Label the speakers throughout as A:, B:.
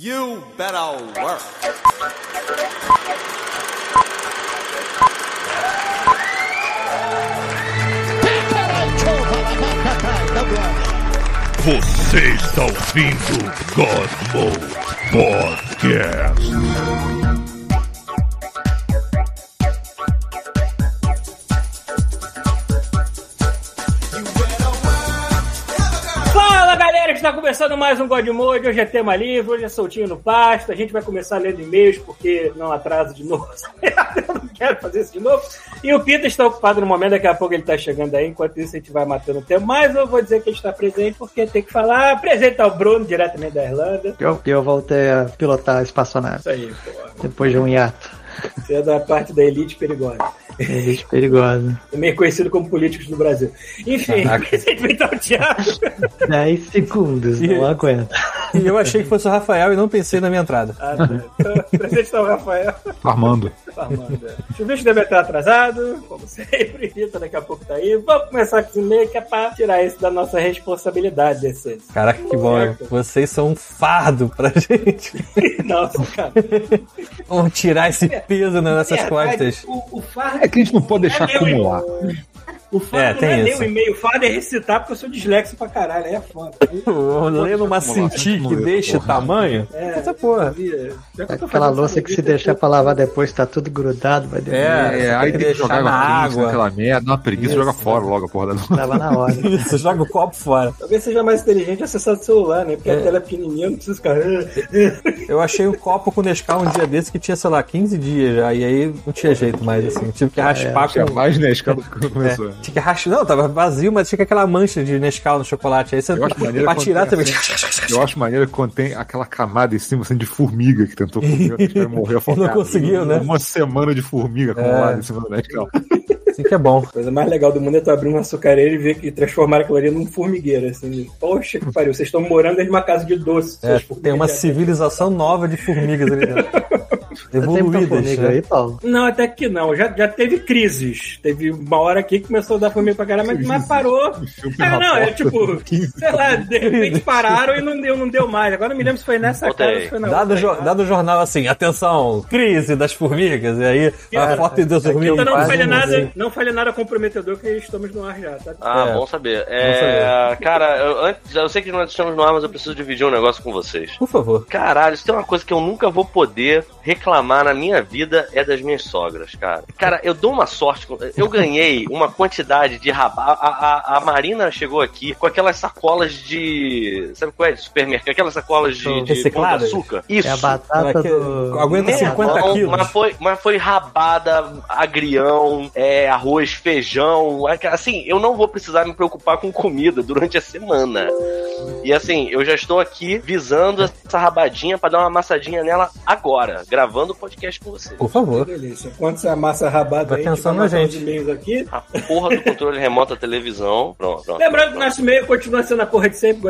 A: You better work.
B: Você está ouvindo Cosmo Podcast.
C: Fala galera, que está começando mais um God Mode. Hoje é tema livre, hoje é soltinho no pasto. A gente vai começar lendo e-mails porque não atrasa de novo. Eu não quero fazer isso de novo. E o Pita está ocupado no momento, daqui a pouco ele está chegando aí. Enquanto isso, a gente vai matando o tempo. Mas eu vou dizer que ele está presente porque tem que falar. Apresentar o Bruno diretamente da Irlanda.
D: Eu, eu voltei a pilotar a espaçonave
C: Isso aí, pô.
D: depois de um hiato. Um
C: Você é da parte da elite perigosa.
D: Gente perigosa.
C: Também conhecido como políticos do Brasil. Enfim, recentemente ao Thiago.
D: 10 segundos, não aguento.
E: E eu achei que fosse o Rafael e não pensei na minha entrada.
C: Ah, tá. Então, Presente está o Rafael.
B: Armando.
C: Amanda. O bicho deve estar atrasado, como sempre. Rita daqui a pouco tá aí. Vamos começar com esse e-mail que é pra tirar isso da nossa responsabilidade, desses.
E: Caraca, que bom.
C: Certo.
E: Vocês são um fardo pra gente.
C: Nossa, cara.
E: Vamos tirar esse peso nas nossas
C: Verdade,
E: costas.
C: É, O, o fardo
B: É que a gente não pode deixar
C: É meu,
B: acumular.
C: o fardo
E: É,
C: não
E: tem
C: é nem
E: isso.
C: o e-mail, o fardo é recitar porque eu sou dislexo pra caralho, aí é foda.
E: Vou ler numa cinti que deixa o tamanho.
C: É,
E: Essa
C: Já
E: porra.
C: que eu tô
D: Aquela
C: fazendo
D: louça que se deixar pra lavar depois tá tudo grudado, vai demorar.
E: É,
F: É, aí tem que jogar na
E: na
F: frente,
E: água.
F: naquela merda, dá uma preguiça, joga fora logo a porra da
D: Tava na hora.
E: Isso, joga o copo fora.
C: Talvez seja mais inteligente acessar o celular, né? Porque a tela é pequenininha, não precisa ficar...
E: Eu achei um copo com Nescau um dia desse que tinha, sei lá, 15 dias já. E aí não tinha jeito mais, assim. Tive que raspar
F: É, Tinha
E: com... é.
F: mais, né? Escada que começou.
E: Tinha que raspar... Não, tava vazio, mas tinha aquela mancha de Nescau no chocolate. Aí você...
F: Eu acho maneiro
E: Pra
F: quando
E: tirar
F: tem assim.
E: também...
F: Eu acho maneiro que contém aquela camada em cima assim, de formiga que tentou comer, acho que ele morreu afogado.
E: Não conseguiu, né?
F: Uma semana de formiga acumulada em cima do Nescau.
E: Assim que é bom.
C: A coisa mais legal do mundo é tu abrir um açucareiro e ver que transformaram aquilo ali num formigueiro, assim. Poxa que pariu, vocês estão morando dentro de uma casa de doce.
E: É,
C: seus
E: tem uma
C: formigueiros.
E: civilização nova de formigas ali dentro.
D: Tá tempo pra
E: Evoluídas,
D: formiga
E: né?
D: aí, Paulo.
C: Não, até que não. Já, já teve crises. Teve uma hora aqui que começou a dar formiga pra caralho, mas, mas parou.
F: filme
C: Ah,
F: na
C: não, é
F: porta.
C: tipo, sei lá, de repente pararam e não deu, não deu mais. Agora eu me lembro se foi nessa casa, ou se foi na
E: Dado o
C: outra.
E: jo- dado o jornal assim, atenção, crise das formigas, e aí a foto das formigas.
C: Então não
E: quase
C: falha
E: um
C: nada,
E: museu.
C: não falha nada comprometedor que estamos no ar já, tá?
G: Ah,
E: É.
G: bom saber. É, cara, eu, antes, eu sei que nós estamos no ar, mas eu preciso dividir um negócio com vocês.
E: Por favor.
G: Caralho, isso tem uma coisa que eu nunca vou poder reclamar na minha vida é das minhas sogras, cara. Cara, eu dou uma sorte. com- Eu ganhei uma quantidade de rabá. A, a- a Marina chegou aqui com aquelas sacolas de. Sabe qual é? De supermercado? Aquelas sacolas de, de pão de
E: Recicladas?
G: açúcar. Isso.
D: É a batata
E: Ela que-
D: do.
E: Aguenta
G: Meu
E: 50
G: irmão,
E: quilos.
G: Então, Mas foi, mas foi rabada, agrião, é, arroz, feijão. é que, Assim, eu não vou precisar me preocupar com comida durante a semana. E assim, eu já estou aqui visando essa rabadinha pra dar uma amassadinha nela agora, gravando o podcast com você.
E: Por favor.
C: Delícia. Enquanto você amassa rabada
E: Vai
C: aí, a gente vai
E: pensando na
C: matar uns
E: gente.
C: e-mails aqui.
G: A porra do controle remoto da televisão. Pronto, pronto.
C: Lembrando que
G: pronto.
C: nosso e-mail continua sendo a porra de sempre,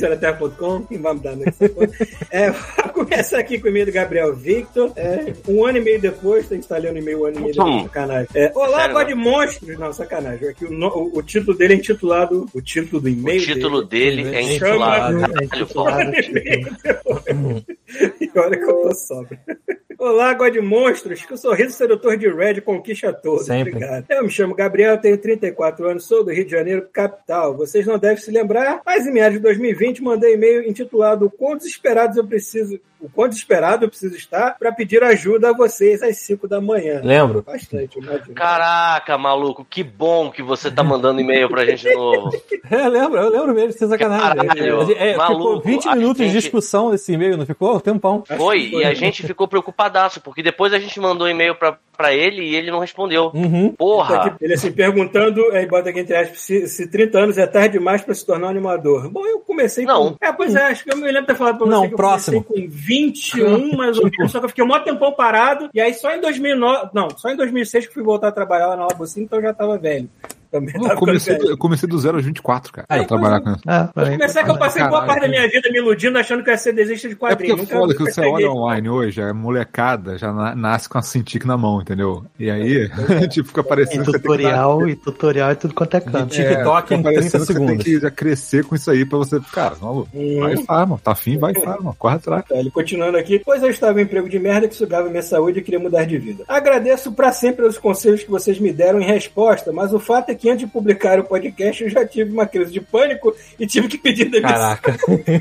C: godmode.terceiraterra.com, quem vai mudar, né? Essa coisa. É, vamos começar aqui com o e-mail do Gabriel Victor. É, um ano e meio depois, tá instalando e-mail um ano e meio depois,
G: Hum.
C: sacanagem. É, Olá,
G: Sério,
C: God Monstros! Não, sacanagem. Aqui, o, no- o- o título dele é intitulado. O título do
G: O
C: e-mail.
G: título dele
E: Chama-
G: é intitulado.
D: É
G: Caralho, Paulo.
D: intitulado, tipo,
C: E olha que eu tô sóbrio. Olá, God Monstros, que o sorriso sedutor de Red conquista a todos.
E: Sempre.
C: Obrigado. Eu me chamo Gabriel, tenho 34 anos, sou do Rio de Janeiro, capital. Vocês não devem se lembrar, mas em meados de 2020 mandei e-mail intitulado O quão desesperados eu preciso, o quão desesperado eu preciso estar para pedir ajuda a vocês às 5 da manhã.
E: Lembro.
C: Bastante, imagina.
G: Caraca, maluco, que bom que você tá mandando e-mail pra gente de novo.
E: É, lembro, eu lembro mesmo, sem sacanagem.
G: Caralho,
E: é, ficou
G: maluco,
E: 20
G: a
E: minutos de
G: gente-
E: discussão nesse e-mail, não ficou? Um tempão.
C: Acho
G: Foi,
C: que foi,
G: e a
C: né?
G: gente ficou preocupadaço, porque depois a gente mandou um e-mail pra, pra ele e ele não respondeu.
E: Uhum.
C: Tá
G: Porra!
C: aqui, ele assim, perguntando, aí bota aqui entre aspas, se, se 30 anos é tarde demais pra se tornar um animador. Bom, eu comecei
G: Não.
C: com... É, pois é, acho que eu me lembro de ter falado pra você
E: Não,
C: que eu
E: próximo.
C: comecei com 21, mais ou menos, só que eu fiquei um maior tempão parado, e aí só em 2009... Não, só em 2006 que eu fui voltar a trabalhar lá na Labocina, então eu já tava velho. também.
F: Eu
C: tava
F: comecei,
C: ficando
F: do, eu comecei do zero aos 24, cara,
E: Aí,
F: pra trabalhar com isso.
D: Ah, pra mim.
C: Começar é que eu passei boa
F: Caralho.
C: parte da minha vida me iludindo, achando que eu ia ser desenhista de
F: É
C: quadrinhos.
F: porque é foda que
C: nunca
F: você
C: então, peguei.
F: olha online hoje, a molecada já na- nasce com a Cintiq na mão, entendeu? E aí, tipo, fica
D: E
F: parecendo que você tem que dar-
D: tutorial, e tutorial é tudo quanto é canto.
E: TikTok
F: fica parecendo
E: em 30
F: que Você tem
E: segundos.
F: que já crescer com isso aí pra você. Cara, maluco, vai e faz, mano. Tá afim, vai e faz, mano. Corre atrás.
C: Tá, ele continuando aqui, pois eu estava em um emprego de merda que sugava minha saúde e queria mudar de vida. Agradeço pra sempre os conselhos que vocês me deram em resposta, mas o fato é que antes de publicar o podcast eu já tive uma crise de pânico e tive que pedir demissão.
E: Caraca.
F: É,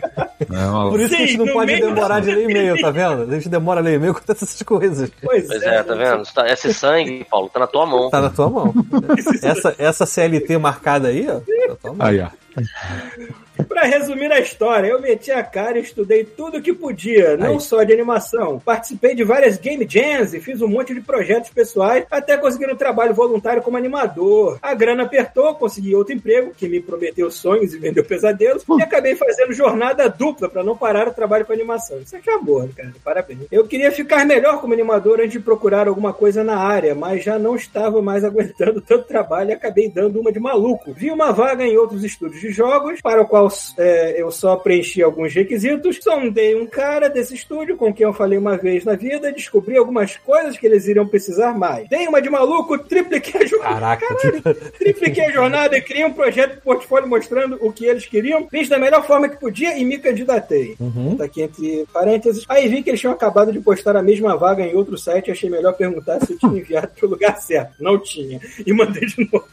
F: maluco.
E: Por isso que a gente não
C: no
E: pode
C: meio
E: demorar de ler e-mail, tá vendo? A gente demora a ler e-mail com essas coisas.
C: Pois,
G: Pois é, tá vendo? Isso tá- Esse sangue, Paulo, tá na tua mão.
E: Tá na tua mão. Essa, essa CLT marcada aí, ó. Tá na tua mão.
F: Aí, ó.
C: Pra resumir a história, eu meti a cara e estudei tudo que podia, não só de animação. Participei de várias game jams e fiz um monte de projetos pessoais, até conseguir um trabalho voluntário como animador. A grana apertou, consegui outro emprego, que me prometeu sonhos e vendeu pesadelos, e acabei fazendo jornada dupla pra não parar o trabalho com animação. Isso aqui é amor, cara. Parabéns. Eu queria ficar melhor como animador antes de procurar alguma coisa na área, mas já não estava mais aguentando tanto trabalho e acabei dando uma de maluco. Vi uma vaga em outros estúdios de jogos, para o qual é, eu só preenchi alguns requisitos. Sondei um cara desse estúdio com quem eu falei uma vez na vida e descobri algumas coisas que eles iriam precisar mais. Dei uma de maluco, tripliquei a jornada.
E: Caraca.
C: Tripliquei a jornada e criei um projeto de portfólio mostrando o que eles queriam. Fiz da melhor forma que podia e me candidatei. Tá aqui entre parênteses. Aí vi que eles tinham acabado de postar a mesma vaga em outro site e achei melhor perguntar se eu tinha enviado pro lugar certo. Não tinha. E mandei de novo.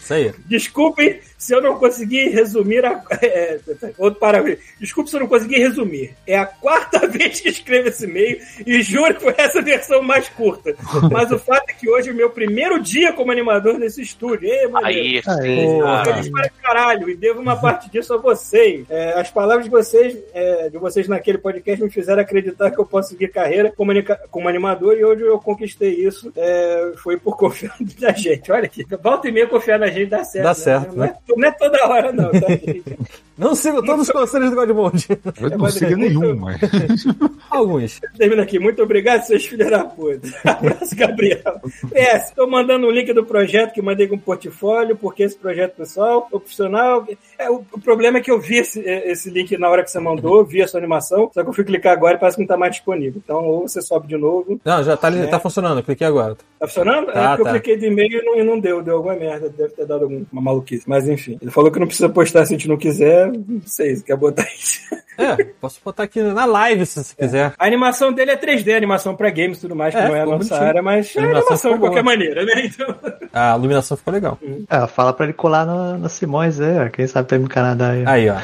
E: Isso aí.
C: Desculpem se eu não consegui resumir a. é, outro parágrafo. Desculpe se eu não consegui resumir. É a quarta vez que escrevo esse e-mail e juro que foi essa versão mais curta. Mas o fato é que hoje é o meu primeiro dia como animador nesse estúdio. Ei, maneiro.
G: Aí,
D: Aí.
G: sim. cara.
C: Feliz para caralho, e devo uma parte disso a vocês. É, as palavras de vocês, é, de vocês naquele podcast me fizeram acreditar que eu posso seguir carreira como, anica- como animador e hoje eu conquistei isso. é, foi por confiar na gente. Olha aqui, volta e meia confiar na gente dá certo.
E: Dá certo, né?
C: Não, é, não é toda hora, não, tá, gente?
E: Não sigo todos os conselhos do Godmond.
F: Eu não sigo nenhum, mas.
E: Alguns.
C: Termina aqui. Muito obrigado, seus filhos da puta. Abraço, Gabriel. PS, tô mandando um link do projeto que mandei com portfólio, porque esse projeto pessoal, opcional. É, o, o problema é que eu vi esse, é, esse link na hora que você mandou, vi a sua animação, só que eu fui clicar agora e parece que não tá mais disponível. Então, ou você sobe de novo.
E: Não, já tá, tá funcionando. Cliquei agora.
C: Tá funcionando? é
E: Tá,
C: porque
E: tá.
C: eu cliquei de e-mail e não, e não deu, deu alguma merda, deve ter dado alguma maluquice. Mas enfim, ele falou que não precisa postar se a gente não quiser. Não sei, se quer botar isso.
E: É, posso botar aqui na live se você quiser.
C: A animação dele é 3D, animação pra games e tudo mais, que
E: É,
C: não é a
E: ficou
C: nossa
E: bonitinho.
C: área, mas é
E: A animação
C: animação de
E: ficou
C: qualquer
E: boa.
C: maneira, né? Então,
E: A iluminação ficou legal.
D: Ah, fala pra ele colar no, no Simões aí, ó. Quem sabe tá aí no Canadá aí.
E: Aí, ó.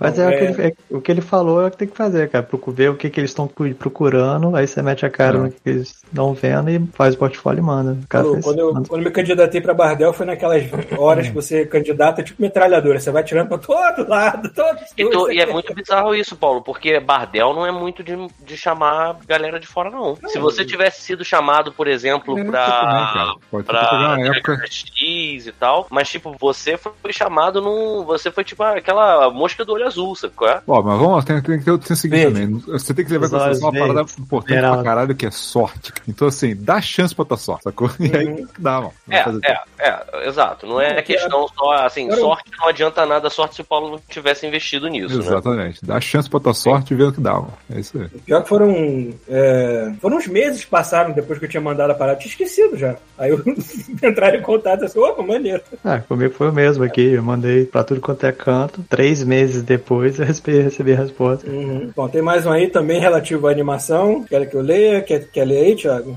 D: Mas é, O, que ele, é- o que ele falou é o que tem que fazer, cara. Procu- ver o que, que eles estão procurando, aí você mete a
E: É.
D: cara no que que eles estão vendo e faz o portfólio e manda. O cara
C: quando,
D: fez-
C: quando eu,
D: manda.
C: quando eu me candidatei pra Bardel, foi naquelas horas que você candidata tipo metralhadora, você vai tirando pra todo lado, todo
G: E, tu- e é
C: você-
G: muito bizarro isso, Paulo, porque Bardel não é muito de, de chamar galera de fora, não. Se você tivesse sido chamado, por exemplo,
F: É,
G: pra.
F: Pode ter que pegar
G: Pra
F: uma época.
G: X e tal, mas tipo, você foi chamado num. Você foi tipo aquela mosca do olho azul, sabe qual é?
F: Ó, mas vamos lá, tem, tem que ter o tem o seguinte
E: Verde.
F: também. Você tem que levar em
D: Os
F: consideração uma
D: olhos
F: parada
D: verdes.
F: importante pra
D: Geraldo.
F: caralho, que é sorte. Então, assim, dá chance pra tua sorte, sacou? E aí tem que dá, mano. Vai
G: É,
F: fazer-
G: é, é, exato. Não é questão só, assim,
C: Era um-
G: sorte não adianta nada, sorte se o Paulo não tivesse investido nisso. Né?
F: Exatamente. Dá chance pra tua sorte e vê o que dá, mano. É isso aí.
C: Pior que foram. é, foram uns meses que passaram depois que eu tinha mandado a parada, eu tinha esquecido já. Aí eu entraram em contato assim, opa, maneiro.
D: Ah, comigo foi o mesmo aqui. Eu mandei pra tudo quanto é canto. Três meses depois eu recebi, recebi a resposta.
C: Uhum. Bom, tem mais um aí também relativo à animação. Quer que eu leia? Quer, quer ler aí, Thiago?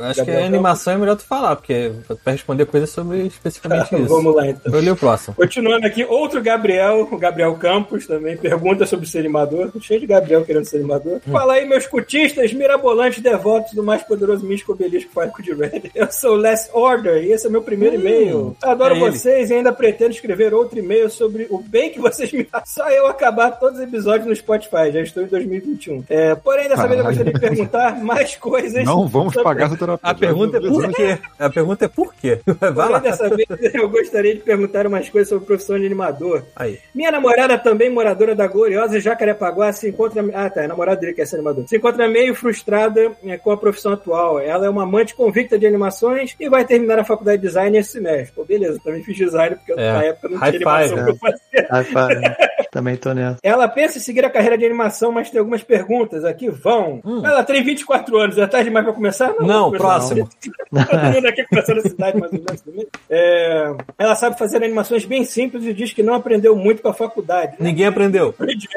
E: Acho que a animação é melhor tu falar, porque pra responder coisas sobre especificamente isso.
C: Vamos lá então.
E: Eu li o próximo.
C: Continuando aqui, outro Gabriel, o Gabriel Campos também, pergunta sobre ser animador. Cheio de Gabriel querendo ser animador.
F: Hum.
C: Fala aí, meus cutistas, mirabolantes, devotos do mais poderoso místico obelisco Falco de Red. Eu sou o Last Order e esse é meu primeiro
F: Hum,
C: e-mail. Adoro
E: é ele.
C: vocês e ainda pretendo escrever outro e-mail sobre o bem que vocês me dão. Só eu acabar todos os episódios no Spotify, já estou em 2021. É, porém, dessa vez eu
F: Caralho.
C: gostaria de perguntar mais coisas.
F: Não vamos
C: sobre-
F: pagar essa terapia.
E: A pergunta é por quê? A pergunta é por quê? Vai
C: Porém,
E: lá.
C: dessa vez eu gostaria de perguntar umas coisas sobre a profissão de animador.
E: Aí.
C: Minha namorada, também moradora da gloriosa Jacarepaguá, se encontra. Ah, tá, é a namorada dele que é esse animador. Se encontra meio frustrada eh, com a profissão atual. Ela é uma amante convicta de animações e vai terminar a faculdade de design esse mês. Pô, beleza, também fiz design porque eu,
E: É.
C: na época não
E: High
C: tinha animação
E: five,
C: pra
E: né?
C: eu fazer.
D: Ah, pá, também tô nessa.
C: Ela pensa em seguir a carreira de animação, mas tem algumas perguntas aqui. Vão. Ela tem 24 anos, é tarde demais pra começar?
E: Hum. Não,
C: vou começar Tá
E: próximo.
C: Todo mundo aqui começando a cidade, mais ou menos. também. É, ela sabe fazer animações bem simples e diz que não aprendeu muito com a faculdade. né?
E: Ninguém aprendeu.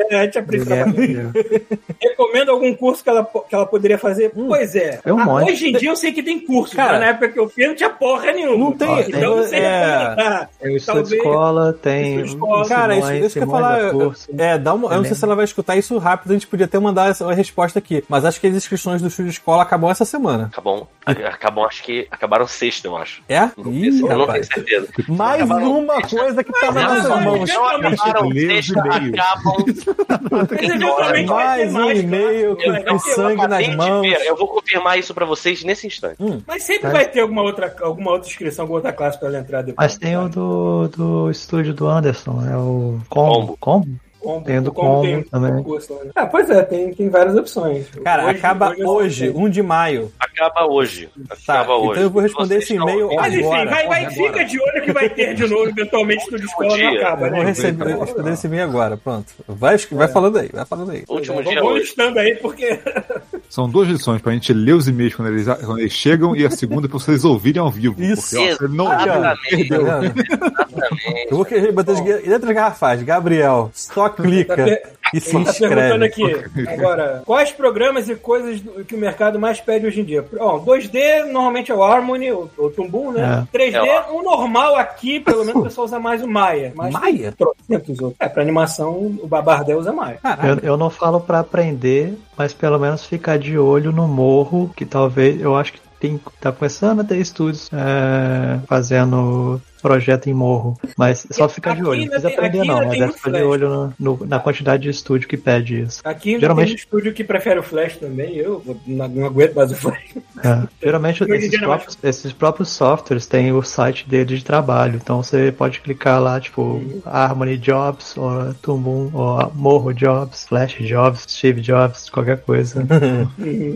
C: É, a gente aprende
D: Ninguém
C: trabalhando.
D: aprendeu.
C: Recomenda algum curso que ela, po- que ela poderia fazer? Pois é.
D: tem um
C: Ah,
D: monte.
C: Hoje em dia eu sei que tem curso.
E: Cara,
C: mas na época que eu fiz, não tinha porra nenhuma.
E: Não tem.
C: Então não sei tá.
E: É.
C: recomendar.
D: Tem o estudo
C: Talvez-
D: de escola, tem.
C: Estudo
D: um
C: de escola.
E: Cara, isso,
D: Simões,
E: isso que eu ia
D: Simões
E: falar.
D: dá curso.
E: É, dá uma, eu não sei se ela vai escutar isso rápido, a gente podia até mandar essa resposta aqui. Mas acho que as inscrições do Estúdio Escola acabam essa semana.
G: Acabam, acabam, acho que acabaram sexta, eu acho.
E: É?
G: Não
E: Ih,
G: sei, eu não tenho
E: rapaz.
G: certeza.
E: Mais
G: Acabaram-
E: uma coisa que tá nas
G: Não,
E: nossas
C: mas-
E: mãos.
G: não acabaram
F: Meus
G: sexta,
F: e-mails.
G: acabam
C: Mas eventualmente vai ter
E: Mais um e-mail
C: claro.
E: com- com
C: Vai ter-
E: sangue
G: Acabei
E: nas
G: de
E: mãos.
G: ver, Eu vou confirmar isso pra vocês nesse instante.
C: Mas
D: Tá.
C: sempre vai ter alguma outra, alguma outra inscrição, alguma outra classe pra ela entrar depois.
D: Mas tem o do, do estúdio do Anderson, é o Combo.
G: Combo.
D: Combo?
C: Combo.
D: Tem do
C: O combo tem
D: combo também.
C: concurso lá, né? Ah, pois é, tem, tem várias opções.
E: Cara, acaba hoje, 1 de maio.
G: Acaba hoje.
E: Tá,
G: Acaba
E: então
G: hoje.
E: eu vou responder
G: Vocês
E: esse
G: estão
E: e-mail
G: ouvindo.
C: Mas enfim,
E: Agora, um
C: vai, vai,
E: agora.
C: fica de olho que vai ter de novo, eventualmente, tudo de escola não
G: dia.
C: acaba,
E: Eu vou
C: né?
E: receber, eu recebi esse e-mail agora, pronto. Vai, vai falando aí, vai falando aí.
G: Último
C: Vamos
G: dia
C: vamos
G: hoje.
C: listando aí, porque
F: São duas lições pra gente ler os e-mails quando eles, quando eles chegam e a segunda pra vocês ouvirem ao vivo.
E: Isso.
F: Porque, ó, você
G: Ah,
F: não
E: Olha,
G: Exatamente.
E: Tá vendo? Eu vou querer bater as letras garrafais. Gabriel, só
C: Tá
E: clica
C: per-
E: e se
C: Ele tá perguntando
E: inscreve.
C: aqui. Agora, quais programas e coisas do- que o mercado mais pede hoje em dia? Ó, 2D normalmente é o Harmony, o, o Tumbum, né? 3D,
G: É
C: o normal aqui, pelo menos o pessoal usa mais o Maia. Mas
E: Maia?
C: trocentos outros. É, pra animação, o Babardel usa Maia.
D: Eu, eu não falo pra aprender, mas pelo menos ficar de olho no morro, que talvez eu acho que tem, tá começando a ter estúdios é, fazendo projeto em morro. Mas só ficar de
C: Aqui
D: olho, não
C: ainda
D: precisa
C: tem-
D: aprender
C: aqui
D: não,
C: ainda
D: mas
C: tem
D: é
C: muito
D: ficar de
C: flash.
D: olho no- no- na quantidade de estúdio que pede isso.
C: Aqui ainda
D: Geralmente-
C: tem um estúdio que prefere o Flash também. Eu não, não aguento mais o Flash.
D: É, geralmente
C: Hoje em
D: esses
C: dia não é
D: próprios, esses próprios softwares têm o site deles de trabalho, então você pode clicar lá, tipo, Harmony Jobs, ou Tumbum, ou Morro Jobs, Flash Jobs, Steve Jobs, qualquer coisa.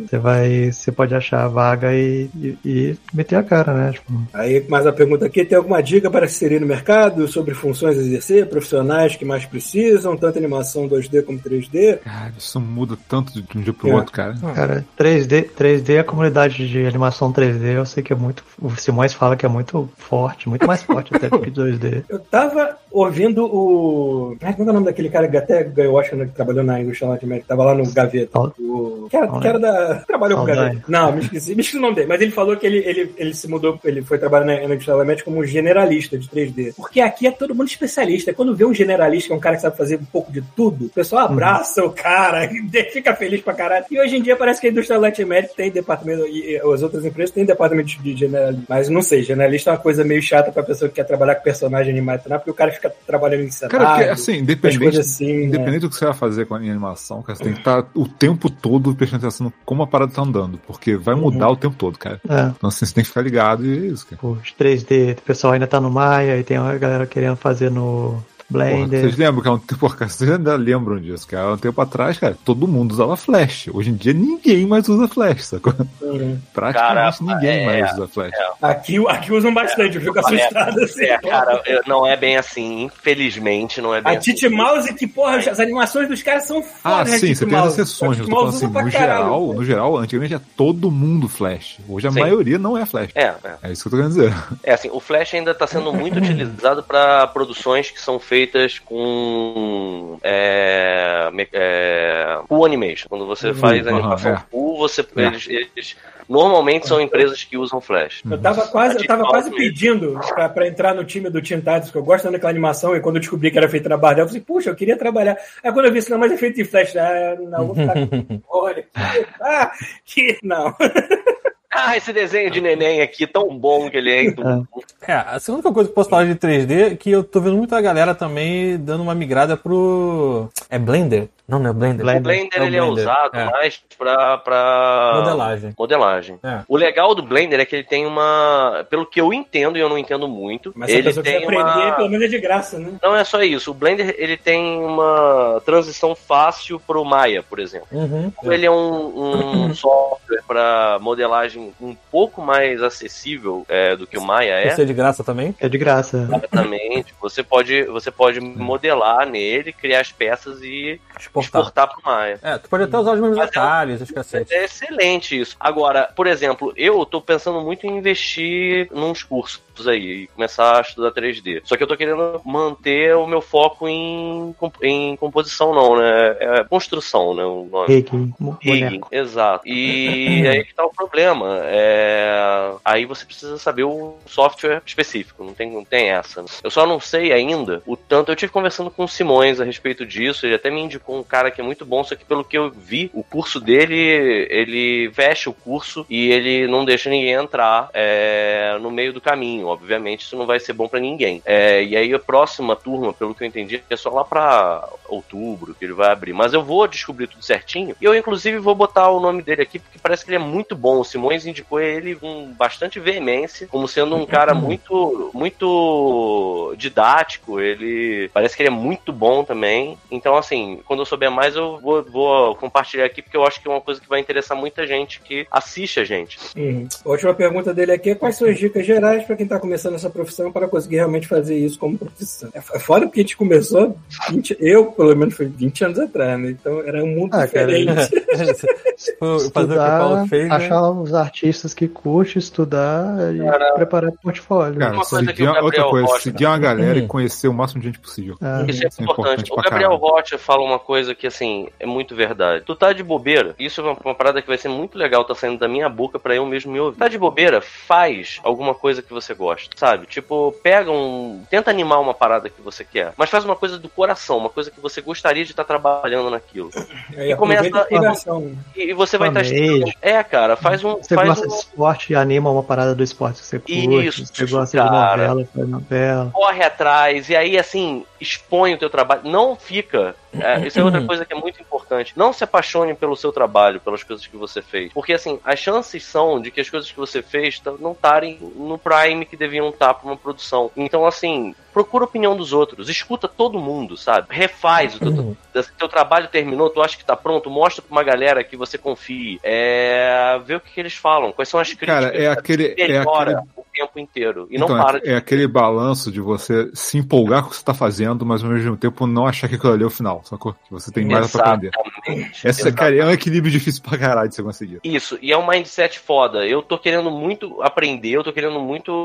D: você vai, você pode achar a vaga e, e, e meter a cara, né? Tipo,
C: Aí, mais a pergunta aqui: tem alguma dica para se inserir no mercado sobre funções a exercer, profissionais que mais precisam, tanto animação 2D como 3D?
F: Cara, isso muda tanto de um dia pro
C: É.
F: outro, cara.
D: cara, 3D, 3D, é a comunidade de animação 3D, eu sei que é muito, o Simões fala que é muito forte, muito mais forte até do que 2D.
C: Eu tava ouvindo o. Ah, como é o nome daquele cara que até ganhou o Oscar, né, que trabalhou na Industrial Light Magic, tava lá no Gaveta.
D: Sal-
C: O... Que, era, que era da. Trabalhou com o
D: Saldanha.
C: Gaveta. Não, me esqueci, me esqueci o nome dele, mas ele falou que ele, ele, ele se mudou, ele foi trabalhar na Industrial Light Magic como generalista de 3D. Porque aqui é todo mundo especialista. Quando vê um generalista, que é um cara que sabe fazer um pouco de tudo, o pessoal
F: Uhum.
C: abraça o cara e fica feliz pra caralho. E hoje em dia parece que a Industrial Light Magic tem departamento, e e as outras empresas têm departamento de generalista. Mas não sei, generalista é uma coisa meio chata pra pessoa que quer trabalhar com personagem animado, né? porque o cara fica trabalhando em cenário.
F: Cara, porque assim,
C: as
F: independente,
C: coisas assim, né?
F: independente do que você vai fazer com a minha animação, cara, você tem que estar o tempo todo prestando atenção no como a parada tá andando, porque vai
E: Uhum.
F: mudar o tempo todo, cara.
D: É.
F: Então assim, você tem que ficar ligado e é isso, cara.
D: Os 3D, o pessoal ainda tá no Maia e tem a galera querendo fazer no
F: Porra, vocês
D: Blender.
F: lembram que há um tempo, porra, cara, vocês ainda lembram disso, cara? Há um tempo atrás, cara, todo mundo usava flash. Hoje em dia ninguém mais usa flash, sacou?
C: Uhum.
F: Praticamente
G: Cara,
F: ninguém
G: é,
F: mais usa flash.
C: Aqui, aqui usam bastante, eu fico assustado assim.
G: É, cara, eu- não é bem assim. Infelizmente, não é bem
C: A
G: assim.
C: Titi Mouse, que porra, as animações dos caras são foda.
F: Ah,
C: né,
F: sim,
G: é
C: Titi
F: você tem as
C: Mouse?
F: exceções,
C: A
F: eu
C: Titi
F: tô falando
C: Mouse
F: assim,
C: usa pra
F: no
C: caralho,
F: geral,
C: cara.
F: no geral, antigamente era todo mundo flash. Hoje a
G: Sim.
F: maioria não é flash.
G: É, é.
F: É isso que eu tô querendo dizer.
G: É assim, o Flash ainda está sendo muito utilizado para produções que são feitas com é, me- é, full animation. Quando
E: Uhum.
G: você faz
F: aham,
G: animação
F: é.
G: full, você eles, eles- normalmente são empresas que usam Flash.
E: Uhum.
F: Uhum.
C: Eu tava quase, eu tava
G: Titi
C: quase
G: Mouse mesmo.
C: pedindo pra, pra entrar no time do Teen Titans, que eu gosto daquela animação, e quando eu descobri que era feita na Bardel, eu falei, puxa, eu queria trabalhar. Aí quando eu vi isso, não, mas é feito em flash. Ah, não, vou ficar com olha, que, ah, que, não.
G: Ah, esse desenho de neném aqui, tão bom que ele é. hein?
D: É.
E: É, a única coisa que eu posso falar de 3D é que eu tô vendo muita galera também dando uma migrada pro. É Blender? Não, não é Blender.
G: O Blender,
E: o
G: ele é
E: Blender,
G: usado
E: é.
G: mais pra, pra...
E: Modelagem.
G: modelagem.
E: É.
G: O legal do Blender é que ele tem uma... Pelo que eu entendo, e eu não entendo muito,
C: Mas se a
G: ele
C: pessoa quiser
G: tem
C: aprender,
G: uma...
C: pelo menos é de graça, né?
G: Não é só isso. O Blender, ele tem uma transição fácil pro Maya, por exemplo.
E: Uhum.
G: Como ele é um, um software para modelagem um pouco mais acessível é, do que o Maya é,
E: Você é de graça também?
D: É de graça.
G: exatamente, você pode, você pode modelar nele, criar as peças e
E: Exportar.
G: exportar para o Maya.
E: É, tu pode até usar os mesmos
G: Mas é-
E: detalhes, os cacetes.
G: É excelente isso. Agora, por exemplo, eu tô pensando muito em investir nos cursos aí e começar a estudar 3D. Só que eu tô querendo manter o meu foco em, comp- em composição, não, né? É construção, né? O nome.
D: Rick, mo-
G: Sim,
D: boneco.
G: exato. E aí que tá o problema. É... Aí você precisa saber o software específico, não tem, não tem essa. Eu só não sei ainda o tanto. Eu tive conversando com o Simões a respeito disso, ele até me indicou um cara que é muito bom, só que pelo que eu vi, o curso dele, ele fecha o curso e ele não deixa ninguém entrar é, no meio do caminho. Obviamente, isso não vai ser bom pra ninguém. É, e aí a próxima turma, pelo que eu entendi, é só lá pra outubro que ele vai abrir. Mas eu vou descobrir tudo certinho. E eu, inclusive, vou botar o nome dele aqui, porque parece que ele é muito bom. O Simões indicou ele com bastante veemência, como sendo um cara muito, muito didático. Ele parece que ele é muito bom também. Então, assim, quando eu souber mais, eu vou, vou compartilhar aqui, porque eu acho que é uma coisa que vai interessar muita gente que assiste a gente.
C: Uhum. A última pergunta dele aqui é quais são as dicas gerais para quem está começando essa profissão para conseguir realmente fazer isso como profissão. É f- foda porque a gente começou, 20 eu pelo menos foi 20 anos atrás, né? Então era um mundo
D: Ah, cara,
C: diferente.
E: Tipo, Fazer o que o
D: Estudar,
E: Paulo fez, né?
D: achar os artistas que curte, estudar e preparar portfólio.
F: Cara,
G: Uma coisa que
F: seguir,
G: o Gabriel
F: outra coisa,
G: Rocha-
F: seguir uma galera
E: Hum.
F: e conhecer o máximo de gente possível.
D: Ah,
G: Isso é
F: Uhum. Isso é
G: importante.
F: importante
G: O
F: pra
G: Gabriel
F: caralho.
G: Rocha fala uma coisa que, assim, é muito verdade. Tu tá de bobeira, isso é uma, uma parada que vai ser muito legal, tá saindo da minha boca pra eu mesmo me ouvir. Tá de bobeira, faz alguma coisa que você gosta, sabe? Tipo, pega um. Tenta animar uma parada que você quer, mas faz uma coisa do coração, uma coisa que você gostaria de estar trabalhando naquilo.
D: é.
C: Aí
G: começa-
C: aproveita a inspiração.
G: E, e você vai estar.
D: Planeje.
G: É, cara, faz um.
D: Você
G: faz
D: gosta
G: um...
D: de esporte, anima uma parada do esporte que você curte.
G: Isso,
D: você gosta
G: cara.
D: de novela, faz novela.
G: corre atrás e aí assim expõe o teu trabalho não fica é, isso é outra coisa que é muito importante não se apaixone pelo seu trabalho pelas coisas que você fez porque assim as chances são de que as coisas que você fez tá- não estarem no prime que deviam estar para uma produção então assim procura a opinião dos outros escuta todo mundo sabe refaz o teu, se teu trabalho terminou, tu acha que tá pronto, mostra pra uma galera que você confie. É... Vê o que, que eles falam, quais são as críticas.
F: Cara, é aquele. É
G: Melhora
F: aquele
G: o tempo inteiro. E
F: então,
G: não
F: é-
G: para de
F: é aquele balanço de você se empolgar com o que você tá fazendo, mas ao mesmo tempo não achar que aquilo ali é o final, sacou? Que você tem mais pra aprender.
G: Exatamente.
F: Essa, cara, é um equilíbrio difícil pra caralho de você conseguir.
G: Isso, e é um mindset foda. Eu tô querendo muito aprender, eu tô querendo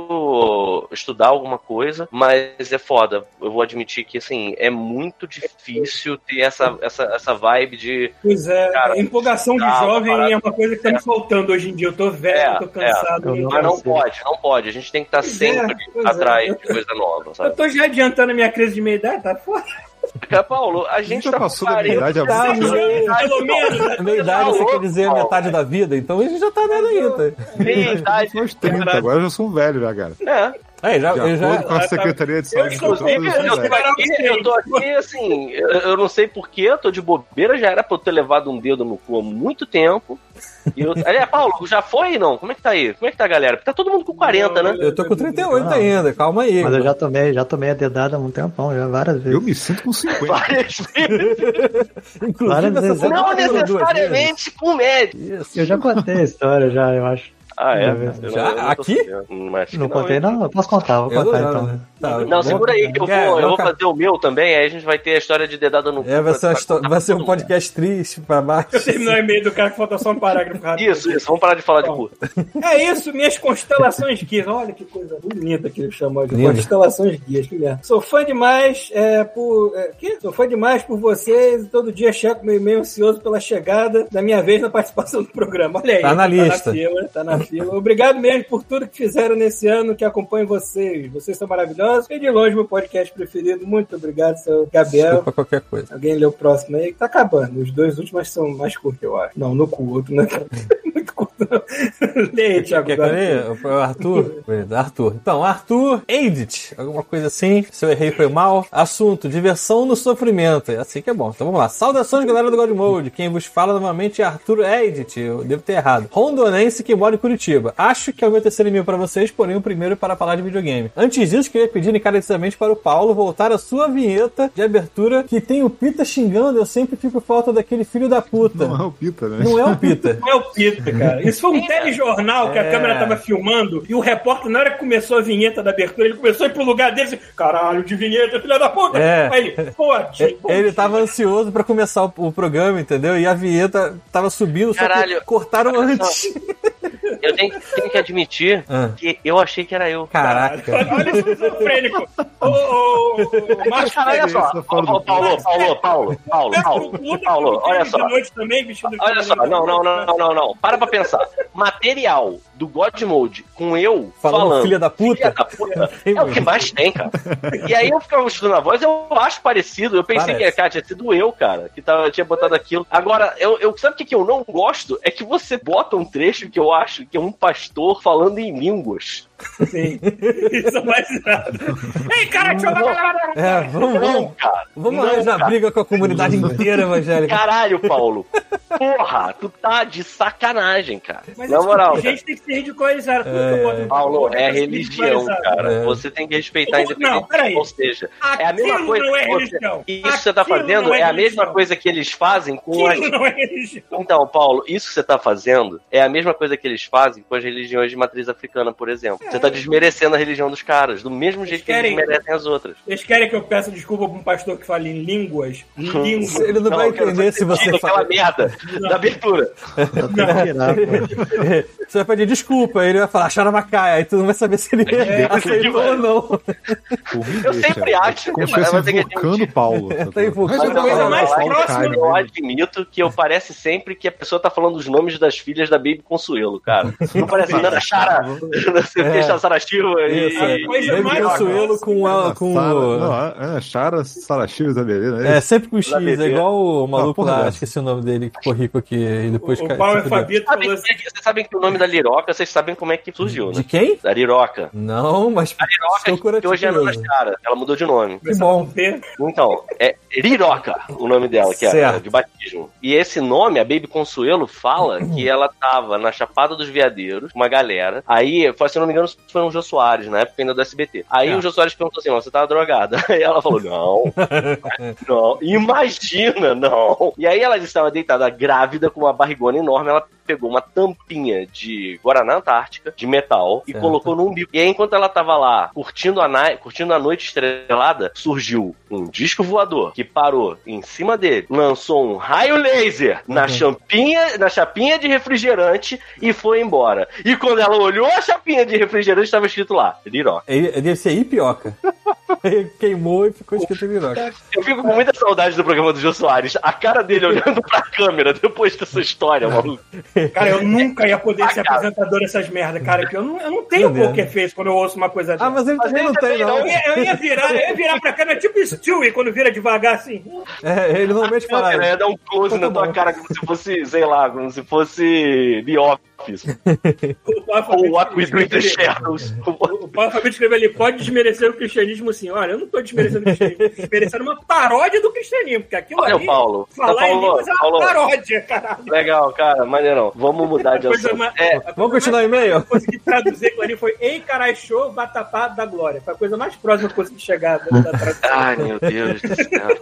G: muito estudar alguma coisa, mas é foda. Eu vou admitir que, assim, é muito difícil ter essa, essa, essa vibe de.
C: Pois é,
G: Cara,
C: a empolgação de
G: tá,
C: jovem
G: parada-
C: é uma coisa que tá me faltando hoje em dia. Eu tô velho,
G: É,
C: tô cansado.
D: é. Eu
G: Mas "Ah, não
D: sei.
G: pode, não pode. A gente tem que estar
C: Pois
G: sempre
C: é, pois é.
G: atrás de coisa nova,
C: Eu
G: sabe?
C: tô já adiantando a minha crise de meia idade, tá foda.
G: Cara, Paulo, a
F: A
G: gente
F: gente já
G: tá com
F: passou da minha
G: 40.
F: idade há
D: Ah,
F: né? muito
E: tá,
F: tempo.
E: mano.
C: Pelo menos.
E: Meia idade, você quer dizer a metade da vida, então a gente já tá nela ainda.
G: Meia
F: Eu
G: idade.
F: sou aos 30, agora eu já sou um velho, já, cara.
G: É,
E: É, já,
F: De
E: eu
F: acordo
E: já.
F: com a Secretaria de
C: eu
F: Saúde.
C: estou
F: eu sou um
C: sempre-
F: velho.
G: Eu tô, aqui, eu tô aqui, assim, eu, eu não sei porquê, eu tô de bobeira, já era pra eu ter levado um dedo no cu há muito tempo. E eu, aliás, Paulo, já foi não? Como é que tá aí? Como é que tá, galera? Tá todo mundo com 40, né?
E: Eu tô com 38 ainda, calma aí.
D: Mas eu já tomei, já tomei a dedada há um tempão, já várias vezes.
F: Eu me sinto com 50.
G: Várias vezes.
D: Várias
E: essa
D: vezes.
E: semana
G: Não
E: eu duas vezes.
G: necessariamente com médico.
E: Isso.
D: Eu já contei a história, já, eu acho.
G: Ah, é?
D: Já?
G: Eu não- eu não tô
E: Aqui?
G: sabendo. Hum, acho que
D: Não contei,
G: hein?
D: não. Eu posso contar, vou
E: Eu
D: contar
E: já,
D: então.
E: né? Tá,
G: Não,
E: vou-
G: segura aí que eu
E: É,
G: vou, eu vou
E: ca-
G: fazer o meu também, aí a gente vai ter a história de dedada no cu.
E: É, vai ser, uma
G: pra-
E: histó- vai ser um
G: né?
E: podcast triste pra baixo.
C: Eu terminou o e-mail é do cara que falta só um parágrafo rápido.
G: Isso, isso, vamos parar de falar de
E: Tá
G: cu.
C: É isso, minhas constelações guias. Olha que coisa bonita que ele chamou de
E: Lindo.
C: constelações guias, que merda. Sou fã demais é, por. É, que? Sou fã demais por vocês e todo dia checo meu e-mail ansioso pela chegada da minha vez na participação do programa. Olha aí.
E: Tá na
C: Tá
E: lista.
C: na fila, tá na fila. Obrigado mesmo por tudo que fizeram nesse ano que acompanho vocês. Vocês são maravilhosos. E de longe, meu podcast preferido. Muito obrigado, seu Gabriel.
E: Desculpa qualquer coisa.
C: Alguém lê o próximo aí? Tá acabando. Os dois últimos são mais curtos, eu acho. Não, no cu, outro, né? é Muito curto. Leia, Thiago.
E: Quer que eu leia? O Arthur? Beleza, Arthur. Então, Arthur Aidit, alguma coisa assim. Se eu errei foi mal. Assunto: diversão no sofrimento. É assim que é bom. Então vamos lá. Saudações, galera do God Mode. Quem vos fala novamente é Arthur Aidit. Eu devo ter errado. Rondonense que mora em Curitiba. Acho que é o meu terceiro e-mail para vocês, porém o primeiro é para falar de videogame. Antes disso, queria pedir encarecidamente para o Paulo voltar a sua vinheta de abertura que tem o Pita xingando. Eu sempre fico falta daquele filho da puta.
F: Não é o Pita, né?
E: Não é o Pita.
C: É o Pita, cara. Isso foi um telejornal que
E: É.
C: a câmera tava filmando e o repórter, na hora que começou a vinheta da abertura, ele começou a ir pro lugar dele e disse, caralho, de vinheta, filha da puta!
E: É.
C: Aí ele, pô, tipo,
E: É,
C: tio, pô,
E: Ele
C: tio."
E: tava ansioso pra começar o, o programa, entendeu? E a vinheta tava subindo, só
G: Caralho.
E: que cortaram
G: Olha só.
E: antes.
G: Eu tenho, tenho que admitir
E: Ah.
G: que eu achei que era eu.
E: Caraca.
C: Olha esse esquizofrênico! Ô, ô, ô, ô, Márcio,
G: Cara, olha só.
F: Isso, fora do-
G: Paulo, Paulo, Paulo, Paulo, Paulo, Paulo, Paulo, olha só.
C: um De noite também, vestido de-
G: Olha só, não, não, não, não, não, não. Para pra pensar. Material do God Mode com eu
E: Falando,
G: falando,
E: filha da puta.
G: filha da puta,
E: Tem
G: é o
E: muito.
G: que mais tem, cara. E aí eu ficava estudando a voz, eu acho parecido. Eu pensei
E: Parece.
G: que cara, tinha sido eu, cara, que tava, tinha botado aquilo. Agora, eu, eu- sabe o que, que eu não gosto? É que você bota um trecho que eu acho que é um pastor falando em línguas.
C: Sim. Isso é mais nada. Ei, cara, deixa eu
E: É, vamos,
G: Não,
E: vamos.
G: cara.
E: Vamos
G: não,
E: arranjar
G: cara.
E: briga com a comunidade inteira evangélica.
G: Caralho, Paulo. Porra, tu tá de sacanagem, cara.
C: Mas
G: Na
C: esse
G: moral,
C: tipo de gente tem que ser ridicularizado. tudo que eu boto no-
G: Paulo,
C: eu
G: é
C: boto
G: religião,
C: ridicularizado.
G: cara.
E: É.
G: Você tem que respeitar
C: Não,
G: independente.
C: peraí.
G: Ou seja, é a mesma
C: Aquilo
G: coisa.
C: não é
G: que você-
C: religião.
G: Isso que você tá
C: Aquilo
G: fazendo
C: não é
G: é, a
C: religião.
G: mesma coisa que eles fazem com as.
C: Aquilo não é religião.
G: Então, Paulo, isso que você tá fazendo é a mesma coisa que eles fazem com as religiões de matriz africana, por exemplo. Você tá desmerecendo a religião dos caras, do mesmo jeito que eles
C: É. querem-
G: merecem as outras.
C: Eles querem que eu peça desculpa pra um pastor que fale em línguas?
G: Hum.
C: Línguas.
E: Ele não, vai
G: eu quero
E: entender se você
G: Aquela
E: fala.
G: merda da abertura.
D: Tem que tirar, pô.
E: Você vai pedir desculpa, aí ele vai falar Xaramacaia, aí tu não vai saber se ele
G: É,
E: aceitou ou não.
F: Pô, Tipo, me
G: Eu
F: deixa.
G: sempre acho
F: Como se
G: mas-
F: fosse
G: mas tem que um
F: invocando o Paulo. é
E: Tá invocando
G: Mas
E: Outra
G: não,
E: coisa
G: não,
C: mais
G: não,
C: próxima
G: cara,
C: do
G: eu admito que eu parece sempre que a pessoa tá falando os nomes das filhas da Baby Consuelo, cara. Não parece Nana Chara, não sei o
E: É.
G: que, Sarastiva
E: Isso, é.
G: e...
C: Coisa
E: Baby
C: mais
E: Consuelo com, a, com
F: Sara, não, é, a- Ana Chara, Sara Chives, é beleza, né?
E: É, sempre com X,
G: Lá
E: é igual o
F: Ah,
E: maluco
F: porra,
E: lá,
F: velho.
E: esqueci o nome dele, que ficou rico aqui e depois
C: O
E: caiu.
C: Paulo é Fabito
G: Sabe, né?
C: falou assim,
G: vocês sabem que o nome da Liroca, vocês sabem como é que surgiu,
E: De
G: né?
E: quem?
G: Da Liroca.
E: Não, mas
G: A Liroca, que hoje é Nana Chara, ela mudou de nome.
E: Que bom.
C: P.
G: Então, é Liroca o nome dela, que é
E: Certo.
G: de batismo. E esse nome, a Baby Consuelo, fala
E: Uhum.
G: que ela tava na Chapada dos Veadeiros, uma galera. Aí, foi- se eu não me engano, foi um Jô Soares, na época ainda do SBT. Aí
E: É.
G: o Jô Soares perguntou assim: ó, você tava drogada? Aí ela falou: não, não, imagina, não. E aí ela estava deitada grávida com uma barrigona enorme, ela pegou uma tampinha de Guaraná Antártica, de metal, e
E: Certo.
G: colocou no umbigo. E aí, enquanto ela tava lá curtindo a, nai- curtindo a noite estrelada, surgiu um disco voador que parou em cima dele, lançou um raio laser na, champinha, na chapinha de refrigerante e foi embora. E quando ela olhou a chapinha de refrigerante, estava escrito lá, Liroca.
E: Ele, ele deve ser Ipioca. Ele queimou e ficou escrito Ipioca.
G: Eu fico com muita saudade do programa do Jô Soares. A cara dele olhando pra câmera depois dessa história, maluco.
C: Cara, eu nunca ia poder ser
G: Ah, cara.
C: apresentador dessas merdas, cara. Que eu, não, eu não tenho
E: Entendeu?
C: poker face quando eu ouço uma coisa dessa.
E: Ah, mas ele
G: Mas
E: também
G: ele
E: não tem,
G: também
E: não.
C: Eu ia, eu ia virar, eu ia virar pra câmera tipo Stewie quando vira devagar assim.
E: É, ele normalmente fala.
G: Câmera, ia dar um close na tua cara como se fosse, sei lá, como se fosse The Office.
C: O Paulo Fabito-
G: Ou What We Do in the Shadows.
C: O Paulo Fabito escreveu ali, pode desmerecer o cristianismo sim. Olha, eu não tô desmerecendo o cristianismo, tô desmerecendo uma paródia do cristianismo, porque aquilo
G: Olha
C: ali,
G: o Paulo. Tá,
C: falar em
G: Paulo,
C: línguas é uma
G: Paulo.
C: paródia, caralho.
G: Legal, cara, maneirão. Vamos mudar de
C: Coisa
G: assunto.
C: mais-
G: É,
C: a
E: Vamos
C: coisa
E: continuar o
C: mais-
E: e-mail?
C: Eu consegui traduzir aquilo ali, foi Ei, carai, show, batapá da glória. Foi a coisa mais próxima que eu consegui chegar da, da tradução.
G: ai, meu Deus do céu.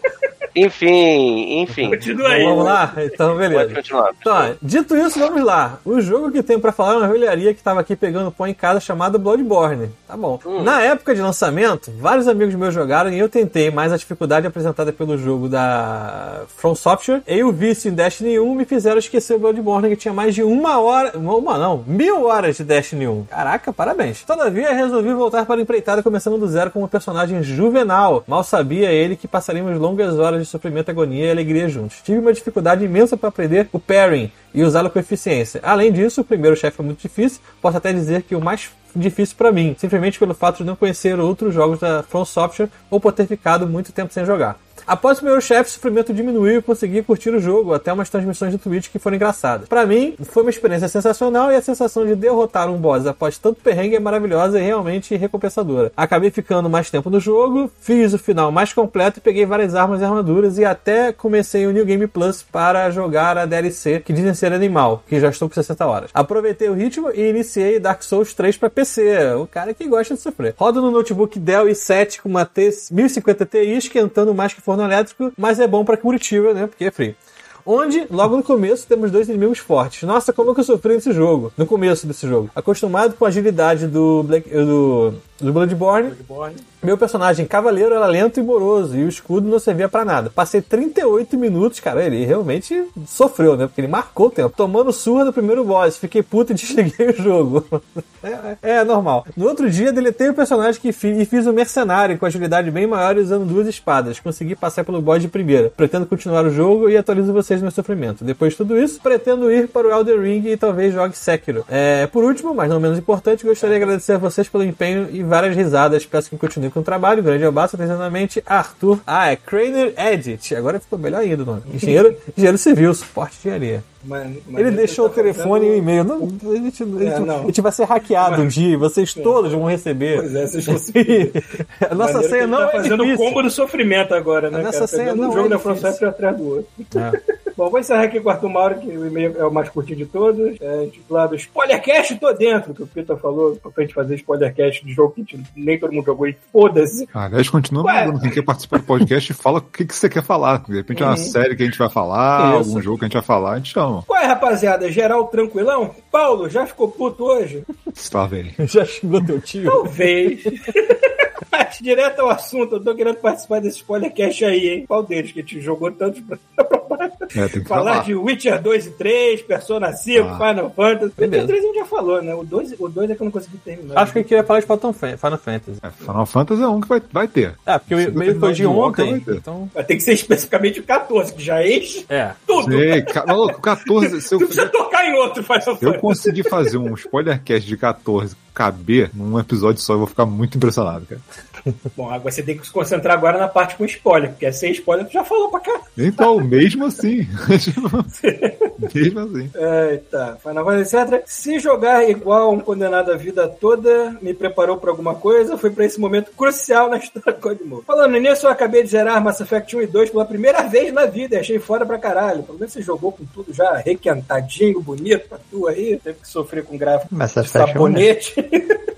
G: Enfim, enfim.
C: Continua aí.
E: Vamos lá? Então,
G: Pode
E: beleza.
G: continuar.
E: Então, ó, dito isso, vamos lá. O jogo que tem pra falar é uma velharia que tava aqui pegando pão em casa chamada Bloodborne. Tá bom. Na época de lançamento, vários amigos meus jogaram e eu tentei, mas a dificuldade apresentada pelo jogo da From Software e o vício em Destiny 1 me fizeram esquecer o Bloodborne, que tinha mais de uma hora. Uma, uma não, mil horas de Destiny 1. Caraca, parabéns. Todavia, resolvi voltar para a empreitada começando do zero como personagem juvenal. Mal sabia ele que passaríamos longas horas de sofrimento, agonia e alegria juntos. Tive uma dificuldade imensa para aprender o pairing, e usá-la com eficiência. Além disso, o primeiro chefe é muito difícil, posso até dizer que o mais difícil pra mim, simplesmente pelo fato de não conhecer outros jogos da From Software ou por ter ficado muito tempo sem jogar. Após o primeiro chefe, o sofrimento diminuiu e eu consegui curtir o jogo, até umas transmissões de Twitch que foram engraçadas. Pra mim, foi uma experiência sensacional e a sensação de derrotar um boss após tanto perrengue é maravilhosa e realmente recompensadora. Acabei ficando mais tempo no jogo, fiz o final mais completo e peguei várias armas e armaduras e até comecei o New Game Plus para jogar a DLC que dizem ser animal, que já estou com 60 horas. Aproveitei o ritmo e iniciei Dark Souls 3 pra PC, o cara que gosta de sofrer. Roda no notebook Dell i7 com uma T 1050 Ti esquentando mais que forno elétrico, mas é bom pra Curitiba, né? Porque é frio onde, logo no começo, temos dois inimigos fortes. Nossa, como que eu sofri nesse jogo, no começo desse jogo. Acostumado com a agilidade do, Black, do, do Bloodborne, meu personagem cavaleiro era lento e moroso, e o escudo não servia pra nada. Passei 38 minutos, cara, ele realmente sofreu, né? Porque ele marcou o tempo. Tomando surra do primeiro boss, fiquei puto e desliguei o jogo. é, é normal. No outro dia, deletei o personagem que fiz, e fiz um mercenário com agilidade bem maior e usando duas espadas. Consegui passar pelo boss de primeira. Pretendo continuar o jogo e atualizo vocês no meu sofrimento. Depois de tudo isso, pretendo ir para o Elden Ring e talvez jogue Sekiro. É, por último, mas não menos importante, gostaria de agradecer a vocês pelo empenho e várias risadas. Peço que continuem com o trabalho. Um Grande abraço, atenciosamente, Arthur. Ah, é Craner Edit. Agora ficou melhor ainda o nome. Engenheiro, engenheiro civil, suporte de engenharia. Ele deixou o telefone e o e-mail. Não, a, gente, a gente-
H: tá É, não. É.
E: a gente vai ser hackeado um dia e vocês todos vão receber.
H: Pois é, vocês conseguiram.
E: a nossa
H: Maneiro que
E: senha
H: ele
E: não
C: Tá
E: é
C: fazendo o
E: difícil.
C: combo do sofrimento agora, né?
E: Nessa
C: cara?
E: cena
C: Pegando
E: não
C: um jogo
E: é
C: da
E: difícil.
C: França atrás do outro. Bom, vou encerrar aqui com o Arthur Mauro, que o e-mail é o mais curtinho de todos. É intitulado Spoilercast, tô dentro, que o Pita falou pra gente fazer spoilercast de jogo que a gente- nem todo mundo jogou e foda-se.
F: Aliás, continua
C: Ué.
F: mandando quem quer participar do podcast e fala o que, que você quer falar. De repente é uma série que a gente vai falar,
E: Isso.
F: algum jogo que a gente vai falar, a gente chama.
C: Qual é, rapaziada? Geral tranquilão? Paulo, já ficou puto hoje?
F: Está bem.
E: Já xingou teu tio?
C: Talvez. Mas direto ao assunto, eu tô querendo participar desse spoilercast aí, hein? Qual deles que te jogou tanto pra
F: É, tem que
C: Falar
F: falar.
C: de Witcher 2 e 3, Persona 5,
F: Ah.
C: Final Fantasy.
E: Beleza.
C: O 3 a gente já falou, né? O 2, o 2 é que eu não consegui terminar.
E: Acho que eu queria falar de Final Fan- Final Fantasy.
F: É, Final Fantasy é um que vai, vai ter.
E: Ah, porque o e-mail foi de ontem, então...
C: Mas Tem que ser especificamente o 14, que já enche
E: É.
C: tudo.
F: Ei, ca- maluco, 14. Se eu,
C: Não precisa tocar em outro Final
F: eu
C: Fantasy.
F: conseguir fazer um spoilercast de 14 caber num episódio só, eu vou ficar muito impressionado, cara.
C: Bom, agora você tem que se concentrar agora na parte com spoiler, porque sem spoiler tu já falou pra cá.
F: Então, mesmo assim. mesmo assim.
C: É, tá. Final Fantasy, etc. Se jogar igual um condenado a vida toda, me preparou pra alguma coisa, foi pra esse momento crucial na história do Code Moore. Falando nisso, eu acabei de zerar Mass Effect 1 e 2 pela primeira vez na vida, e achei fora pra caralho. Pelo menos você jogou com tudo já requentadinho, bonito pra tu aí, teve que sofrer com gráfico
D: Mass
C: de
D: Effect é bonito.
C: sabonete.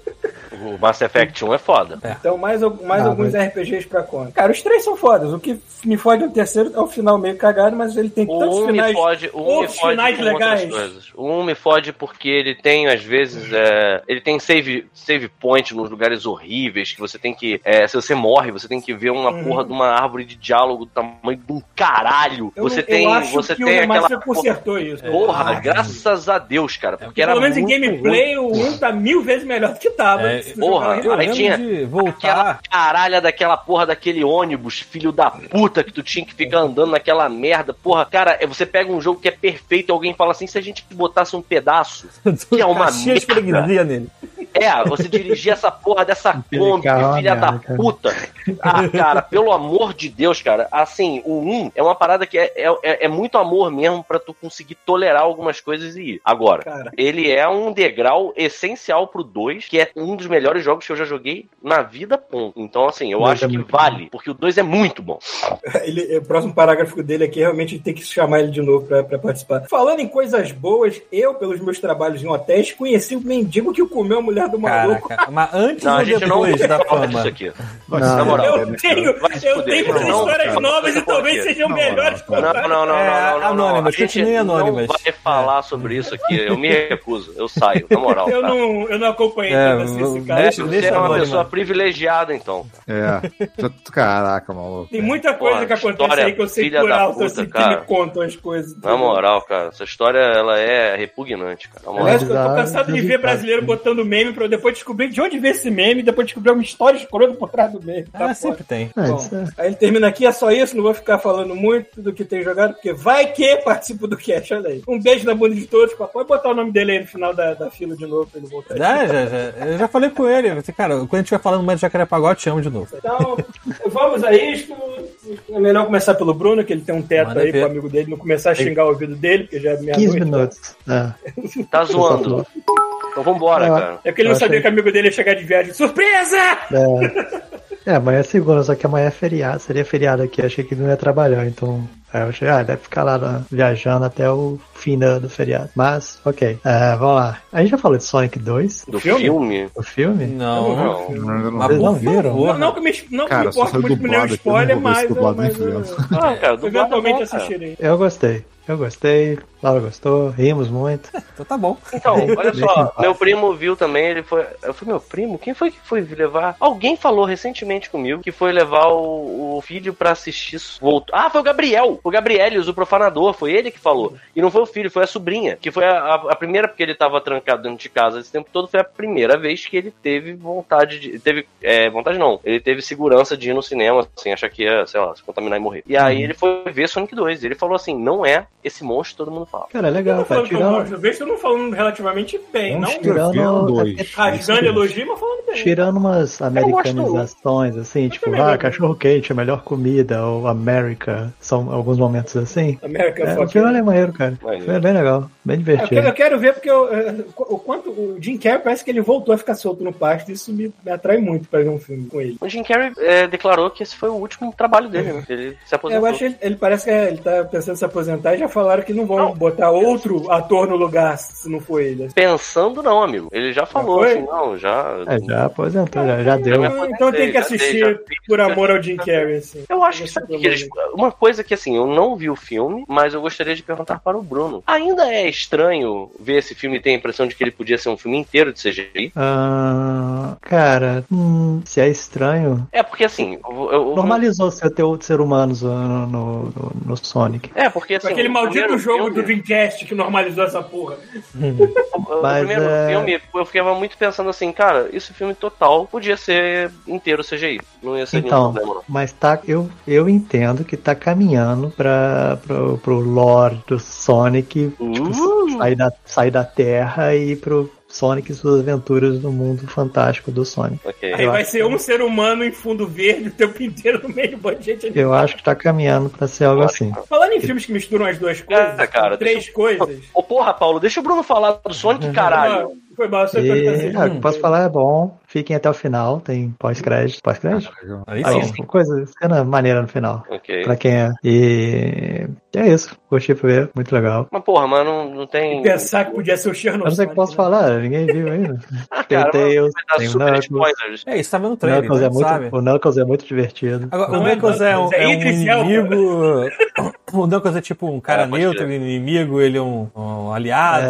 G: O Mass Effect 1 é foda.
C: Então, mais, al- mais
D: Ah,
C: alguns RPGs pra conta. Cara, os três são fodas. O que me fode é o terceiro, é o final meio cagado, mas ele tem
G: O
C: tantos
G: 1 me
C: Então, finais.
G: fode, o um me
C: outros
G: fode
C: finais
G: com outras
C: legais.
G: coisas. O 1 me fode porque ele tem, às vezes, é, ele tem save, save point nos lugares horríveis que você tem que. é, se você morre, você tem que ver uma
C: Uhum.
G: porra de uma árvore de diálogo do tamanho de um caralho.
C: Eu,
G: você
C: não-
G: tem.
C: eu acho
G: você
C: que
G: tem
C: o
G: aquela.
C: Remaster consertou isso. É.
G: Porra, graças a Deus, cara. Porque era
C: Pelo menos em
G: muito
C: gameplay, o 1 tá mil vezes melhor do que tava.
E: É,
C: Se
G: porra,
C: jogar-
E: Eu
G: Aí
E: lembro
G: tinha
E: de
G: Aquela
E: voltar...
G: caralha daquela porra daquele ônibus, filho da puta, que tu tinha que ficar andando naquela merda. Porra, cara, é- você pega um jogo que é perfeito e alguém fala assim: se a gente botasse um pedaço, que é uma
E: Caixinha de
G: merda.
E: freguesia nele.
G: É, você dirigir essa porra dessa
D: Aquele
G: Kombi,
D: carro é uma
G: filha da
D: merda, cara.
G: puta. Ah, cara, pelo amor de Deus, cara. Assim, o 1 é uma parada que é, é, é muito amor mesmo pra tu conseguir tolerar algumas coisas e ir. Agora,
C: Cara,
G: ele é um degrau essencial pro 2, que é um dos melhores jogos que eu já joguei na vida, ponto. Então, assim, eu
D: Dois
G: acho
D: é
G: que
D: muito
G: vale, porque o 2 é muito bom.
C: ele- é, o próximo parágrafo dele aqui é realmente tem que chamar ele de novo pra, pra participar. Falando em coisas boas, eu, pelos meus trabalhos em hotéis, conheci o mendigo que comeu a mulher do maluco.
E: Caraca, mas antes
G: Não,
E: ou
G: a gente não
E: depois tá da
G: fala
E: fama?
G: disso aqui.
D: Não,
G: Na moral.
F: é,
C: Eu tenho,
G: Vai se
C: eu
G: fuder.
C: tenho essas
G: Não,
C: histórias
G: cara.
C: novas e talvez sejam
F: Não,
C: melhores
F: não,
G: Não, não, não, não,
E: É,
G: não, não, não. A
E: anônimas,
G: gente
E: continuem anônimas.
G: não vai falar sobre isso aqui. Eu me recuso. Eu saio, na moral.
C: Eu
G: tá?
C: não, eu não acompanhei
E: É,
C: tanto assim, esse cara.
E: deixa-
G: Você é uma
E: anônima.
G: pessoa privilegiada, então.
F: É. Já- Caraca, maluco.
C: Tem muita coisa
G: Porra,
C: que acontece
G: história,
C: aí que eu sei
G: filha
C: por
G: da
C: alto,
G: puta,
C: assim, que
G: cara.
C: me contam as coisas.
G: Na moral, cara, essa história ela é repugnante, cara. Na moral.
C: um Aliás, eu tô cansado de ver brasileiro botando meme meme pra eu depois descobrir de onde veio esse meme, depois descobrir uma história escrota por trás do meme.
E: Ah,
C: Tá, pô.
E: sempre tem.
D: É,
C: Bom,
D: isso é-
C: aí ele termina aqui, é só isso, não vou ficar falando muito do que tem jogado, porque vai que participo do cast, olha aí. Um beijo na bunda de todos, papai. pode botar o nome dele aí no final da, da fila de novo pra ele voltar. aqui.
E: Ah, Já, já, já. Eu já falei com ele. eu falei, assim, Cara, quando a gente vai falando mais de Jacarepagó, eu te chamo de novo.
C: Então, vamos a isto. É melhor começar pelo Bruno, que ele tem um teto
E: Manda
C: aí
E: ver.
C: pro amigo dele, não começar a xingar o ouvido dele, porque já é
D: 15
C: meia-noite.
D: minutos. É,
G: Tá zoando. Então vambora,
D: Ah.
G: cara.
C: É porque ele não
D: Eu
C: sabia
D: achei.
C: que o amigo dele ia chegar de viagem. Surpresa!
D: é. É, amanhã é segunda, só que amanhã é feriado. Seria feriado aqui, achei que ele não ia trabalhar, então. Aí eu achei, ah, deve ficar lá na- viajando até o fim da- do feriado. Mas, ok. É, vamos lá. A gente já falou de Sonic 2,
G: Do filme?
D: o filme?
E: Não.
G: Não.
E: Mas
D: Vocês não
E: por
D: viram?
C: Não,
E: favor,
C: não que me, não que me
F: Cara, só
C: importa
F: saiu
C: muito me ler o
F: dublado aqui, eu
C: spoiler,
F: não vou ver
C: mas,
F: esse dublado
C: mas
F: nem
C: eu-
F: fudendo.
G: Ah, cara, do
C: eventualmente assim,
G: cara.
C: assistirei.
D: Eu gostei. Eu gostei. Laura gostou. Rimos muito.
E: Então tá bom.
G: Então, olha
D: Deixa em
G: só,
D: paz.
G: meu primo viu também, ele foi. Eu falei, meu primo? Quem foi que foi levar? Alguém falou recentemente comigo que foi levar o, o filho pra assistir. isso. Voltou. Ah, foi o Gabriel! O Gabrielius, o profanador, foi ele que falou. E não foi o filho, foi a sobrinha. Que foi a, a- a primeira, porque ele tava trancado dentro de casa esse tempo todo, foi a primeira vez que ele teve vontade de. Teve. é, vontade não. Ele teve segurança de ir no cinema, assim, achar que ia, sei lá, se contaminar e morrer. E aí ele foi ver Sonic 2. Ele falou assim: não é esse monstro que todo mundo fala.
D: Cara, é
C: Eu
D: legal,
C: não
D: tá
C: falo tão mal
D: tirando.
C: do vez, eu não falando relativamente bem, não
D: Tirando, é,
F: dois.
C: rasgando elogio, mas falando bem.
D: Tirando umas americanizações, assim, tipo,
C: também
D: ah,
C: gosto.
D: cachorro quente é a melhor comida, ou América, são alguns momentos assim.
C: American
D: É, o
C: Fox.
D: filme é maneiro, cara.
G: Maneiro.
D: Foi bem legal, bem
C: Eu quero, eu
D: divertido.
C: quero ver É, porque eu, eh, o quanto o Jim Carrey parece que ele voltou a ficar solto no pasto, isso me, me atrai muito pra ver um filme com ele.
G: O Jim Carrey é, declarou que esse foi o último trabalho dele, né? Ele se
C: É,
G: aposentou.
C: Eu acho que ele, ele parece que é, ele tá pensando em se aposentar e já falaram que não vão
G: Não.
C: botar outro ator no lugar se não for ele. assim.
G: Pensando não, amigo. Ele já falou
C: foi?
G: assim, não, já...
D: É, já aposentou, já, já
G: Eu me
D: deu.
C: Então,
G: aposentei,
C: então tem que
G: já dei,
C: assistir
G: já fiz,
C: por
G: já
C: amor ao Jim Carrey, assim.
G: Eu acho que, sabe, que eles, uma coisa que assim, eu não vi o filme, mas eu gostaria de perguntar para o Bruno. Ainda é estranho ver esse filme e ter a impressão de que ele podia ser um filme inteiro de CGI?
D: Ah, cara, hum, se é estranho.
G: É porque assim, eu, eu- eu-
D: Normalizou ser ter outro ser humano no, no- no- no Sonic.
G: É, porque
C: Com
G: assim.
C: aquele
G: o
C: maldito
G: primeiro
C: jogo
G: filme-
C: do Dreamcast que normalizou essa porra.
G: O, o
D: Mas,
G: primeiro
D: é-
G: filme, eu ficava muito pensando assim, cara, esse filme total podia ser inteiro CGI. Não ia ser nenhum
D: Então,
G: problema, não.
D: mas tá, eu, eu entendo que tá caminhando pra, pro, pro lore do Sonic tipo, sair, da, sair da Terra e ir pro Sonic e suas aventuras no mundo fantástico do Sonic.
G: Ok.
C: Aí
D: Eu
C: vai
D: acho
C: ser um ser humano em fundo verde o tempo inteiro no meio do bando de gente.
D: Eu acho que tá caminhando pra ser algo assim.
C: Falando em filmes que misturam as duas coisas, tipo,
G: Ah, cara,
C: três coisas.
G: Ô porra, Paulo, deixa o Bruno falar do Sonic,
D: Uhum.
G: caralho.
C: Ah, foi mal, você
D: E,
C: foi
D: ah, o que eu posso falar é bom. Fiquem até o final, tem pós-crédito. Pós-crédito?
E: Aí
D: Ah,
E: sim.
D: bom, coisa, cena maneira no final.
G: Ok.
D: Pra quem é. E é isso. Curti pra ver, muito legal.
G: Mas porra, mas não, não tem.
C: Pensar que podia ser o
D: Eu
C: Chernobyl. né?
D: não sei o que posso falar, ninguém viu ainda.
G: Ah,
D: Tem o
G: cara, mas
D: Tails,
G: vai dar
D: tem o
G: super
D: Knuckles.
G: spoilers.
E: É isso, tá vendo o
D: O
E: trailer,
D: Knuckles, é
E: né, sabe?
D: muito, o Knuckles é muito divertido.
E: Agora,
C: Não
E: o
C: é
E: Knuckles é, um,
C: Knuckles, é
E: é um
C: Idris Elba.
E: inimigo. o Knuckles é tipo um cara
G: É, pode
E: neutro,
G: crer.
E: ele é inimigo, ele é um, um aliado.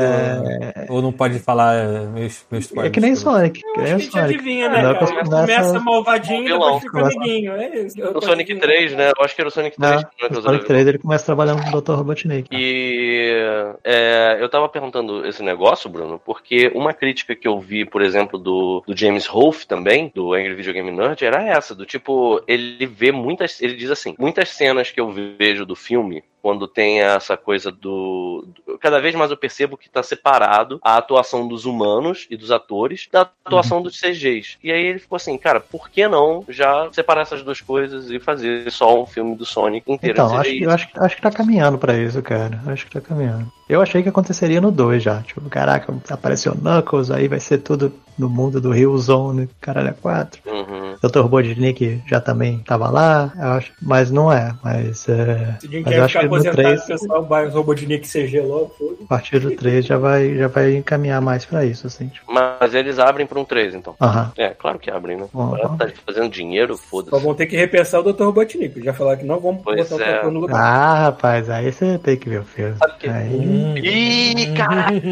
E: Ou não pode falar é, meus, meus
D: É que nem Sonic. que
C: A
D: nem
C: gente
D: Sonic.
C: adivinha, né,
D: Não,
C: cara?
D: começa-
C: Começa malvadinho e
G: vilão.
C: depois fica
D: Começa-
C: amiguinho. É isso.
G: O Sonic 3, né? Eu acho que era o Sonic 3.
D: Né?
G: que o Knuckles
D: O
G: era
D: Sonic 3 ele começa trabalhando com o Dr.
G: vilão.
D: Robotnik.
G: E é, eu tava perguntando esse negócio, Bruno, porque uma crítica que eu vi, por exemplo, do, do James Rolfe também, do Angry Video Game Nerd, era essa, do tipo, ele vê muitas, ele diz assim, muitas cenas que eu vejo do filme, quando tem essa coisa do, do- cada vez mais eu percebo que tá separado a atuação dos humanos e dos atores da atuação dos CGs. E aí ele ficou assim, cara, por que não já separar essas duas coisas e fazer só um filme do Sonic inteiro? em
D: Então,
G: CGI?
D: acho que, acho, que- acho que tá caminhando pra isso, cara. Acho que tá caminhando. Eu achei que aconteceria no 2 já. Tipo, caraca, apareceu o Knuckles, aí vai ser tudo no mundo do Rio Zone, caralho, é 4.
G: Uhum.
D: Dr. Robotnik já também tava lá, eu acho, mas não é. Mas, é,
C: Se Jim
D: mas
C: Carrey
D: eu acho
C: ficar
D: que no
C: aposentado,
D: 3,
C: o pessoal vai os Robotnik CG logo. foda-se.
D: a partir do 3 já vai, já vai encaminhar mais pra isso, assim. Tipo,
G: Mas eles abrem pra um 3, então.
D: aham.
G: É, claro que abrem, né?
D: Bom, então.
G: Ela tá fazendo dinheiro,
C: Só
G: foda-se.
C: vão ter que repensar o Dr. Robotnik. Já falaram que não vamos
G: Pois
C: botar
G: é.
C: o Dr. no lugar.
D: Ah, rapaz, aí você tem que ver o filme.
E: Hum,
G: Sabe o quê?
D: Aí,
G: Ih, caralho!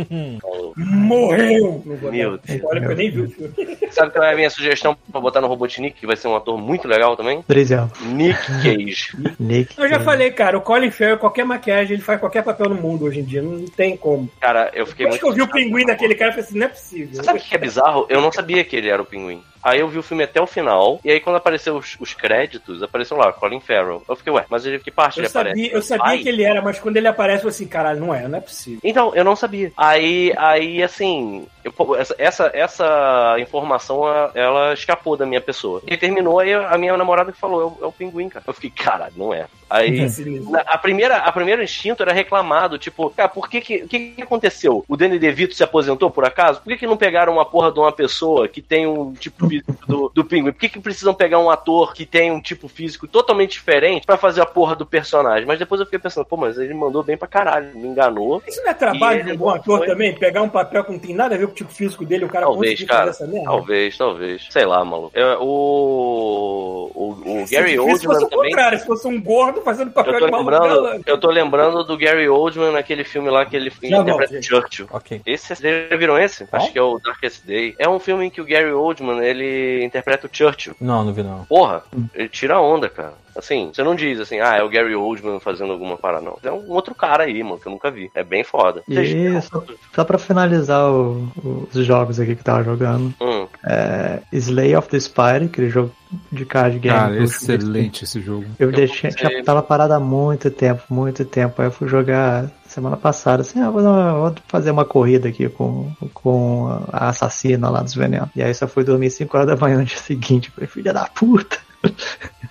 C: Morreu! Não vou
G: Meu
C: dar.
G: Deus.
C: Olha, que eu nem vi o filme.
G: Sabe qual é a minha sugestão pra botar no Robotnik, que vai ser um ator muito legal também?
D: Três alvos.
G: Nick Cage.
D: Nick.
C: Eu já
D: né?
C: falei, cara, o Colin Farrell, qualquer maquiagem, ele faz qualquer papel no mundo hoje em dia. Não tem como.
G: Cara, eu fiquei
C: Depois
G: muito...
C: que eu vi o pinguim daquele cara, eu falei assim, não é possível.
G: Sabe o que é bizarro? Eu não sabia que ele era o pinguim. Aí eu vi o filme até o final, e aí quando apareceu os, os créditos, apareceu lá, Colin Farrell. Eu fiquei, ué, mas ele, que parte
C: Eu
G: ele
C: sabia,
G: aparece?
C: eu sabia
G: Ai.
C: que ele era, mas quando ele aparece, eu falei assim, caralho, não é, não é possível.
G: Então, eu não sabia. Aí, aí assim, eu- pô, essa, essa, essa informação, a- ela escapou da minha pessoa. E terminou, aí a minha namorada que falou, é o, é o pinguim, cara. Eu fiquei, cara, não é. Aí,
C: Sinistro.
G: na- a primeira, a primeiro instinto era reclamado, tipo, cara, por que que, o que que aconteceu? O Danny DeVito se aposentou por acaso? Por que que não pegaram uma porra de uma pessoa que tem um tipo físico do, do pinguim? Por que que precisam pegar um ator que tem um tipo físico totalmente diferente pra fazer a porra do personagem? Mas depois eu fiquei pensando, pô, mas ele mandou bem pra caralho, me enganou.
C: Isso não é trabalho
G: E
C: de um
G: ele
C: bom ator
G: foi-
C: também? Pegar um papel que não tem nada a ver com o tipo físico dele, o cara
G: Talvez,
C: conseguir
G: cara.
C: fazer essa merda?
G: Talvez, talvez. Sei lá, maluco. É, o, o, o Gary
C: se se tipo fosse
G: Oldman
C: o
G: também.
C: contrário, se fosse um gordo fazendo papel
G: Eu tô,
C: de maluco
G: lembrando,
C: galã.
G: eu tô lembrando do Gary Oldman naquele filme lá que ele
C: Já
G: interpreta
C: volto, gente.
G: Churchill.
E: Ok.
G: Esse, vocês já viram esse? Acho que é o Darkest Day. É um filme em que o Gary Oldman, ele interpreta o Churchill.
E: Não, não vi não.
G: Porra,
C: Hum.
G: ele tira a onda, cara. Assim, você não diz assim, ah, é o Gary Oldman fazendo alguma parada, não. É um outro cara aí, mano, que eu nunca vi. É bem foda.
D: E
G: Vocês-
D: só, só pra finalizar o- o- os jogos aqui que eu tava jogando.
G: Hum,
D: É, Slay of the Spire, aquele jogo de card game.
F: Cara,
D: do-
F: excelente esse é jogo.
D: Eu deixei,
G: comecei-
D: já tava parado há muito tempo, muito tempo. Aí eu fui jogar semana passada, assim, ah, vou, dar uma- vou fazer uma corrida aqui com, com a assassina lá dos venenos. E aí só fui dormir 5 horas da manhã no dia seguinte. Eu Falei, filha da puta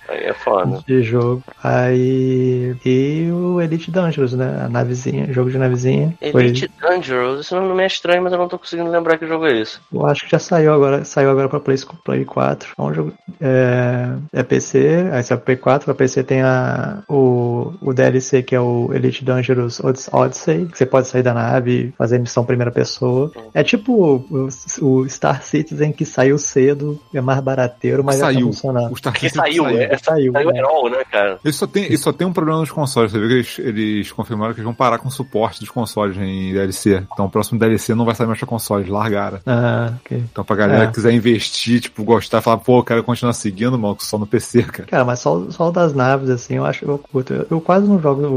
G: aí é foda.
D: de jogo. Aí. E o Elite Dangerous, né? A navezinha, jogo de navezinha. Foi-
G: Elite Dangerous, esse nome me é estranho, mas eu não tô conseguindo lembrar que jogo é esse.
D: eu acho que já saiu agora, saiu agora pra Play, Play 4. É um jogo. É, é PC, aí saiu pra P4, pra PC tem a, o, o DLC que é o Elite Dangerous Odys- Odyssey, que você pode sair da nave, fazer missão primeira pessoa. É tipo o, o Star Citizen que saiu cedo, é mais barateiro, mas já tá
F: saiu.
D: funcionando.
F: O Star
G: Que
F: Citizen
G: saiu, é.
D: Saiu,
G: Saiu
D: né?
G: Herol, né, cara?
F: Ele só, tem, ele só tem um problema nos consoles. Você viu que eles, eles confirmaram que eles vão parar com o suporte dos consoles em DLC. Então o próximo DLC não vai sair mais pra consoles, largaram.
D: Ah, ok.
F: Então pra galera
D: É.
F: que quiser investir, tipo, gostar, falar, pô, eu quero continuar seguindo, mano, só no PC, cara.
D: Cara, mas só, o- só o das naves, assim, eu acho eu curto. Eu, eu quase não jogo o,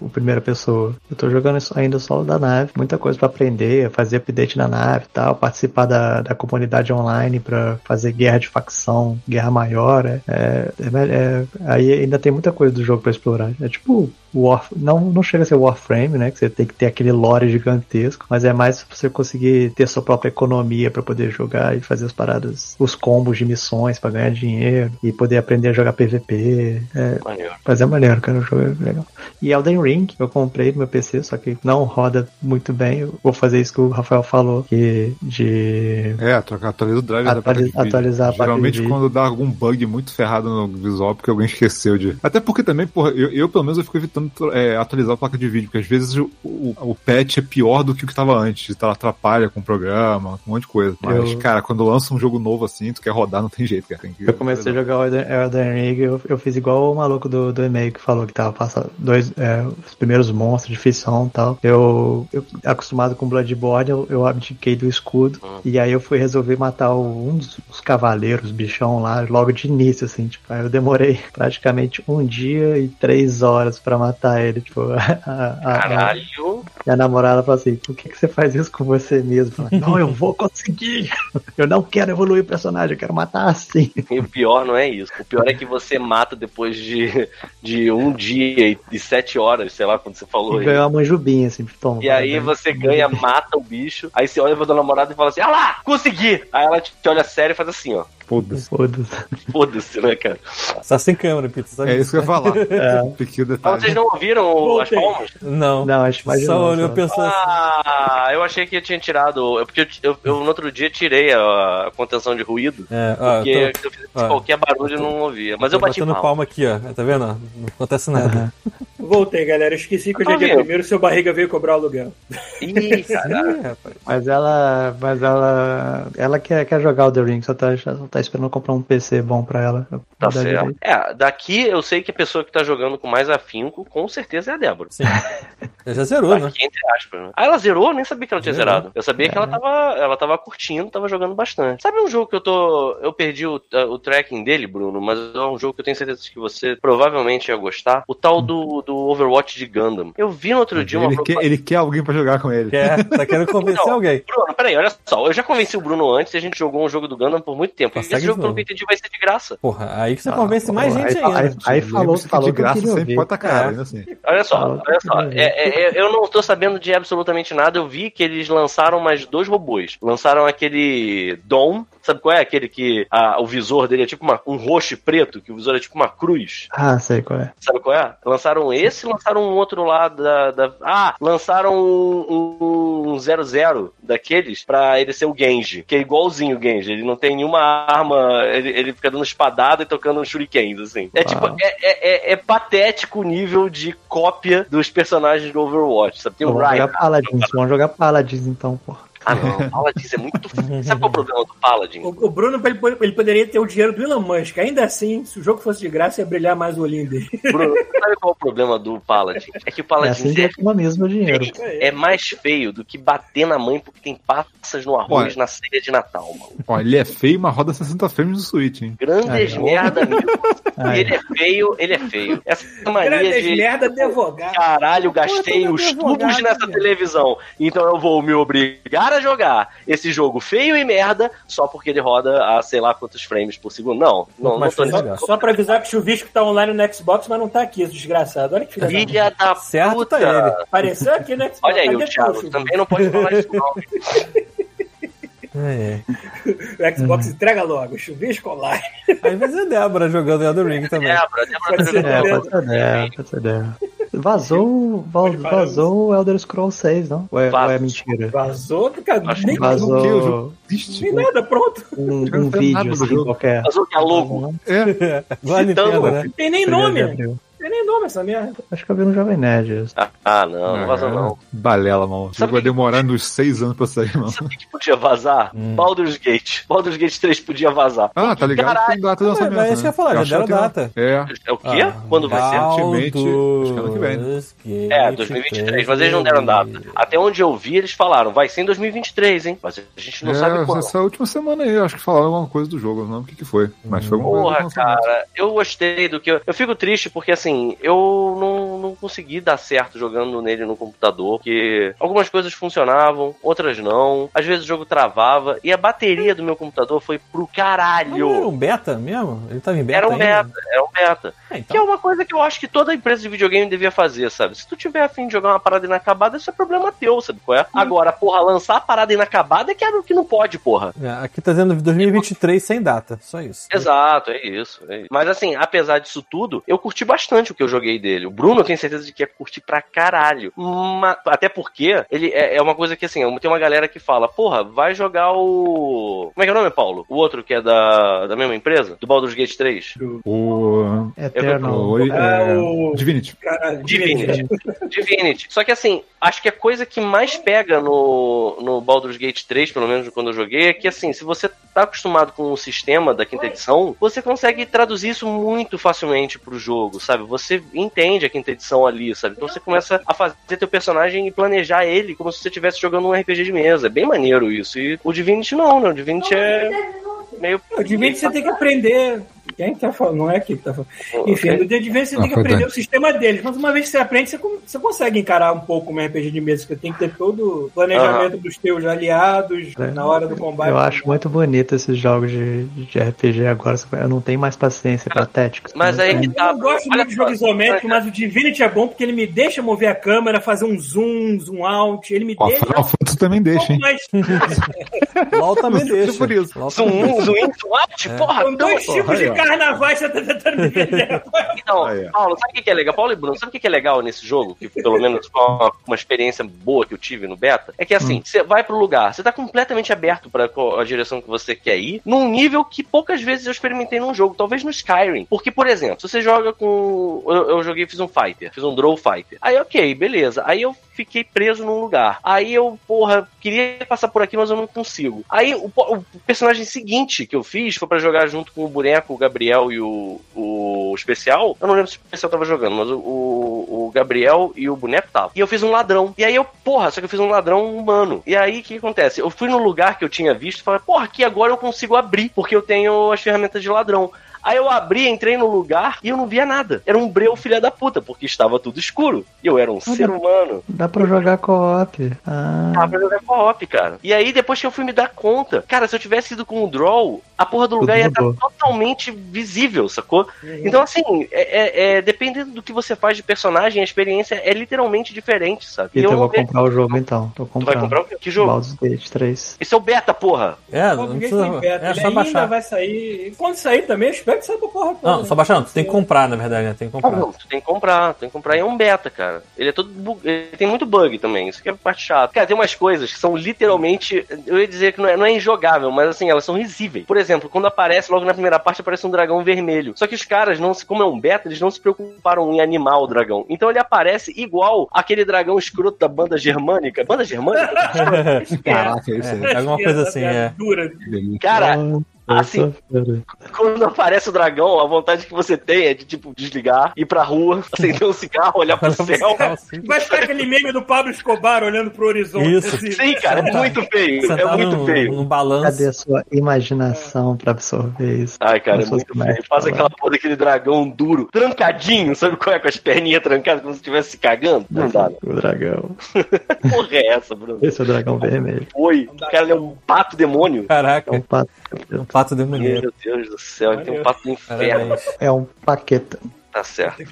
D: o, o primeira pessoa. Eu tô jogando isso ainda só o da nave. Muita coisa pra aprender, fazer update na nave e tal, participar da, da comunidade online pra fazer guerra de facção, guerra maior. É, é- é mel- é- aí ainda tem muita coisa do jogo pra explorar. É tipo. War, não, não chega a ser Warframe, né? Que você tem que ter aquele lore gigantesco, mas é mais pra você conseguir ter sua própria economia pra poder jogar e fazer as paradas, os combos de missões pra ganhar dinheiro e poder aprender a jogar PVP. É,
G: Maneiro.
D: mas é maneiro, cara, o jogo é legal. E Elden Ring, eu comprei no meu PC, só que não roda muito bem. Eu vou fazer isso que o Rafael falou, que de
F: É, trocar, atualiza o driver
D: Atualiza- atualizar a placa de
F: Geralmente
D: vídeo.
F: quando dá algum bug muito ferrado no visual, porque alguém esqueceu de. Até porque também, porra, eu, eu, pelo menos eu fico evitando é, atualizar a placa de vídeo, porque às vezes o, o, o patch é pior do que o que tava antes, tá, atrapalha com o programa, um monte de coisa. Mas,
D: Eu-
F: cara, quando lança um jogo novo assim, tu quer rodar, não tem jeito, cara. Tem que...
D: Eu comecei a jogar o Elden- Elden Ring, eu, eu fiz igual o maluco do, do e-mail que falou que tava passando dois, é, os primeiros monstros de fissão e tal. Eu, eu, acostumado com Bloodborne, eu, eu abdiquei do escudo. E aí eu fui resolver matar o- um dos os cavaleiros, os bichão lá, logo de início, assim. Tipo, aí eu demorei praticamente um dia e três horas pra matar ele. Tipo, a-
E: Ah, é.
D: a- a,
G: Caralho.
D: minha namorada fala assim: por que, que você faz isso com você mesmo? Eu falo, não, eu vou conseguir! Eu não quero evoluir o personagem, eu quero matar assim.
G: E o pior não é isso. O pior é que você mata depois de, de um dia e, e sete horas, sei lá, quando você falou
D: E
G: aí.
D: ganhou uma manjubinha, assim, toma.
G: E
E: um, né?
G: aí você ganha, mata o bicho, aí você olha pra tua namorada e fala assim, ah lá, consegui! Aí ela te te olha sério e faz assim, ó.
F: Foda-se.
D: Foda-se.
G: Foda-se, né, cara?
E: Tá sem câmera, Pita. sabe?
F: É isso que eu ia falar.
D: É.
F: Pequeno
G: Ah,
F: detalhe.
G: vocês não ouviram o- as
C: Voltei.
G: palmas?
E: Não.
D: Não, acho que mais
E: Só
D: não,
E: olhou
D: só.
E: pensando assim.
G: Ah, eu achei que eu tinha tirado. é Porque eu, eu- eu, no outro dia tirei a contenção de ruído.
E: É, ó,
G: Porque
E: eu tô-
G: se eu fizesse
E: ó.
G: qualquer barulho eu não ouvia. Mas
E: tô
G: eu bati
E: batendo
G: palma.
E: palma aqui, ó. Tá vendo? ó? Não acontece nada.
C: Voltei, galera. Esqueci que hoje é
G: Ah,
C: dia
G: viu?
C: primeiro, seu barriga veio cobrar o aluguel.
G: Ih, cara.
E: É, rapaz.
D: Mas ela. Mas ela. Ela quer, quer jogar o The Ring, só tá, só tá esperando comprar um PC bom pra ela.
G: Tá
D: Dá
G: certo.
D: direito.
G: É, daqui eu sei que a pessoa que tá jogando com mais afinco, com certeza é a Débora.
E: Sim. Já zerou, né?
G: Aqui, entre aspas, né? Ah, ela zerou? Eu nem sabia que ela tinha
E: Zerou.
G: zerado. Eu sabia que ela tava, ela tava curtindo, tava jogando bastante. Sabe um jogo que eu tô. Eu perdi o, o tracking dele, Bruno, mas é um jogo que eu tenho certeza que você provavelmente ia gostar. O tal do, do Overwatch de Gundam. Eu vi no outro dia uma
F: Ele quer, ele quer alguém pra jogar com ele.
E: Quer, tá querendo convencer
G: Não.
E: alguém.
G: Bruno, peraí, olha só. Eu já convenci o Bruno antes e a gente jogou um jogo do Gundam por muito tempo.
E: Consegue
G: Esse jogo,
E: de
G: pelo
E: novo.
G: que eu entendi, vai ser de graça.
E: Porra, aí que
G: Ah,
E: você convence mais
D: Aí-
E: gente
G: tá
E: ainda.
D: aí- aí falou,
F: Lembra-se que
D: falou
F: de
D: que eu
F: graça
D: queria
F: sempre
D: ouvir.
F: bota
E: É.
F: cara, ainda assim.
G: Olha só,
D: Ah,
G: olha só.
D: entendi.
G: É, é, é, eu não tô sabendo de absolutamente nada. Eu vi que eles lançaram mais dois robôs. Lançaram aquele Dom, sabe qual é? Aquele que ah, o visor dele é tipo uma- um roxo e preto, que o visor é tipo uma cruz.
D: Ah, sei qual é.
G: Sabe qual é? Lançaram esse e lançaram um outro lá da. da- Ah, lançaram um um 00 daqueles pra ele ser o Genji, que é igualzinho o Genji. Ele não tem nenhuma arma, ele, ele fica dando espadada e tocando uns shurikens, assim. É
D: Uau.
G: tipo, é, é- é- é patético o nível de cópia dos personagens do Overwatch, sabe? Tem o
D: vamos
G: Ryan.
D: jogar Paladins, vamos jogar Paladins então, pô.
G: Ah, não, o Paladins é muito. sabe qual é o problema do Paladin?
C: O, o Bruno, ele, po- ele poderia ter o dinheiro do Elon Musk. Ainda assim, se o jogo fosse de graça, ia brilhar mais o olhinho dele.
G: Bruno, sabe qual é o problema do Paladin? É que o
D: É
G: Paladin
D: assim que
G: é
D: economiza meu dinheiro.
G: é mais feio do que bater na mãe porque tem passas no arroz
F: Olha.
G: na ceia de Natal, mano.
F: Ó, ele é feio, mas roda 60 frames no Switch, hein?
G: Grandes
D: Ai, não.
G: merda mesmo.
D: Ai.
G: Ele é feio, ele é feio. Essa mania
C: Grandes
G: de
C: merda de advogado.
G: caralho, gastei os tubos nessa televisão, então eu vou me obrigar a jogar esse jogo feio e merda só porque ele roda a sei lá quantos frames por segundo. Não, não, não
E: Mas
G: tô
E: fez
G: nesse.
E: melhor.
C: né? Só pra avisar que o Chuvisco tá online no Xbox, mas não tá aqui, esse desgraçado. Olha que filha da mãe.
G: Filha da
E: Certo tá
G: puta.
E: ele.
C: Apareceu aqui no Xbox.
G: Olha aí,
C: Cadê
G: o
C: tu,
G: Thiago
C: Chuvisco?
G: também não pode falar isso, não.
E: É, é.
C: O Xbox entrega logo. Chuvisco online.
E: Às vezes é Débora jogando Elden Ring também.
G: Débora, Débora
C: Pode ser
G: jogando
D: É,
C: Débora.
D: pode ser dela, pode ser dela. Vazou, val- vazou o Elder Scrolls 6, não? Ou é, ou é mentira?
C: Vazou, cara.
G: Acho
C: Nem, um
F: Não, que o
D: Vazou
F: jogo existe.
C: nem nada, pronto.
D: um,
F: Não
D: um
F: tem nada
D: vídeo
F: do
D: assim,
F: jogo.
D: qualquer.
G: Mas o que é logo?
F: É,
E: Igual a Nintendo, né?
C: Tem nem
D: Primeiro de
C: nome.
D: abril.
C: Tem nem nome essa merda.
D: Acho que eu vi no Jovem Nerd. isso.
G: Ah, ah, não, não vazou não.
F: É. balela, mano. O
G: Sabe
F: jogo vai demorar uns 6 anos pra sair, mano.
G: Sabe o que podia vazar? Baldur's Gate. Baldur's Gate 3 podia vazar.
F: Ah, tá ligado?
G: Caralho.
F: Tem data de
E: É, Mas,
F: lançamento.
E: mas isso que eu ia
F: né?
E: falar, já
F: acho que
E: deram
F: tem-
E: data.
F: É.
G: É o quê?
E: Ah,
G: Quando vai ser?
F: Recentemente, acho que ano que vem.
E: vem.
G: É, 2023, mas eles não deram data. Até onde eu vi, eles falaram, vai ser em 2023, hein? Mas a gente não
F: é,
G: sabe quando.
F: essa última semana aí, acho que falaram alguma coisa do jogo, eu não lembro o que, que foi. Mas foi alguma coisa.
G: Porra,
F: do lançamento.
G: cara, eu gostei do que. Eu, eu fico triste porque, assim, eu não, não consegui dar certo jogando nele no computador. Porque algumas coisas funcionavam, outras não. Às vezes o jogo travava. E a bateria do meu computador foi pro
E: Não Era
G: caralho.
E: um beta mesmo? Ele tava em beta
G: Era um
E: ainda?
G: beta, era um beta.
E: Ah,
G: Que é
E: então.
G: uma coisa que eu acho que toda empresa de videogame devia fazer, sabe? Se tu tiver afim de jogar uma parada inacabada, isso é problema teu, sabe qual é? Agora, porra, lançar a parada inacabada é que era o que não pode, porra.
E: É, Aqui tá dizendo 2023 sem data, só isso.
G: Exato, é isso, é isso. Mas assim, apesar disso tudo, eu curti bastante o que eu joguei dele. O Bruno, eu tenho certeza de que ia curtir pra caralho. Ma- Até porque ele é, é uma coisa que, assim, tem uma galera que fala, porra, vai jogar o. Como é que é o nome, Paulo? O outro que é da, da mesma empresa? Do Baldur's Gate 3?
F: O.
D: Eternal.
F: o- é,
C: Ah, o-
F: Divinity.
C: Caralho,
G: Divinity. Divinity. Só que assim, acho que a coisa que mais pega no, no Baldur's Gate 3, pelo menos quando eu joguei, é que assim, se você tá acostumado com o sistema da quinta edição, você consegue traduzir isso muito facilmente pro jogo, sabe? Você entende a quinta edição ali, sabe? Então você começa a fazer teu personagem e planejar ele como se você estivesse jogando um RPG de mesa. É bem maneiro isso. E o Divinity não, né? O Divinity é meio.
C: O Divinity você tem que aprender. Quem tá falando? Não é aqui que tá falando. Enfim, o Divinity você
F: Ah,
C: tem que
F: foi
C: aprender
F: Dante.
C: o sistema deles. Mas uma vez que você aprende, você, com- você consegue encarar um pouco como RPG de mesa, porque tem que ter todo o planejamento dos teus aliados
E: É.
C: na hora do combate.
D: Eu acho muito bonito esses jogos de, de RPG agora. só que Eu não tenho mais paciência pra Tactics.
G: Mas
D: Não
G: aí
D: tenho.
G: que
C: Eu
G: tá.
C: não gosto
G: Olha
C: muito de jogo
G: só.
C: isométrico, mas o Divinity é bom porque ele me deixa mover a câmera, fazer um zoom, zoom out. Ele me
F: Ó,
C: deixa.
F: Final Fantasy também
C: um
F: deixa,
C: pouco
F: hein?
C: mais.
E: LOL também deixa.
F: por isso.
E: LOL
G: Zoom,
E: também
G: in, zoom, in, zoom out, porra,
C: São
G: então,
C: dois tipos
E: aí,
C: de
E: ó.
C: carnaval que você tá tentando me vender.
G: Então,
F: Ah, é.
G: Paulo, sabe o que que é legal? Paulo e Bruno, sabe o que que é legal nesse jogo? Que pelo menos foi uma, uma experiência boa que eu tive no beta. É que assim, você vai pro lugar, você tá completamente aberto pra qual- a direção que você quer ir, num nível que poucas vezes eu experimentei num jogo, talvez no Skyrim. Porque, por exemplo, se você joga com. Eu, eu joguei, fiz um fighter, fiz um draw fighter. Aí, ok, beleza. Aí eu fiquei preso num lugar. Aí eu, porra, queria passar por aqui, mas eu não consigo. Aí o, po- o personagem seguinte que eu fiz foi pra jogar junto com o boneco, o Gabriel. Gabriel e o, o especial. Eu não lembro se o especial tava jogando, mas o, o, o Gabriel e o boneco tava. E eu fiz um ladrão. E aí eu, porra, só que eu fiz um ladrão humano. E aí o que acontece? Eu fui num lugar que eu tinha visto e falei, porra, aqui agora eu consigo abrir, porque eu tenho as ferramentas de ladrão. Aí eu abri, entrei no lugar e eu não via nada. Era um breu filha da puta, porque estava tudo escuro. E eu era um ser humano.
D: É, Dá pra jogar co-op. Ah,
G: Ah, pra jogar co-op, cara. E aí, depois que eu fui me dar conta, cara, se eu tivesse ido com o draw, a porra do lugar ia estar
D: mudou.
G: totalmente visível, sacou? Então, assim, é, é- é- dependendo do que você faz de personagem, a experiência é literalmente diferente, sabe?
D: então eu
G: não
D: vou
G: vejo-
D: comprar o jogo então. Tô
G: Tu vai
D: comprando.
G: comprar o quê? Que jogo?
D: Baldur's Gate 3.
G: Esse é o beta, porra.
E: É,
C: Pô,
E: não
C: ninguém
E: precisa.
C: tem beta.
E: É
C: Ele
E: só
C: ainda
E: baixar.
C: vai sair. E quando sair também, eu espero que saia pra porra toda.
E: Não, só baixar não. Tu tem que comprar, na verdade, né? Tem que
G: Ah,
E: comprar.
G: não, tu tem que comprar, tem que comprar. E é um beta, cara. Ele é todo. bu- Ele tem muito bug também. Isso que é a parte chata. Cara, tem umas coisas que são literalmente. Eu ia dizer que não é, não é injogável, mas assim, elas são risíveis. Por exemplo, quando aparece, logo na primeira parte, aparece um dragão vermelho. Só que os caras, não se, como é um beta, eles não se preocuparam em animar o dragão. Então ele aparece igual aquele dragão escroto da banda germânica. Banda germânica?
F: Caraca, é isso aí.
E: É, alguma coisa assim,
C: Piada
E: é.
C: Dura.
G: Cara,
D: Ah,
G: assim-
D: essa fera.
G: quando aparece o dragão, a vontade que você tem é de, tipo, desligar, ir pra rua, acender um cigarro, olhar pro céu.
E: tá assim.
C: Vai ficar aquele meme do Pablo Escobar olhando pro horizonte.
E: Isso.
C: assim.
G: Sim, cara, é muito feio.
E: Você
G: É
E: tá
G: muito
E: num,
G: feio.
E: num balanço.
D: Cadê a sua imaginação pra absorver isso?
G: Ai, cara, é
D: Como se
G: muito
D: fosse médico,
G: feio. Faz
D: né?
G: aquela porra daquele dragão duro, trancadinho, sabe qual é? Com as perninhas trancadas, como se estivesse se cagando. Não dá, não.
D: é O dragão.
G: Que porra é essa, Bruno?
D: Esse é o dragão vermelho.
G: Oi, o cara ele é um pato demônio.
E: Caraca,
D: É um, pa...
E: um pato demoníaco.
G: Meu Deus do céu, ele tem um pato do inferno.
E: Parabéns.
D: é um paqueta.
G: Tá certo,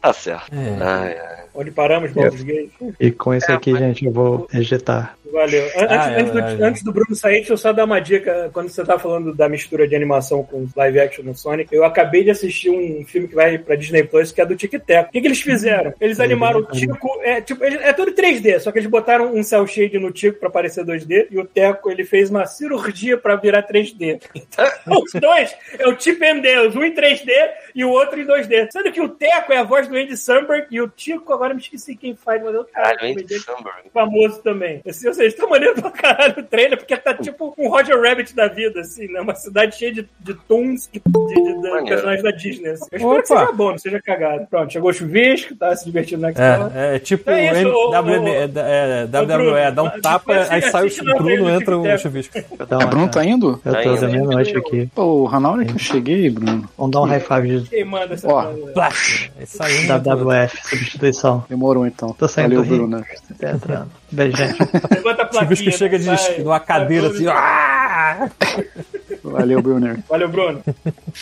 G: tá certo.
E: É.
G: Ai, ai.
C: Onde paramos, Baldur's Gate?
D: E com
G: É,
D: isso aqui, gente, eu vou ejetar.
C: Valeu. An- Antes,
E: Ah, é
C: antes
E: verdade.
C: do, antes do Bruno sair, deixa eu só dar uma dica. Quando você tá falando da mistura de animação com live action no Sonic, eu acabei de assistir um filme que vai pra Disney Plus, que é do Tic Tac. O que, que eles fizeram?
E: É,
C: Eles animaram o Tico. É, tipo, ele- é tudo 3D, só que eles botaram um cel shade no Tico pra parecer 2D e o Teco ele fez uma cirurgia pra virar 3D. Então, os dois é o tipo MD, um em 3D e o outro em 2D. Sendo que o Teco é a voz do Andy Samberg e o Tico, agora me esqueci quem faz, mas eu
G: Caralho, Andy Samberg.
C: famoso também. Assim, ou seja, tá maneiro pra caralho o trailer, porque tá tipo um Roger Rabbit da vida, assim, né? Uma cidade cheia de, de tunes e de, de- de
G: Maneiro.
C: personagens da Disney. assim. Eu espero
E: Opa.
C: que seja bom, não seja cagado. Pronto, chegou o chuvisco, tá se divertindo na sala.
E: É, é tipo
C: É isso,
E: M-
C: ô,
E: WM,
C: ô,
E: é, é,
C: Bruno,
E: WWE, dá um
C: depois
E: tapa, aí
C: você
E: sai
C: assiste
E: o
C: na
E: Bruno,
C: frente do
E: entra o
C: Tic-Tac.
E: chuvisco.
D: Vou dar
H: Ah,
D: uma-
H: Bruno tá indo?
D: Eu tô
G: Ainda.
D: da meia-noite aqui.
H: Porra, na hora é que eu cheguei, Bruno,
D: Vamos dar um high five de
C: Quem manda essa né?
H: Ó.
C: coisa?
E: É Aí né? saiu.
D: WWF, substituição.
H: demorou então.
D: Tô saindo
H: Valeu,
D: do ringue.
H: Bruno.
D: Tá entrando. Beijo, gente.
C: Levanta a plaquinha.
E: O um
C: né?
E: chuvisco chega de,
C: sai.
E: numa cadeira assim, ah!
H: Valeu, Bruno.
C: Valeu, Bruno.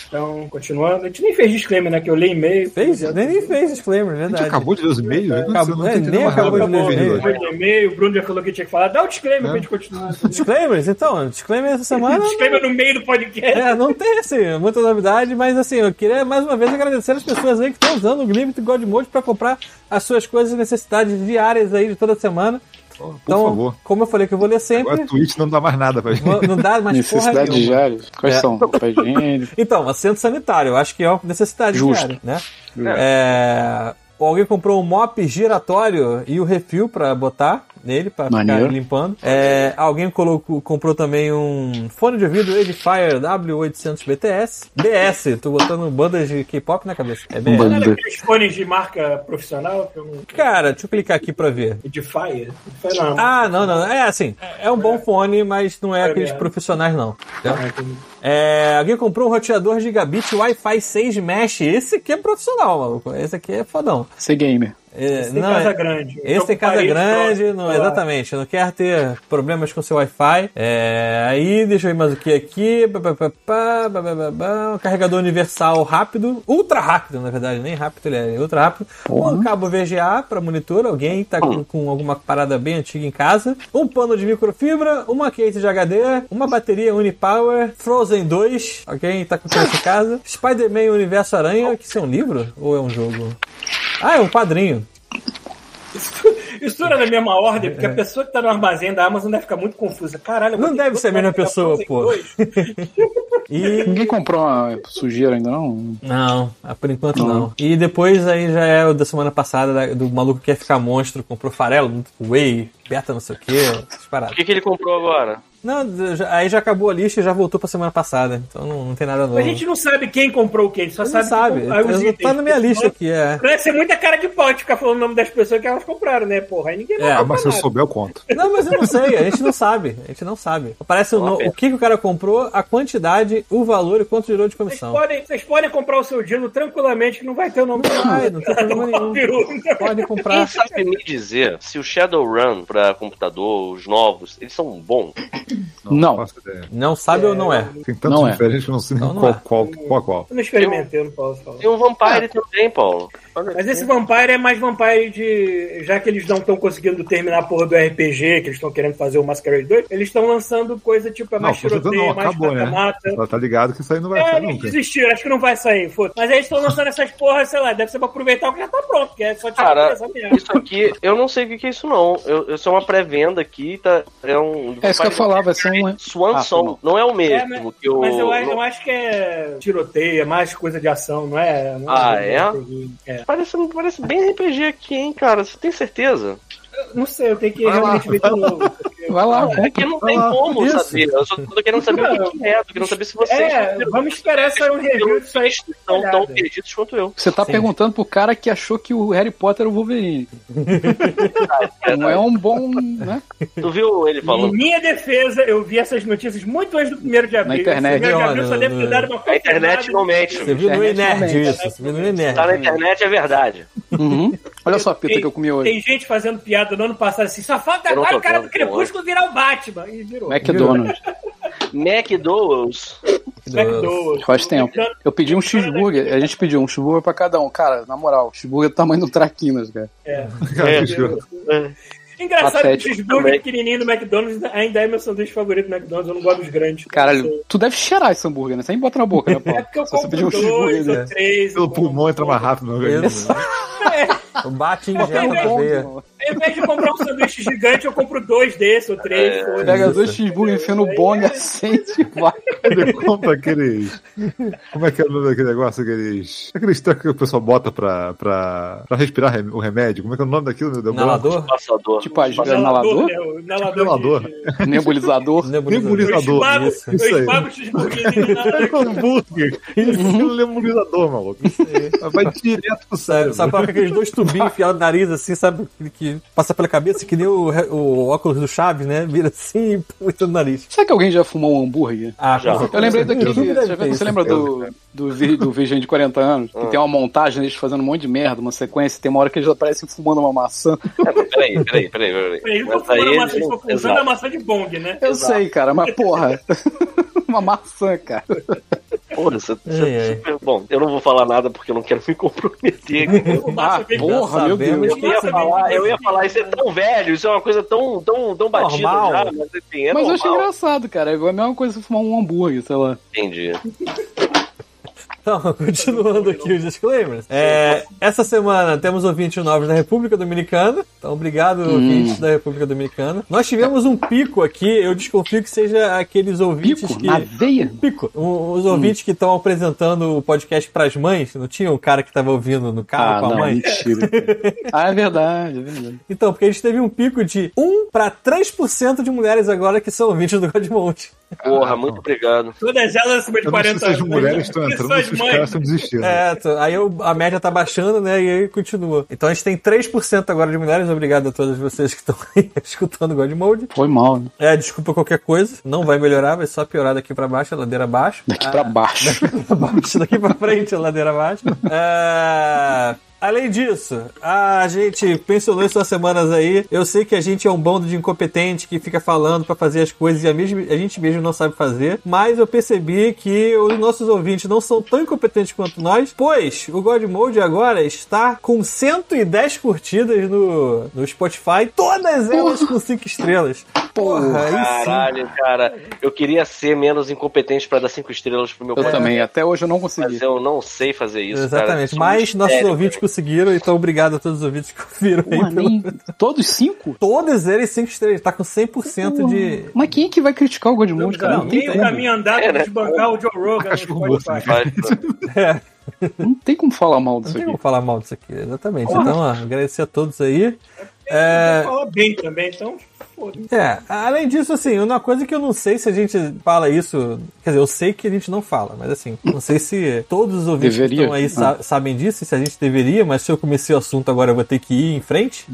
C: Então, continuando. A gente nem fez disclaimer, né? Que eu li e-mail.
E: Fez? Nem, nem fez disclaimer, é
F: A gente
E: verdade.
F: acabou de ver os e-mails? Eu não sei,
E: Acabou-
F: não tô
E: é,
F: entendendo
E: nem
F: mais nada.
E: acabou de ler os
F: Acabou
E: e-mails.
C: Depois do e-mail, o Bruno já falou que tinha que falar. Dá o disclaimer pra gente continuar.
E: Disclaimers, então, disclaimer essa semana.
C: disclaimer no meio do podcast.
E: É, não tem assim, muita novidade, mas assim, eu queria mais uma vez agradecer as pessoas aí que estão usando o Glimpse God Mode para comprar as suas coisas e necessidades diárias aí de toda semana.
F: Por
E: então,
F: favor.
E: como eu falei que eu vou ler
F: Agora
E: sempre,
F: a Twitch não dá mais nada pra gente.
E: vou- não dá mais porra
H: Necessidade
E: nenhuma.
H: de diárias? Quais
E: É.
H: são? Papel higiênico?
E: Então, assento sanitário, eu acho que é uma necessidade
H: Justo.
E: diária, né? É, Alguém comprou um mop giratório e o refil pra botar nele, pra
H: Maneiro.
E: ficar limpando. É, alguém colocou, comprou também um fone de ouvido Edifier W800BTS. BS, tô botando bandas de K-pop na cabeça. É BS.
H: Banda.
C: Sabe aqueles fones de marca profissional? que eu não-
E: Cara, deixa eu clicar aqui pra ver.
C: De Fire? Não sei não.
E: Ah, não, não. É assim, é um bom fone, mas não é aqueles
C: mesmo. Ah,
E: profissionais, não. Tá? É, alguém comprou um roteador gigabit Wi-Fi 6 Mesh. Esse aqui é profissional, maluco. Esse aqui é fodão.
H: Ser gamer.
E: É,
C: Esse tem
E: não,
C: casa
E: é-
C: grande.
E: Esse tem casa
C: Parede
E: grande,
C: próxima,
E: não,
C: sei lá.
E: exatamente. Não quer ter problemas com seu Wi-Fi. É, aí, deixa eu ver mais o que aqui. Pá, pá, pá, pá, pá, pá, pá, pá. Um Carregador universal rápido. Ultra rápido, na verdade. Nem rápido, ele é ultra rápido. Um cabo VGA para monitor. Alguém tá com, com alguma parada bem antiga em casa. Um pano de microfibra. Uma case de HD. Uma bateria Unipower. Frozen 2. Alguém tá com isso em casa. Spider-Man Universo Aranha. Que isso é um livro? Ou é um jogo? Ah, é um quadrinho.
C: Isso tudo era na mesma ordem, porque a pessoa que tá no armazém da Amazon deve ficar muito confusa. Caralho, eu
E: Não
C: botei
E: deve
C: dois
E: ser a mesma
C: jogos da
E: pessoa,
C: Frozen
E: pô.
C: 2.
E: E.
H: Ninguém comprou uma sujeira ainda, não?
E: Não, ah, por enquanto não. E depois aí já é o da semana passada da- do maluco que quer ficar monstro, comprou farelo, whey, beta não sei o que, essas
G: O
E: paradas.
G: que, que ele comprou agora?
E: Não, já- aí já acabou a lista e já voltou pra semana passada. Então não, não tem nada novo.
C: A gente não sabe quem comprou o quê, a gente só
E: Você não
C: sabe,
E: sabe.
C: que- aí os
E: Eu- Tá
C: itens.
E: na minha lista aqui, é.
C: Deve ser muita cara de pau de ficar falando o nome das pessoas que elas compraram, né, porra? Aí ninguém
E: É.
F: Ah,
C: vai
F: mas se eu souber, eu conto.
E: Não, mas eu não sei, a gente não sabe. A gente não sabe. Aparece o, no- o que, que o cara comprou, a quantidade, o valor e quanto gerou de
C: Vocês
E: comissão.
C: podem, vocês podem comprar o seu Dino tranquilamente, que não vai ter o nome do
E: Ai, não tem problema nenhum. Pode
G: Quem
E: comprar.
G: sabe me dizer se o Shadowrun pra computador, os novos, eles são bons?
H: Não.
F: faço ideia.
E: Não sabe ou não é?
F: Tem tanto
H: Não é.
F: diferente que eu não sei nem
E: Não, não
F: qual,
E: é.
F: qual, qual, qual.
C: Eu não experimentei, eu não posso falar.
G: Tem um Vampire também, Paulo.
C: Mas esse Vampire é mais Vampire de. Já que eles não estão conseguindo terminar a porra do RPG, que eles estão querendo fazer o Masquerade 2, eles estão lançando coisa tipo é
F: Não,
C: mais
F: tô tentando,
C: tiroteio,
F: não,
C: mais
F: acabou, né?
C: mata-mata.
F: Ela tá ligado que isso aí não vai
C: É,
F: sair
C: eles
F: nunca.
C: desistiram, acho que não vai sair, foda Mas aí eles estão lançando essas porras, sei lá, deve ser pra aproveitar o que já tá pronto, que é só tirar
G: Cara,
C: essa merda.
G: isso aqui, eu não sei o que, que é isso, não. Eu, eu sou uma pré-venda aqui, tá? É um.
H: É isso que eu falava, vai ser um.
G: Swan
H: Ah,
G: Song. Não é o mesmo
C: É, mas-
G: que o.
C: Mas eu, acho- eu acho que é tiroteio, é mais coisa de ação, não é? não
G: Ah, é?
C: É.
G: Parece, parece bem RPG aqui, hein, cara? Você tem certeza?
C: Não sei, eu tenho que realmente ver de novo. porque-
H: Vai lá,
E: Ah,
G: É que não tem como
E: isso.
G: saber. Eu só tô querendo saber o que que é, tô querendo saber se vocês
C: É, vamos esperar sair um review disso aí.
G: estão tão
C: olhada.
G: perdidos quanto eu.
H: Você tá
E: Sim.
H: perguntando pro cara que achou que o Harry Potter era o Wolverine. Não é um bom. Né?
G: Tu viu ele
C: Em
G: falando?
C: minha defesa, eu vi essas notícias muito antes do primeiro de abril.
H: Na internet.
C: Esse primeiro de abril só
E: Olha,
C: deve ter dado uma
G: A internet não
C: É,
G: mente.
E: Você viu no
H: Internet
E: Enerd
H: também.
E: isso. Você viu no
G: Tá na
E: Enerd.
G: internet, é verdade.
H: Uhum. Olha só a pita que eu comi hoje.
C: Tem gente fazendo piada no ano passado assim, só falta
G: Eu não
C: agora
G: tô
C: o cara do
G: vendo,
C: Crepúsculo virar o Batman. E virou.
H: McDonald's.
G: McDowell's.
C: McDowell.
H: Faz tempo. Eu pedi um cheeseburger, a gente pediu um cheeseburger pra cada um. Cara, na moral, cheeseburger é do tamanho do Traquinas, cara.
C: É.
F: Cara, bicho,
C: Engraçado que
H: Patético
C: o cheeseburger
G: também.
C: pequenininho do McDonald's ainda é meu sanduíche favorito do McDonald's, eu não gosto dos grandes.
H: Caralho, tu deve cheirar esse hambúrguer, né? Sem botar na boca, né,
C: É
H: Paulo?
C: porque eu
H: Se você pedir
C: compro
H: um
C: dois
H: cheeseburger,
C: ou
H: né?
C: três. eu
F: Pelo
C: como
F: pulmão
C: um
F: entra mais rápido no organismo.
E: Bate em
H: É
E: injeta na
H: bom,
E: veia.
H: irmão.
C: Ao invés de comprar um sanduíche gigante, eu compro dois desses ou três.
G: É.
C: foda-se.
H: Pega
E: Isso.
H: dois cheeseburgers, enfia no bong, acende e vai.
F: Ele compra aqueles. Como é que é o nome daquele negócio? Aqueles. Aqueles tanques que o pessoal bota pra, pra, pra respirar rem- o remédio. Como é que é o nome daquilo? Deu
E: Inalador?
G: Passador.
H: Tipo, a gente-
C: Inalador,
H: Inalador?
C: né? O Inalador.
F: Inalador.
C: de-
H: Nebulizador.
E: Nebulizador.
C: Eu
F: Nebulizador.
C: esmago,
E: é isso.
F: Isso
C: eu
F: aí.
C: esmago o cheeseburguerzinho na hora.
F: É Com hambúrguer. Isso é um nebulizador, maluco. Vai direto pro
E: Sabe,
F: cérebro.
E: sabe com aqueles dois tubinhos enfiados no nariz, assim, sabe? Que, que passa pela cabeça, que nem o, o óculos do Chaves, né? Vira assim e puxa no nariz.
H: Será que alguém já fumou um hambúrguer?
E: Ah,
G: Já.
H: Eu lembrei daquele. Você, você lembra do, do, vi- do Virgem de 40 anos? Que tem uma montagem deles fazendo um monte de merda, uma sequência, tem uma hora que eles aparecem fumando uma maçã.
G: É, mas peraí, peraí, peraí. peraí.
C: Eles não
G: Mas
C: estão
G: aí
C: fumando maçã, eles
G: eles-
C: estão usando
G: Exato.
C: a maçã de bong, né?
H: Eu sei, cara, mas porra. uma maçã, cara.
G: Porra, você, você-
E: Ai, ai.
G: super- Bom, eu não vou falar nada porque eu não quero me comprometer. com-
C: O Márcio
H: Ah,
C: fez-
H: porra. meu Deus.
C: né?
E: Sabemos
G: Eu
E: que-
G: ia, falar, eu ia falar, isso é tão velho, isso é uma coisa tão, tão, tão batida
E: Normal.
G: já, mas enfim, é
H: mas eu achei
G: normal.
H: engraçado, cara. É a mesma coisa se fumar um hambúrguer, sei lá.
G: Entendi.
E: Então, continuando aqui os disclaimers. É, essa semana temos ouvintes novos da República Dominicana. Então, obrigado, ouvintes da República Dominicana. Nós tivemos um pico aqui, eu desconfio que seja aqueles ouvintes
H: Pico
E: que.
H: na veia?
E: Pico. O-
H: Hum.
E: Os ouvintes que estão apresentando o podcast pras mães, não tinha um cara que tava ouvindo no carro
H: Ah,
E: com a
H: não,
E: mãe?
H: mentira. ah, é verdade, é verdade.
E: Então, porque a gente teve um pico de 1 para 3% de mulheres agora que são ouvintes do Godmont. Ah,
G: Porra, muito obrigado.
C: Todas elas acima de
F: Eu não sei
C: 40
F: se as
C: anos.
F: mulheres estão
C: E
F: entrando,
C: suas
F: se os
C: mães?
F: caras estão desistindo.
E: É, tô- aí eu- a média tá baixando, né? E aí continua. Então a gente tem 3% agora de mulheres. Obrigado a todas vocês que estão aí escutando o Godmode.
H: Foi mal, né?
E: É, desculpa qualquer coisa. Não vai melhorar, vai só piorar daqui pra baixo, a ladeira abaixo.
H: Daqui pra baixo.
E: pra baixo, daqui pra frente, a ladeira abaixo. É, Além disso, a gente pensionou isso nas semanas aí. Eu sei que a gente é um bando de incompetente que fica falando pra fazer as coisas e a, mesmo- a gente mesmo não sabe fazer. Mas eu percebi que os nossos ouvintes não são tão incompetentes quanto nós, pois o God Mode agora está com 110 curtidas no, no Spotify, todas elas com 5 estrelas. Porra, aí sim.
G: Caralho, cara. Eu queria ser menos incompetente pra dar cinco estrelas pro meu
H: Eu
G: pai,
H: também, até hoje eu não
G: mas
H: consegui.
G: eu não sei fazer isso,
E: Exatamente.
G: cara.
E: Mas
G: Isso é um
E: nossos
G: mistério.
E: ouvintes conseguiram, então obrigado a todos os ouvintes que ouviram
H: Porra,
E: aí. Pelo...
H: nem... Todos cinco?
E: Todos eles 5 estrelas, tá com 100% de.
H: Mas quem é que vai criticar o Godmode, cara? Não tem
C: Meio
H: como.
C: caminho andado
G: É,
C: pra
G: né?
C: desbancar o Joe Rogan no Spotify.
G: Mas,
E: É,
H: Não tem como falar mal
E: não
H: disso
E: tem
H: aqui.
E: como falar mal disso aqui, exatamente. Então, ó, agradecer a todos aí.
F: né?
E: É,
C: Fala bem também, então. foda-se.
E: É, além disso, assim, uma coisa que eu não sei se a gente fala isso. Quer dizer, eu sei que a gente não fala, mas assim, não sei se todos os ouvintes que
H: Deveria.
E: estão aí sa- sabem disso, e se a gente deveria, mas se eu comecei o assunto agora eu vou ter que ir em frente.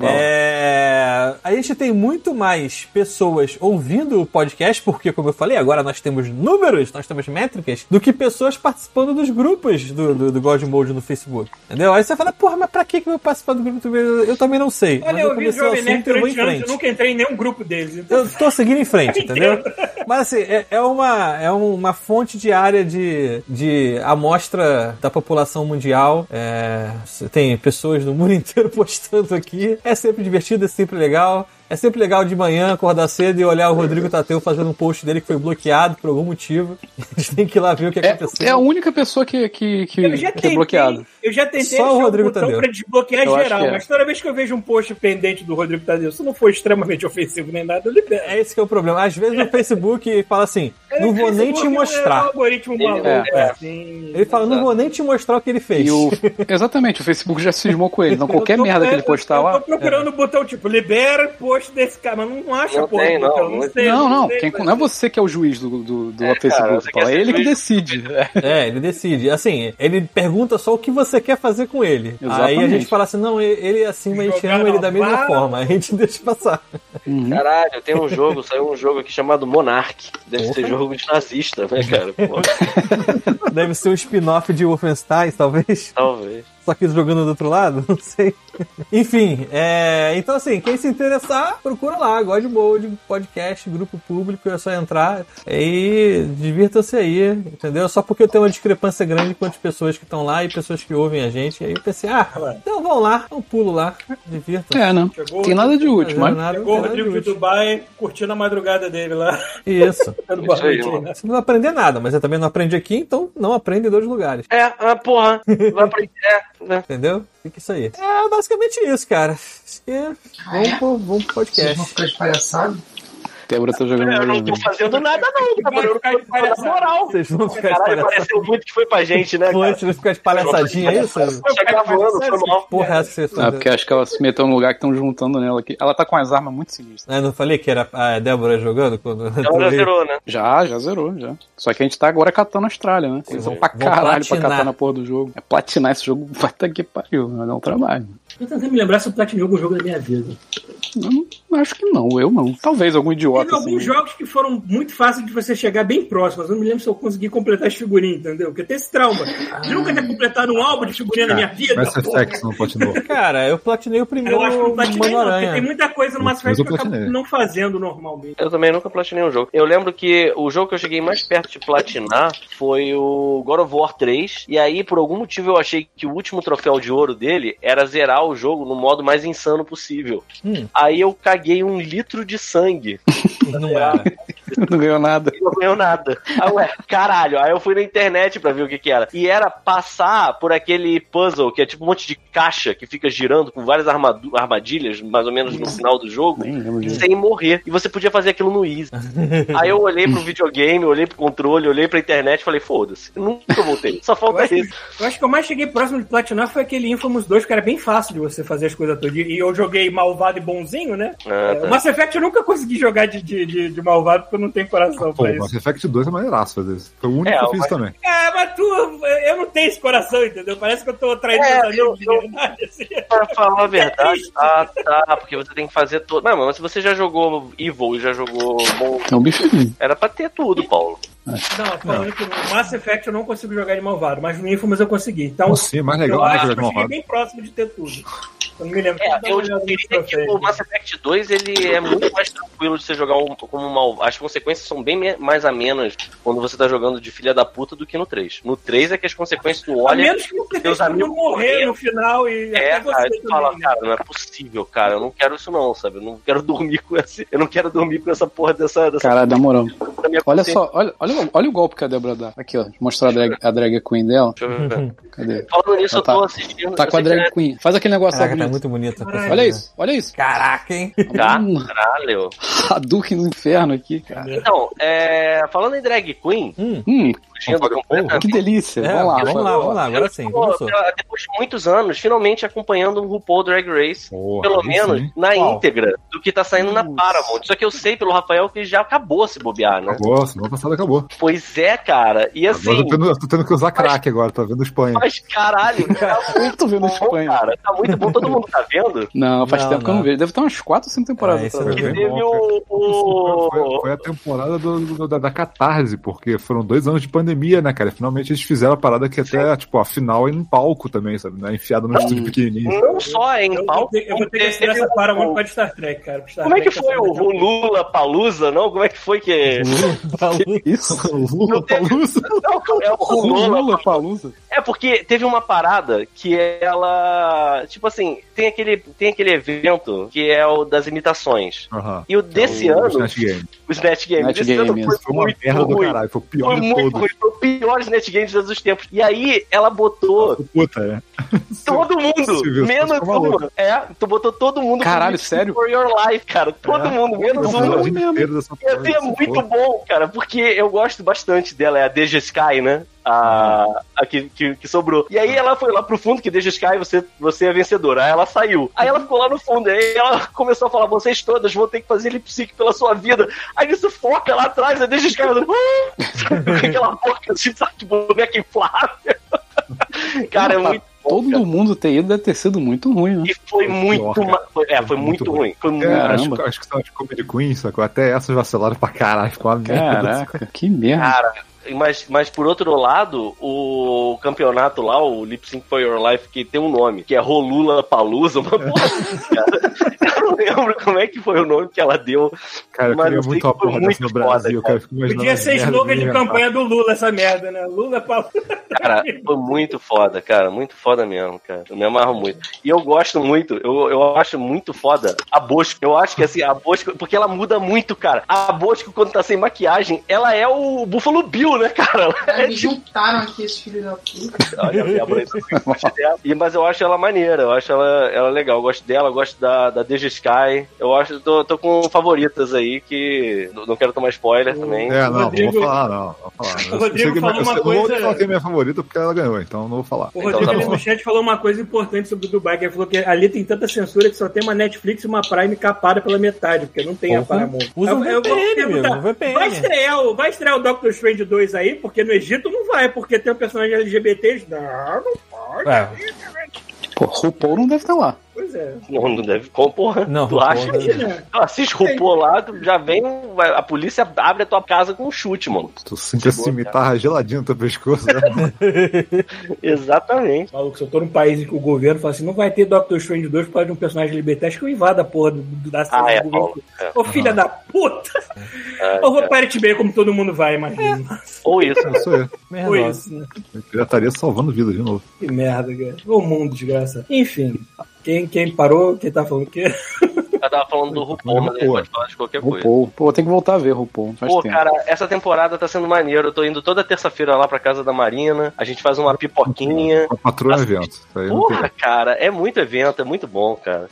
E: É, a gente tem muito mais pessoas ouvindo o podcast, porque, como eu falei, agora nós temos números, nós temos métricas, do que pessoas participando dos grupos do, do, do God Mode no Facebook. Entendeu? Aí você fala, porra, mas pra que que eu vou participar do grupo do Facebook? Eu também não sei.
C: Olha,
E: mas
C: eu vi o
E: o
C: Jovem Nerd
E: eu vou em
C: durante anos, eu
E: frente.
C: nunca entrei em nenhum grupo deles. Então,
E: Eu tô seguindo em frente, entendeu? Mas assim, é, é uma, é uma fonte diária de, de amostra da população mundial. É, você tem pessoas do mundo inteiro postando aqui. É sempre divertido, é sempre legal. É sempre legal de manhã acordar cedo e olhar o Rodrigo Tateu fazendo um post dele que foi bloqueado por algum motivo. A gente tem que ir lá ver o que aconteceu.
H: É, é a única pessoa que, que, que,
C: eu já
H: que é
C: tentei,
H: bloqueado.
C: eu já tentei
E: Só o
C: achar um
E: Rodrigo
C: botão
E: Tadeu.
C: pra desbloquear
H: Eu acho
C: geral,
H: que é.
C: mas toda vez que eu vejo um post pendente do Rodrigo Tadeu, se não for extremamente ofensivo nem nada, eu libero.
E: É esse que é o problema. Às vezes no Facebook fala assim, não vou nem te
C: Facebook é um
E: mostrar.
C: algoritmo maluco,
H: é.
C: assim.
E: Ele fala, não vou nem te mostrar o que ele fez.
H: E o, exatamente, o Facebook já cismou com ele. Então qualquer
C: Eu tô-
H: merda que ele
C: eu-
H: postar
C: eu
H: lá.
C: tô procurando o botão tipo, libera post desse cara, mas não acha
G: Não
C: porra
G: tem,
C: do botão,
G: não, não
C: sei.
H: não, não.
C: sei,
H: Quem,
C: mas-
H: não é você que é o juiz do, do, do
G: cara,
H: Facebook,
G: você
H: Paulo.
G: quer
H: É
G: ser
H: ele que
G: juiz?
H: decide.
E: É, ele decide. Assim, ele pergunta só o que você quer fazer com ele.
H: Exatamente.
E: Aí a gente fala assim: não, ele é assim, mas a gente
C: Jogar
E: ama ele
C: na
E: da mesma
C: vara.
E: forma. A gente deixa passar.
H: Uhum.
G: Caralho, tem um jogo, saiu um jogo aqui chamado Monarch. Deve ser jogo de nazista, né, cara? Pô,
E: Deve ser um spin-off de Wolfenstein, talvez.
G: talvez.
E: Só que jogando do outro lado, não sei. Enfim, é, então assim, quem se interessar, procura lá. God Mode, podcast, grupo público, é só entrar. E divirta-se aí, entendeu? Só porque eu tenho uma discrepância grande com as pessoas que estão lá e pessoas que ouvem a gente. Aí eu pensei, ah, então vão lá, dá um pulo lá, divirta-se.
H: É, né?
C: Chegou-
H: Tem nada de útil,
E: Não é
H: mas.
E: nada,
C: Chegou o
E: não é nada
C: Rodrigo de
E: útil.
C: Dubai curtindo a madrugada dele lá.
E: Isso.
C: Dando boa
G: Isso aí,
C: noite,
G: mano.
C: né?
E: Você não vai aprender nada, mas eu também não aprendi aqui, então não aprende em dois lugares.
G: É, ah, porra, vai pra é, né?
E: Entendeu? Fica isso aí. É basicamente isso, cara. Acho que Vamos pro, vamos pro
I: Vocês
E: podcast.
I: vão ficar de palhaçada?
H: Débora tá jogando.
G: Eu não tô fazendo nada, não, tá, mano? Eu
C: Vai
G: não
C: ficar de
G: tô fazendo
C: palhaçada.
G: moral.
E: Vocês vão ficar de
G: Caralho,
E: palhaçada.
G: pareceu muito que foi pra gente, né, cara?
E: Antes de ficar de palhaçadinha, é isso?
G: Chegar voando, foi mal.
E: Porra, essa que vocês
H: Ah,
E: estão.
H: porque acho que ela se meteu num lugar que estão juntando nela aqui. Ela tá com as armas muito sinistras.
E: Ah, eu não falei que era a Débora jogando quando.
G: Ela já zerou, né?
H: Já, já zerou, já. Só que a gente tá agora catando a Austrália, né? Eles vão pra
E: Vão
H: caralho pra
E: platinar.
H: catar na porra do jogo. É platinar esse jogo, vai tá que pariu, vai dar um trabalho.
C: Eu tentei me lembrar se eu platinei algum jogo da minha vida.
H: Eu não- acho que não, eu não. Talvez algum
C: Teve
H: idiota assim.
C: alguns jogos que foram muito fáceis de você chegar bem próximo, mas eu não me lembro se eu consegui completar as figurinhas, entendeu? Porque eu tenho esse trauma.
H: Ah.
C: De nunca ter completado um álbum de figurinha na minha vida.
F: Mass
C: porra.
F: Effect não continua.
E: Cara, eu platinei o primeiro
C: Eu acho que não platinei,
E: Mano
C: não, porque tem
E: Aranha.
C: muita coisa no Mass
F: Mas
C: Effect
F: eu
C: que eu acabo
F: platinei.
C: não fazendo normalmente.
G: Eu também nunca platinei um jogo. Eu lembro que o jogo que eu cheguei mais perto de platinar foi o God of War 3. E aí, por algum motivo, eu achei que o último troféu de ouro dele era zerar o jogo no modo mais insano possível.
E: Hum.
G: Aí eu caguei um litro de sangue
E: Não era.
H: não ganhou nada.
G: e não ganhou nada. Aí, Ah, ué, caralho. Aí eu fui na internet pra ver o que que era. E era passar por aquele puzzle que é tipo um monte de caixa que fica girando com várias armadu- armadilhas, mais ou menos no final do jogo.
H: Nem lembro disso.
G: sem morrer. E você podia fazer aquilo no Easy. Aí eu olhei pro videogame, olhei pro controle, olhei pra internet e falei, foda-se, nunca voltei. Só
C: Eu
G: falta
C: acho,
G: isso.
C: eu acho que eu mais cheguei próximo de platinar foi aquele Infamous 2, que era bem fácil de você fazer as coisas todas. E eu joguei malvado e bonzinho, né?
G: Ah,
C: É,
G: tá.
C: O Mass Effect eu nunca consegui jogar de, de, de- de malvado porque eu não tenho coração
F: Pô,
C: pra isso.
F: Mass Effect 2 é maneiraço fazer isso. Foi o único
G: É,
F: que eu fiz
G: mas-
F: também.
C: É, mas tu, eu não tenho esse coração, entendeu? Parece que eu tô traindo
G: É,
C: meus amigos de
G: eu- eu-
C: verdade, assim.
G: Pra falar a verdade,
C: triste.
G: ah, tá, porque você tem que fazer todo. Não, mas se você já jogou Evil e já jogou bom,
H: É um bifinho.
G: era pra ter tudo, Paulo.
C: Não, falando que no Mass Effect eu não consigo jogar de malvado, mas no Infamous eu consegui. Então,
F: Nossa, sim, é mais legal
C: eu
F: do que
C: acho
F: jogar
C: que
F: de
C: eu cheguei
F: malvado.
C: bem próximo de ter tudo. Eu não me lembro. Dá
G: É,
C: uma
G: eu
C: olhada nos
G: diria que o
C: troféus.
G: Mass Effect 2 ele é muito mais tranquilo de você jogar um- como mal. As consequências são bem me- mais amenas quando você tá jogando de filha da puta do que no 3. No 3 é que as consequências tu
C: A
G: olha.
C: menos que você
G: Deus
C: tenha que
G: amigo,
C: morrer no final e
G: É,
C: até
G: cara,
C: você
G: tu fala,
C: também, né?
G: cara, não é possível, cara, eu não quero isso não, sabe? Eu não quero dormir com essa, eu não quero dormir com essa porra dessa, dessa
H: Caralho, na moral.
G: porra da minha
H: Olha
G: consciência.
H: só, olha, olha, o- olha o golpe que a Débora dá. Aqui, ó. Deixa eu mostrar a drag, a drag queen dela.
G: Deixa eu ver.
H: Cadê?
G: Falando nisso,
H: Ela tá-
G: eu tô assistindo.
H: Tá com a
G: eu sei
H: drag queen. Faz aquele negócio lá
E: Caraca, tá
H: bonito. né?
E: muito bonita.
H: Olha isso, olha isso.
E: Caraca, hein?
G: que- Tá,
H: Hum,
G: Caralho.
H: Hadouken do inferno aqui, cara.
G: Então, é, falando em drag queen,
H: Hum,
G: fugindo
F: Vamos fazer um
G: completamente.
H: Que delícia.
E: É,
H: vamos lá.
E: vamos lá, vamos lá, agora sim,
G: Pô,
E: começou.
G: pela- Depois de muitos anos, finalmente acompanhando o RuPaul Drag Race.
F: Porra,
G: Pelo
F: aí
G: menos
F: sim.
G: na
E: Uau.
G: íntegra do que tá saindo na Paramount. Só que eu sei pelo Rafael que já acabou se bobear, né?
F: Acabou, semana passada acabou.
G: Pois é, cara. E
F: Agora
G: assim,
F: eu tô tendo, eu tô tendo que usar crack agora, tá vendo Espanha.
G: mas caralho, tá
H: Eu tô vendo a
G: muito bom,
H: Espanha.
G: cara. Tá muito bom, todo mundo tá vendo.
H: Não, faz
E: Não,
H: tempo que eu
E: não.
H: não vejo. Deve ter umas 4 ou 5 temporadas.
E: É, isso
H: atrás.
E: eu
G: E
E: Foi
G: teve
F: bom,
G: o.
F: Isso Foi,
G: o...
F: foi a temporada do- do- da, da catarse, porque foram dois anos de pandemia, né, cara? Finalmente eles fizeram a parada que até, tipo, a final é em palco também, sabe? Né? Enfiada num estúdio pequenininho.
G: Não um só em
C: Eu, vou
G: palco.
C: ter- eu vou ter que
G: teve
C: assinar essa
G: o-
C: Paramount para Star Trek, cara. Star
G: Como é que
C: Trek tá
G: foi o,
C: sendo-
G: o Lula Palusa, não? Como é que foi que.
H: Isso.
F: Lula Palusa.
G: Não, é o Lula
H: Lula Palusa.
G: É porque teve uma parada que ela, tipo assim, tem aquele, tem aquele evento que é o das imitações.
F: Aham.
G: E o desse
F: O
G: ano,
F: Snatch Game.
G: o Snatch Game,
H: Snatch
G: desse
H: Game
G: ano
H: mesmo.
G: foi,
F: Foi uma
G: muito
F: merda do
G: ruim.
F: caralho. Foi o pior de
G: Foi muito
F: todos.
G: ruim, foi o pior Snatch Game de todos os tempos. E aí ela botou
F: Puta, né?
G: todo mundo,
F: Silvio,
G: menos
F: você tá maluco.
G: uma. É, tu botou todo mundo.
H: Caralho,
G: pro
H: sério?
G: For Your Life, cara. Todo
F: É.
G: mundo,
F: Não,
G: menos
F: o
G: uma.
F: dia inteiro dessa
G: E assim, é
F: porra,
G: muito
F: porra.
G: bom, cara, porque eu gosto bastante dela, é a Deja Sky, né? A, a que, que, que sobrou. E aí ela foi lá pro fundo, que Deja Sky, você, você é vencedora. Aí ela saiu. Aí ela ficou lá no fundo, aí ela começou a falar, vocês todas vão ter que fazer lip-sync pela sua vida. Aí isso foca lá atrás, a Deja Sky fazendo... "Ah!" Com aquela boca, assim, sabe, de boneca inflável. cara, é
F: tá
G: muito bom, cara.
H: Todo mundo ter ido deve ter sido muito ruim, né?
G: E foi muito...
F: cara.
G: ma- foi- é, foi muito,
F: muito ruim.
G: ruim. Foi muito
F: É,
H: Caramba.
F: acho, acho que são as Comedy Queens, sacou? Até essas vacilaram pra caralho. Ficou uma merda.
H: Caraca, que merda.
G: Cara, mas, mas por outro lado, o campeonato lá, o Lip Sync for Your Life, que tem um nome, que é Rolula Palusa, uma porra, assim, cara. Eu não lembro como é que foi o nome que ela deu.
F: Cara, eu
G: Mas
F: queria
G: eu sei
F: muito
G: que
F: uma
G: foi
F: porra dessa no
G: muito foda,
F: Brasil,
G: cara.
F: cara. Eu fico imaginando
C: Podia
F: as
C: ser
F: merdas
C: slogan
F: que
C: de
F: inventaram.
C: campanha do Lula essa merda, né? Lula Palusa.
G: Cara, foi muito foda, cara. Muito foda mesmo, cara. Eu me amarro muito. E eu gosto muito, eu, eu acho muito foda a Bosco. Eu acho que assim, a Bosco, porque ela muda muito, cara. A Bosco, quando tá sem maquiagem, ela é o Buffalo Bill, né, cara? Ela é
I: Eles juntaram aqui os filhos da puta.
G: Olha, eu abro esse post dela. E, mas eu acho ela maneira, eu acho ela, ela legal. Eu gosto dela, eu gosto da, da Deja Sky. Eu acho, tô, tô com favoritas aí que não não quero tomar spoiler também.
F: É, não,
C: Rodrigo-
F: não vou falar, não. Vou falar. Eu
C: Rodrigo
F: sei que
C: falou
F: eu sei-
C: uma
F: eu não
C: coisa-
F: vou falar quem é minha favorita porque ela ganhou, então eu não vou falar.
C: O
G: Então
C: Rodrigo
G: tá
C: ali
G: bom.
C: no chat falou uma coisa importante sobre o Dubai, que ele falou que ali tem tanta censura que só tem uma Netflix e uma Prime capada pela metade, porque não tem a
E: Porra.
C: Paramount.
E: Usa um
C: Eu- eu vou
E: VPN,
C: perguntar,
E: amigo, um VPN.
C: Vai estrear, o, vai estrear o Doctor Strange 2 aí, porque no Egito não vai, porque tem um personagem LGBT. Não, não pode.
E: É,
H: Pô, RuPaul não deve estar lá.
C: Pois é.
G: Não, não deve. Com, porra.
E: Não,
G: tu
E: porra,
G: acha
E: não.
G: que. Tu assiste RuPaul lá, tu já vem. vai- A polícia abre a tua casa com um chute, mano.
F: Tu sente a
G: Chegou,
F: cimitarra geladinha tá no teu pescoço, né?
G: Exatamente.
C: Maluco, se eu tô num país em que o governo fala assim, não vai ter Doctor Strange 2 por causa de um personagem LGBT, acho que eu invado a porra do, do- da
G: Ah, é,
C: do
G: Paulo.
C: governo. Ô, filha da puta!
G: Ah,
C: eu vou
G: cara.
C: para bem como todo mundo vai,
F: É,
C: imagina.
G: Ou isso.
F: Eu sou eu.
E: É, merda.
C: Foi isso, né?
F: Eu já estaria salvando vida de novo.
C: Que merda, cara. O mundo, desgraça. Enfim, quem, quem parou, quem tá falando o quê?
G: Eu tava falando do RuPaul, mas ele
F: RuPaul.
G: pode falar de qualquer coisa.
H: RuPaul. Pô, tem que voltar a ver RuPaul. Faz
G: Pô,
H: tempo.
G: cara, essa temporada tá sendo maneiro. Eu tô indo toda terça-feira lá pra casa da Marina. A gente faz uma pipoquinha.
F: A patroa é
G: Assiste.
F: evento. Isso aí não tem-
G: Porra, cara, é muito evento, é muito bom, cara.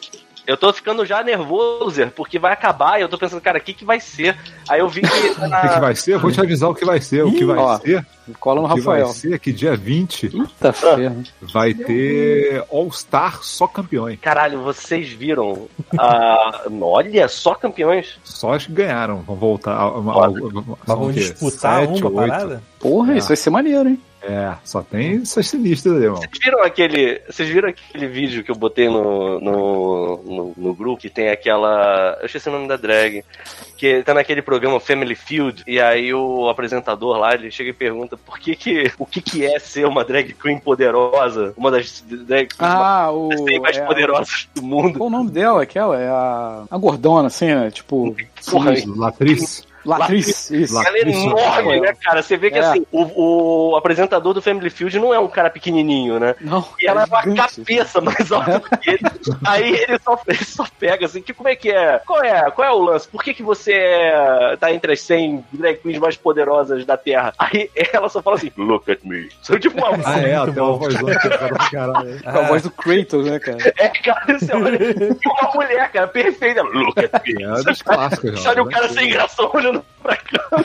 G: Eu tô ficando já nervoso, porque vai acabar e eu tô pensando, cara, o que que vai ser? Aí eu vi que. tá-
F: O que, que
G: na-
F: vai ser? Eu vou te avisar o que vai ser. O que vai
H: ó,
F: ser?
H: Cola no
F: O que vai
H: Rafael.
F: ser é que dia 20
H: Eita ferro.
F: vai ter All-Star só campeões.
G: Caralho, vocês viram? Ah, olha, só campeões.
F: Só as que ganharam. Vão voltar. a- a- a-
G: Foda.
F: são
E: Mas vão
F: o quê?
E: disputar
F: Sete,
E: uma
F: oito?
E: parada?
H: Porra,
F: É.
H: isso vai ser maneiro, hein?
F: É, só tem essas sinistras aí, irmão.
G: Vocês viram aquele. Vocês viram aquele vídeo que eu botei no, no, no, no grupo que tem aquela. Eu esqueci o nome da drag. Que tá naquele programa Family Field. E aí o apresentador lá, ele chega e pergunta por que que. O que que é ser uma drag queen poderosa? Uma das drag queens
H: Ah, o.
G: mais, mais
H: é a-
G: poderosas do mundo.
H: Qual o nome dela? Aquela? É a. A gordona, assim, né? Tipo.
G: Porra,
F: Isso, Latriz.
H: Latriz. Isso.
F: Latriz.
G: Ela é
F: isso,
G: enorme,
H: cara.
G: né, cara? Você vê que
H: É.
G: assim, o, o apresentador do Family Field não é um cara pequenininho, né?
H: Não.
G: E ela é uma
H: gigante.
G: cabeça mais alta que ele. Aí ele só, ele só pega assim, que como é que é? Qual é? Qual é o lance? Por que, que você é- tá entre as 100 drag queens mais poderosas da Terra? Aí ela só fela assim, look at me. Só tipo uma
F: Ah, é, até uma vozona que cara do caralho.
H: Com a voz do Kratos, né, cara?
G: é, cara, você olha, e uma mulher, cara, perfeita. Look at me.
F: É das clássicas,
G: Só de um cara sem graça olhando fugindo pra cá.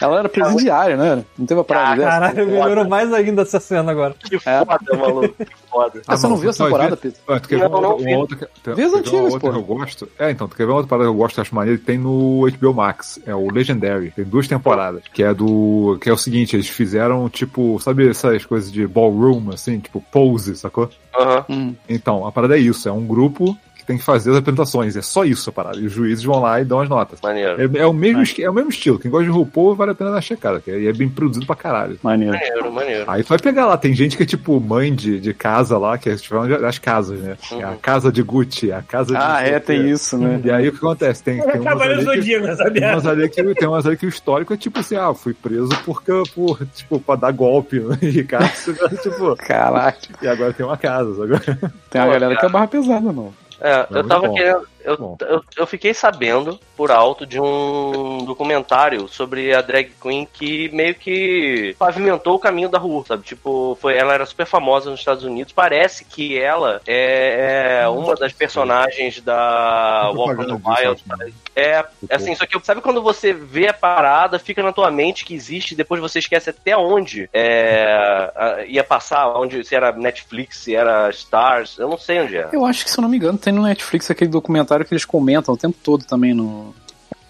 H: Ela era presidiária, né? Não teve a parada dessa.
E: Caralho, melhorou mais ainda essa cena agora.
G: Que foda, maluco. Que foda.
H: Ah, você não
F: mano,
H: viu essa
F: só
H: temporada,
F: vê-
H: Pedro?
F: Ah, tu quer
G: Não,
F: ver uma,
G: não
F: uma
G: vi.
F: outra que, tem-
H: Vê
F: quer
H: as
F: ver uma
H: antigas,
F: outra
H: pô.
F: que eu gosto? É, então, tu quer ver uma outra parada que eu gosto, acho maneiro? Tem no HBO Max, é o Legendary. Tem duas temporadas, que é do... que é o seguinte, eles fizeram, tipo, sabe essas coisas de ballroom, assim, tipo pose, sacou?
G: Aham.
H: Hum.
F: Então, a parada é isso, é um grupo que tem que fazer as apresentações, é só isso a parada. E os juízes vão lá e dão as notas.
G: Maneiro.
F: É, é o mesmo, esqui- é o mesmo estilo. Quem gosta de RuPaul vale a pena dar uma checada, que é- e é bem produzido pra caralho.
H: Maneiro.
G: Maneiro, maneiro.
F: Aí tu vai pegar lá, tem gente que é tipo mãe de, de casa lá, que é tipo, das casas, né? É a casa de Gucci, a casa de.
H: Uhum. Ah, é, tem isso, né?
F: E aí o que acontece? Tem, tem umas
C: Cavaleiro
F: ali que,
C: Zodíaco, sabe?
F: tem umas ali que tem umas ali que o histórico é tipo assim, ah, fui preso porque, por, tipo, pra dar golpe no Ricardo, tipo,
H: Caraca.
F: e agora tem uma casa, agora.
H: Tem uma
G: Pô,
H: galera que é barra pesada, não.
G: É, eu
F: muito
G: tava
F: bom.
G: querendo. Eu,
F: Bom.
G: eu, eu fiquei sabendo por alto de um documentário sobre a drag queen que meio que pavimentou o caminho da rua, sabe? Tipo, foi, ela era super famosa nos Estados Unidos. Parece que ela é, é uma das personagens da
F: Tem
G: Walk on
F: propaganda
G: the
F: disso, acho,
G: Wild.
F: né?
G: sabe? É, é assim, só que sabe quando você vê a parada, fica na tua mente que existe, depois você esquece até onde é, a- ia passar, onde se era Netflix, se era Stars, eu não sei onde era.
H: Eu acho que, se eu não me engano, tem no Netflix aquele documentário que eles comentam o tempo todo também no.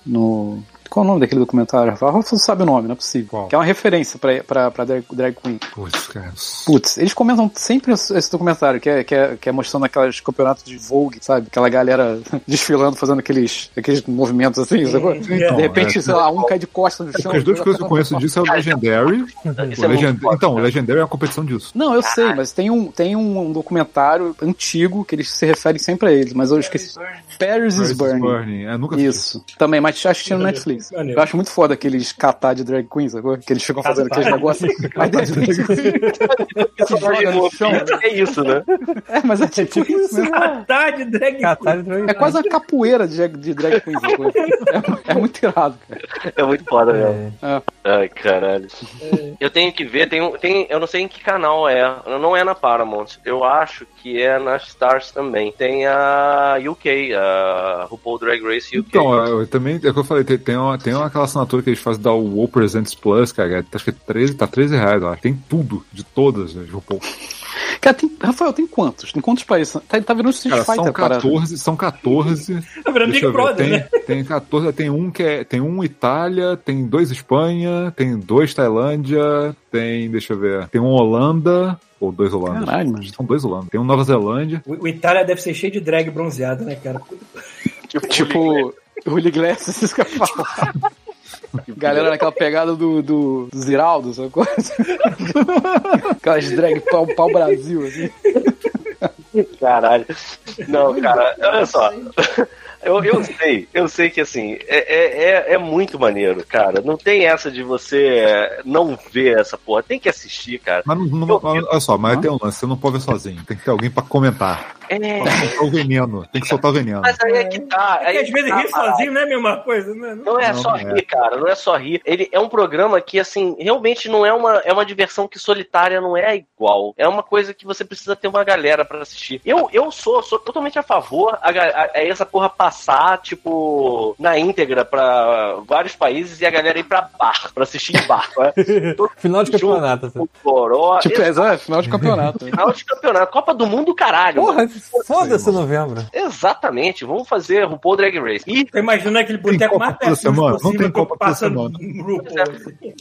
H: no... Qual é o nome daquele documentário? Rafa sabe o nome, não é possível.
F: Qual?
H: Que é uma referência pra, pra, pra drag, drag queen.
F: Putz, cara.
H: Putz, eles comentam sempre esse esse documentário, que é, que é, que é mostrando aqueles campeonatos de Vogue, sabe? Aquela galera desfilando, fazendo aqueles, aqueles movimentos assim, sacou?
F: é
H: de repente, sei lá, um cai de costa no chão.
F: né? As duas
H: outro
F: coisas que eu conheço disso é o Legendary.
G: Isso
F: o
G: é muito
F: Legend- Então, o Legendary é uma competição disso.
H: Não, eu sei, mas tem um, tem um, um documentário antigo que eles se referem sempre a eles, mas eu esqueci. Paris, is Burning.
F: É, nunca assisti.
H: Isso. Também, mas acho que tinha no Netflix.
C: Maneiro.
H: Eu acho muito foda aqueles catar de drag queens, agora que eles ficam fazendo aqueles negócios. Aí, de repente, se joga no chão.
G: É isso, né?
H: É, mas é tipo isso, né?
C: Tarde, Ah, tá drag
F: Tá,
C: queen.
E: Catar de
H: É quase uma capoeira de, de drag queens. sacou? É, é muito irado, cara.
G: É muito foda mesmo.
E: É.
G: Ai, caralho. Eu tenho que ver, tem, um- tem, eu não sei em que canal é. Não é na Paramount. Eu acho que é na Stars também. Tem a UK, a RuPaul Drag Race UK.
F: Então, eu também, é o que eu falei, tem, tem, uma, tem uma, aquela assinatura que eles fazem da WoW Presents Plus, cara, é- acho que é 13, tá 13 reais, ó. tem tudo, de todas, né, de RuPaul.
H: Cara, tem, Rafael, tem quantos? Tem quantos países? Tá, tá virando Street
F: Cara,
H: Fighter,
F: são
H: a parada.
F: 14, são 14,
C: Tá virando
F: deixa
C: Big
F: eu ver,
C: Brother,
F: tem,
C: né?
F: tem 14, tem um que é, tem um Itália, tem dois Espanha, tem dois Tailândia, tem, deixa eu ver, tem um Holanda, ou dois Holandas.
H: Caralho, mano.
F: São dois Holanda. Tem um Nova Zelândia.
C: O, o Itália deve ser cheio de drag bronzeada, né, cara? Puta
H: Tipo, tipo Holy Glass, isso que eu falo. Tipo, Galera naquela pegada do, do, do Ziraldo, essa coisa. assim. Aquelas drag pau, pau Brasil, assim.
G: Caralho. Não, cara, olha só. Eu, eu sei, eu sei que assim, é, é, é- é muito maneiro, cara. Não tem essa de você não ver essa porra. Tem que assistir, cara.
F: Mas, não- não-
G: Eu-
F: olha só, mas tem um lance, você não pode ver sozinho, tem que ter alguém pra comentar.
G: É,
F: Pra soltar o veneno, tem que soltar o veneno.
G: mas aí é que tá.
C: que
G: Aí
C: às vezes
G: tá,
C: rir
G: cara.
C: sozinho não é a mesma coisa, né? Não-
G: Não é
F: Não,
G: só
F: não é.
G: rir, cara, não é só rir. Ele é um programa que, assim, realmente não é uma, é uma diversão que solitária não é igual. É uma coisa que você precisa ter uma galera pra assistir. Eu, eu sou, sou totalmente a favor a, ga- a- a essa porra passar, tipo, na íntegra pra vários países e a galera ir pra bar, pra assistir em bar. né?
E: Final de campeonato. assim.
G: O Coró,
H: Tipo,
G: esse
H: é, é final de campeonato. né?
G: final de campeonato, Copa do Mundo, caralho.
E: Porra, foda-se novembro.
G: Exatamente, vamos fazer RuPaul Drag Race. E
C: Tô imaginando aquele boteco
F: Copa
C: mais
F: toda semana? Não tem Copa toda
C: passando
F: semana.
C: um grupo.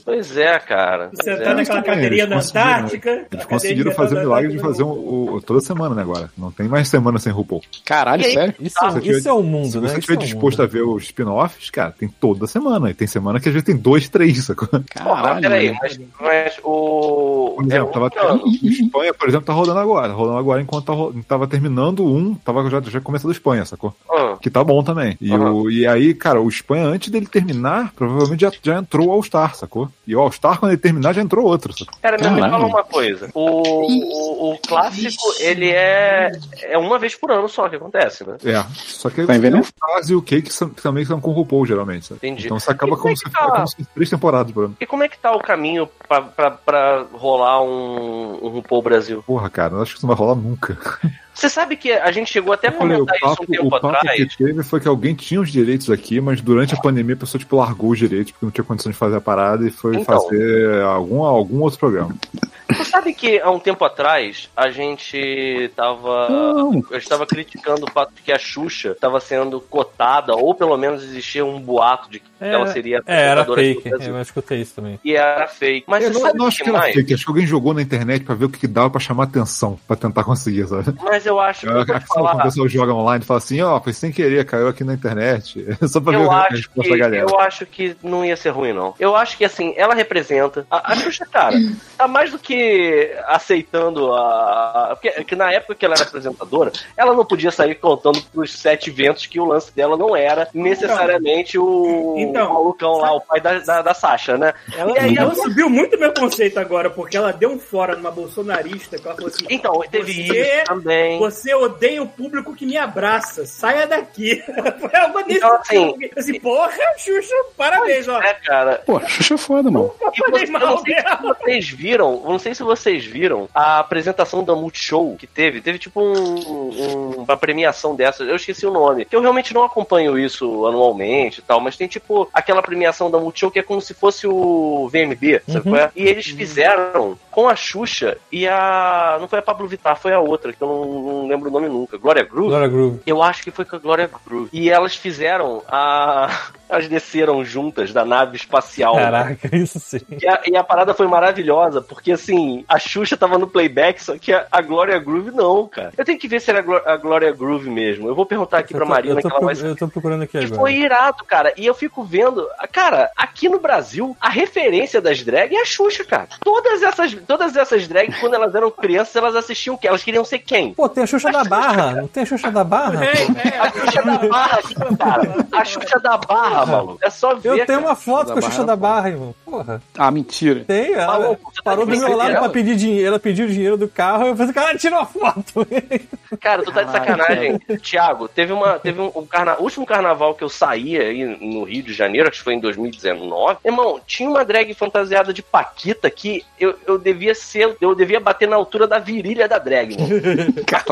G: pois é, cara. Pois
C: Sentar
G: é.
C: naquela
F: Eles
C: cadeirinha da
F: conseguiram.
C: Antártica.
F: Eles conseguiram fazer o milagre de fazer um, o- toda semana, né, agora. Não tem mais semana sem RuPaul.
H: Caralho,
G: E aí?
H: sério?
E: Isso,
G: Ah,
F: se eu tiver-
E: isso é o mundo,
F: Se
E: né?
F: você
E: Isso é
F: estiver
E: o
F: disposto
E: mundo.
F: a ver os spin-offs, cara, tem toda semana. E tem semana que às vezes tem dois, três, sacou?
G: Porra,
H: Caralho.
G: peraí,
H: mano.
G: mas, mas o.
F: Por exemplo, tava
G: é, o-
F: o Espanha, por exemplo, tá rolando agora. Rolando agora enquanto tá ro- tava terminando um, tava já, já começando o Espanha, sacou?
G: Ah,
F: Que tá bom também. E,
G: Aham.
F: o, e aí, cara, o Espanha, antes dele terminar, provavelmente já, já entrou o All-Star, sacou? E o All-Star, quando ele terminar, já entrou outro, sacou?
G: Cara, mas me
H: Caralho.
G: fala uma coisa. O, o, o clássico, ele é. É uma vez por ano só que acontece, né?
F: É. Só que
H: Tá
F: tem
H: envenenado?
F: o Stars e o Cake que são- que também são com o RuPaul, geralmente. Sabe?
G: Entendi.
F: Então você acaba
G: E
F: como,
G: como é
F: se,
G: que tá?
F: é como se fosse três temporadas, Bruno.
G: E como é que tá o caminho pra, pra, pra rolar um, um RuPaul Brasil?
F: Porra, cara, eu acho que isso não vai rolar nunca.
G: Você sabe que a gente chegou até a
F: Olha, o
G: comentar isso
F: papo,
G: um
F: o
G: tempo
F: papo é
G: atrás.
F: que teve foi que alguém tinha os direitos aqui, mas durante a pandemia a pessoa tipo, largou os direitos porque não tinha condição de fazer a parada e foi
G: Então.
F: fazer algum, algum outro programa.
G: Você sabe que há um tempo atrás a gente tava. Eu estava criticando o fato de que a Xuxa estava sendo cotada, ou pelo menos existia um boato de que
E: É,
G: ela seria
E: É, era
G: apresentadora do
E: fake.
G: Brasil.
E: Eu escutei isso também.
G: E era fake. Mas
F: eu
G: você
F: não,
G: sabe
F: não
G: o
F: acho
G: que,
F: que era
G: mais?
F: fake, acho que alguém jogou na internet pra ver o que, que dava pra chamar atenção, pra tentar conseguir, sabe?
G: Mas eu acho que eu vou te
F: Quando a
G: falar.
F: pessoa joga online e fala assim, ó, foi sem querer, caiu aqui na internet. Só pra ver
G: Eu
F: a
G: acho,
F: resposta
G: que,
F: da galera.
G: eu acho que não ia ser ruim, não. Eu acho que, assim, ela representa. A, a Xuxa, cara, tá mais do que aceitando a. a- Porque que na época que ela era apresentadora, ela não podia sair contando pros sete ventos que o lance dela não era necessariamente o,
C: Então.
G: o malucão lá, o pai da, da, da Sasha, né?
C: Ela,
G: E aí,
C: ela
G: agora-
C: subiu muito meu conceito agora, porque ela deu um fora numa bolsonarista que ela falou assim:
G: Então, teve
C: Você-
G: isso também.
C: Você odeia o público que me abraça, saia daqui. Foi algo nesse
G: Então, assim-
C: sentido. assim, porra, Xuxa, parabéns, ó.
G: É, cara.
H: Pô, Xuxa é foda, mano.
G: E você-
C: Falei
G: eu não
C: mal
G: sei se
C: dela.
G: vocês viram, eu não sei se vocês viram a apresentação da Multishow que teve. Teve tipo um, um- uma premiação dessa, eu esqueci o nome. Que eu realmente não acompanho isso anualmente e tal, mas tem tipo aquela premiação da Multishow que é como se fosse o VMB, sabe qual é? E eles fizeram com a Xuxa e a. Não foi a Pablo Vittar, foi a outra, que eu não, não lembro o nome nunca. Glória Groove?
E: Laura Groove.
G: Eu acho que foi com a Glória Groove. E elas fizeram a. Elas desceram juntas da nave espacial.
E: Caraca, isso sim.
G: E a, e a parada foi maravilhosa, porque assim, a Xuxa tava no playback, só que a, a Glória Groove não, cara. Eu tenho que ver se era a Gló- a Glória Groove mesmo. Eu vou perguntar aqui
E: Eu
G: pra
E: tô-
G: Marina
E: eu
G: que
E: tô,
G: ela
E: pro-
G: vai
E: eu tô procurando aqui
G: e
E: agora.
G: foi irado, cara. E eu fico vendo. Cara, aqui no Brasil, a referência das drag é a Xuxa, cara. Todas essas, todas essas drags, quando elas eram crianças, elas assistiam o quê? Elas queriam ser quem?
E: Pô, tem a Xuxa da Barra. Não tem a Xuxa da Barra?
C: É,
G: A Xuxa da Barra, assim, cara. A Xuxa da Barra, maluco. É só ver.
E: Eu tenho uma foto
H: Xuxa
E: com a
H: da
E: Xuxa da
H: Barra é foda.
E: Barra, irmão. Porra.
H: Ah, mentira.
E: Tem, ela
G: Maluco, você tá
E: parou
G: de
E: do meu lado
G: brincadeira?
E: pra pedir dinheiro. Ela pediu o dinheiro do carro. Eu falei, cara, tira uma foto.
G: Cara, tu tá de
H: Caralho,
G: sacanagem. Tiago, teve uma. Teve um, um carna... o último carnaval que eu saí aí no Rio de Janeiro, acho que foi em 2019. Irmão, tinha uma drag fantasiada de Paquita que eu, eu devia ser. Eu devia bater na altura da virilha da drag, mano. Piroca,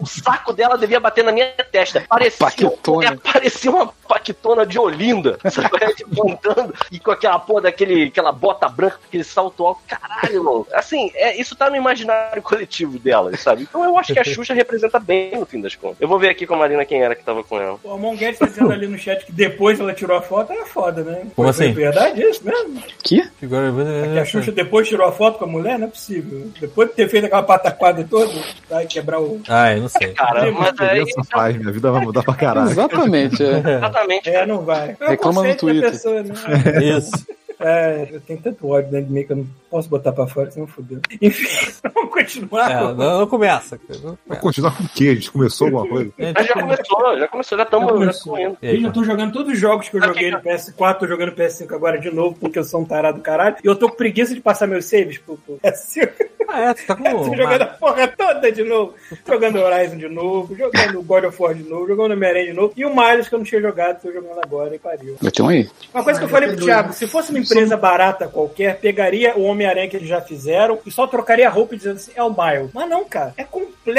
G: O saco dela devia bater na minha testa. Parecia,
H: Paquitona.
G: é, parecia uma paquitona de Olinda. Sabe? Tipo, andando e com aquela porra daquele aquela bota branca, aquele salto alto. Caralho, mano. Assim, é, isso tá no imaginário coletivo delas, sabe? Então eu acho que a Xuxa representa bem no fim das contas. Eu vou ver aqui com a Marina quem era que tava com ela.
C: O Amon Guedes tá dizendo ali no chat que depois ela tirou a foto, era foda, né? Foi
E: Como assim?
C: verdade isso mesmo?
H: Que?
E: Agora,
C: Que a Xuxa depois tirou a foto com a mulher? Não é possível. Depois de ter feito aquela pataquada toda, vai quebrar o.
E: Ai, Ah, não sei.
G: Cara,
C: Lembra
G: mas é aí.
F: Essa faz, minha vida vai mudar pra caralho.
H: Exatamente, é.
G: Exatamente.
C: É, não vai. É o
H: Reclama no
C: conceito da
H: Twitter.
C: pessoa, né?
E: Isso.
C: É, eu tenho tanto ódio dentro de mim que eu não posso botar pra fora, senão fodeu. Enfim, vamos continuar.
E: É, não, não começa. cara, Não é,
F: Vamos
E: começa.
F: continuar com o quê? A gente começou alguma coisa?
E: A gente-
G: Mas já começou, já começou, já
C: Já
G: estamos já
C: começou.
G: tamo indo.
E: E aí,
C: eu já tô jogando todos os jogos que eu joguei no PS4, tô jogando no PS5 agora de novo, porque eu sou um tarado do caralho. E eu tô com preguiça de passar meus saves pro, pro PS5.
E: Ah, é, tu tá com.
C: tô jogando a porra toda de novo. Jogando Horizon de novo, jogando God of War de novo, jogando Homem-Aranha de novo. E o Miles que eu não tinha jogado, tô jogando agora e pariu.
H: Eu tenho um aí.
C: Uma coisa que eu falei pro Thiago, se fosse uma empresa barata qualquer, pegaria o Homem-Aranha que eles já fizeram e só trocaria a roupa dizendo assim, é o Miles. Mas não, cara, é
E: É,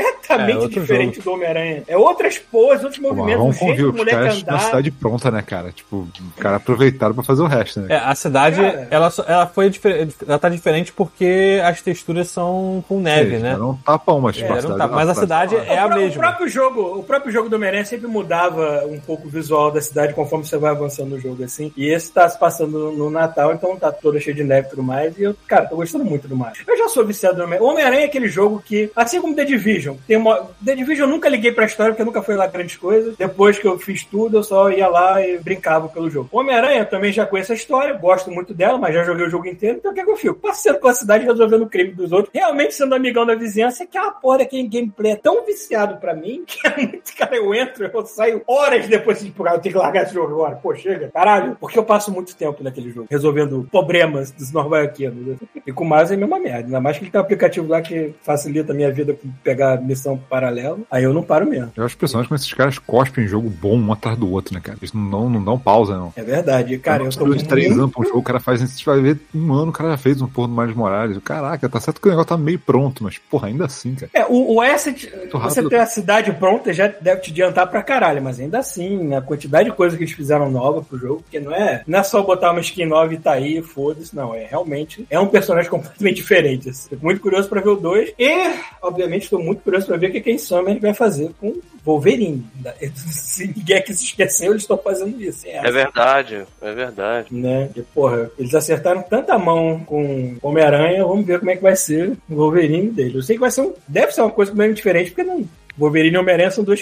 C: completamente
E: outro
C: diferente do Homem-Aranha. É outras poses, outros
F: Pô,
C: movimentos, um
F: Vamos
C: jeito
F: convir,
C: do
F: os
C: moleque
F: caras na
C: andar.
F: cidade pronta, né, cara? Tipo, o cara aproveitaram pra fazer o resto, né?
E: É, a cidade,
C: Cara.
E: ela, só- ela foi diferente. Ela tá diferente porque as texturas são com neve,
F: Eles
E: né?
F: deram um tapão, mas, tipo,
E: É, não tá- mas a cidade é a
C: o, pró- o
E: mesma.
C: próprio jogo, o próprio jogo do Homem-Aranha sempre mudava um pouco o visual da cidade conforme você vai avançando no jogo, assim. E esse tá se passando no- no Natal, então tá toda cheia de neve e tudo mais. E eu, cara, tô gostando muito do Mario. Eu já sou viciado no Homem-Aranha. O Homem-Aranha é aquele jogo que, assim como The Division, tem uma... The Division eu nunca liguei pra história, porque nunca foi lá grandes coisas. Depois que eu fiz tudo, eu só ia lá e brincava pelo jogo. O Homem-Aranha eu também já conheço a história, gosto muito dela, mas já joguei o jogo inteiro, então o que é que eu fico? Passeando pela cidade, resolvendo o crime dos outros, realmente sendo amigão da vizinhança, que é uma porra que em gameplay é tão viciado pra mim, que é muito, cara, eu entro, eu saio horas depois de tipo, ah, eu tenho que largar esse jogo agora, pô, chega, caralho, porque eu passo muito tempo naquele jogo, resolvendo problemas dos nova-iorquinos, né? e com o Miles é a mesma merda, ainda mais que ele tem um aplicativo lá que facilita a minha vida com pegar pra missão paralela, aí eu não paro mesmo.
F: Eu acho impressionante como esses caras cospem jogo bom um atrás do outro, né, cara? Eles não, não dão pausa, não.
C: É verdade. Cara, eu tô
F: de três
C: muito-
F: anos pra um jogo, o cara faz. Você vai ver um ano, o cara já fez um porra do Miles Morales. Caraca, tá certo que o negócio tá meio pronto, mas porra, ainda assim, cara.
C: É, o, o Asset, você
F: rápido.
C: ter a cidade pronta já deve te adiantar pra caralho, mas ainda assim, a quantidade de coisa que eles fizeram nova pro jogo, porque não é, não é só botar uma skin nova e tá aí, foda-se, não. É realmente, é um personagem completamente diferente. assim. Fico muito curioso pra ver o 2 e, obviamente, estou muito curioso pra ver o que que a Insomniac vai fazer com Wolverine. Se ninguém aqui se esqueceu, eles estão fazendo isso.
G: É verdade, é verdade.
C: né? E, porra, eles acertaram tanta mão com Homem-Aranha, vamos ver como é que vai ser o Wolverine dele. Eu sei que vai ser um. Deve ser uma coisa meio diferente, porque não. Wolverine e Homem-Aranha são duas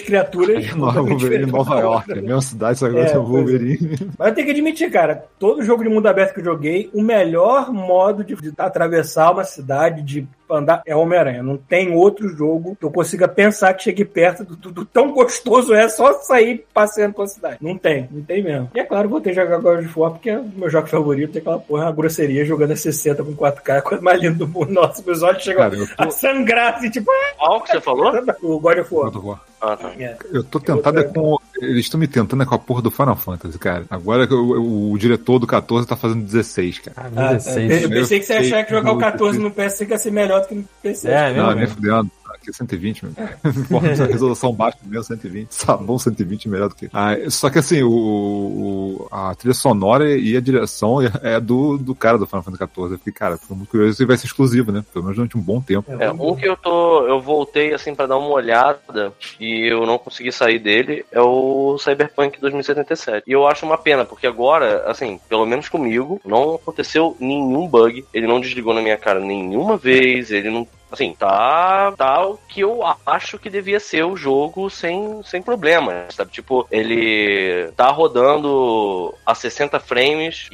C: criaturas.
F: De Nova,
C: completamente
F: Wolverine em
C: diferentes
F: Nova
C: uma da
F: York,
C: outra.
F: a mesma cidade, só que agora
C: É,
F: tem o
C: pois é.
F: Wolverine.
C: Mas eu tenho que admitir, cara, todo jogo de mundo aberto que eu joguei, o melhor modo de, de atravessar uma cidade, de andar, é Homem-Aranha. Não tem outro jogo que eu consiga pensar que chegue perto do, do- do tão gostoso é só sair passeando pela cidade. Não tem, não tem mesmo. E é claro, vou ter que jogar God of War, porque é o meu jogo favorito, é aquela porra, uma grosseria jogando a 60 com 4K, é a coisa mais linda do mundo. Nossa, meus olhos chegam
F: Cara, eu tô-
C: a sangrar, assim, tipo,
G: Qual que você falou?
C: ah, o God of War.
F: God of War.
G: Ah, tá.
F: Eu tô tentado é com. Eles estão me tentando é com a porra do Final Fantasy, cara. Agora que o, o- o diretor do 14 tá fazendo 16, cara.
E: Ah,
C: Ah, tá. eu
E: 16.
C: pensei que você ia achar que jogar o 14 no PS5 ia ser melhor do que no PC.
F: Não,
E: É, mesmo,
F: nem
E: mesmo.
F: fudendo. Aqui é 120, meu. Porra, essa resolução baixa mesmo, 120. Sabão 120 é melhor do que. Ah, só que assim, o, o- a trilha sonora e a direção é- é do, do cara do Final Fantasy XIV. Eu fiquei, cara, tô muito curioso e vai ser exclusivo, né? Pelo menos durante um bom tempo.
G: É, um que eu tô. Eu voltei assim pra dar uma olhada e eu não consegui sair dele é o Cyberpunk 2077. E eu acho uma pena, porque agora, assim, pelo menos comigo, não aconteceu nenhum bug. Ele não desligou na minha cara nenhuma vez, ele não. Assim, tá, tá o que eu acho que devia ser o jogo sem, sem problema, sabe? Tipo, ele tá rodando a 60 frames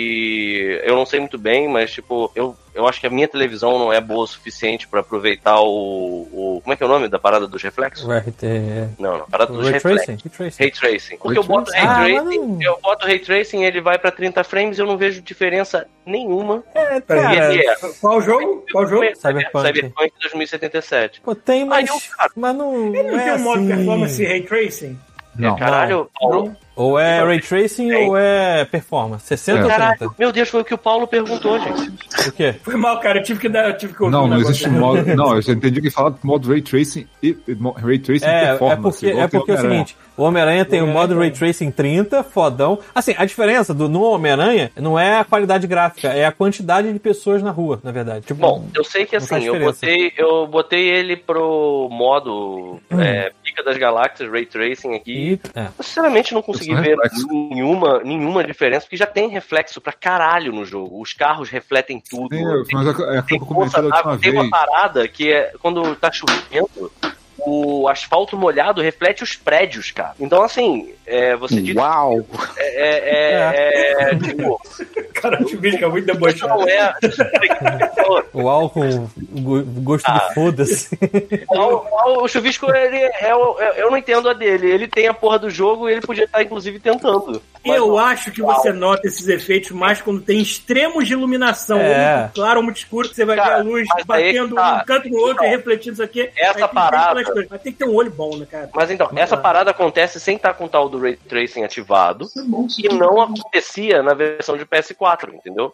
G: e eu não sei muito bem, mas tipo, eu eu acho que a minha televisão não é boa o suficiente pra aproveitar o, o- Como é que é o nome da parada dos reflexos?
E: O RT, é.
G: Não, não, parada
E: O
G: dos
E: Ray
G: reflexos.
E: Tracing? Ray Tracing.
G: Ray tracing. Porque eu
F: Ray
G: boto ray
E: Ah,
G: tracing,
E: mas não-
G: eu boto ray tracing, ele vai pra 30 frames, eu não vejo diferença nenhuma.
E: É,
C: Cara,
G: Ele é
C: Qual jogo? Qual jogo?
E: Cyberpunk.
G: Cyberpunk 2077.
E: Pô, tem, mas,
G: Aí eu, cara-
E: mas não,
C: Ele não
E: é
C: tem um modo
E: assim.
C: performance ray tracing?
F: Não.
G: Caralho, Paulo.
E: Ou é Ray Tracing ou é performance. 60 ou 30?
G: Caralho, meu Deus, foi o que o Paulo perguntou, gente.
E: O quê?
C: Foi mal, cara. Eu tive que dar. Eu tive que ouvir
F: Não,
C: um
F: não
C: negócio.
F: existe modo. Não, eu já entendi que fala de modo ray tracing e e mo- ray tracing e
E: É, é
F: performance.
E: porque,
F: igual
E: é
F: tem
E: porque é o
F: Homem-Aranha.
E: seguinte, o Homem-Aranha tem o modo Ray
C: Homem-Aranha
E: Tracing 30, fodão. Assim, a diferença do no Homem-Aranha não é a qualidade gráfica, é a quantidade de pessoas na rua, na verdade. Tipo,
G: Bom, eu sei que
E: Não faz
G: assim, eu
E: diferença.
G: botei, eu botei ele pro modo é, Pica das Galáxias, Ray Tracing aqui.
E: Hum. e, é.
G: Eu sinceramente não consegui
F: Isso é
G: ver
F: reflexo.
G: nenhuma, nenhuma diferença, porque já tem reflexo pra caralho no jogo. Os carros refletem tudo.
F: Sim, eu- mas é- é
G: tem
F: aquilo que eu
G: força
F: comentei da
G: d'água,
F: última
G: tem uma
F: vez.
G: parada que é quando tá chovendo, o asfalto molhado reflete os prédios, cara. Então, assim, é,
H: Hum.
G: você diz.
H: Uau!
G: É, é, é, tipo,
C: Cara, o vídeo que é muito
G: isso
C: debochado.
G: não é.
E: O álcool, o go- o gosto de foda-se.
G: O, Então, o, o chuvisco, ele é, o- é- eu não entendo a dele. Ele tem a porra do jogo e ele podia estar, inclusive, tentando. Mas
C: Eu acho que você nota esses efeitos mais quando tem extremos de iluminação.
E: É.
C: Ou muito claro, ou muito escuro, que você vai
G: Cara,
C: ver a luz
G: mas aí que
C: batendo
G: tá.
C: um canto no outro
G: Então,
C: e refletindo isso aqui.
G: essa
C: Aí tem
G: parada-
C: várias coisas. Mas tem que ter um olho bom, né, cara?
G: Mas então, essa parada acontece sem estar com o tal do Ray Tracing ativado.
I: Isso é bom.
G: que não acontecia na versão de PS4, entendeu?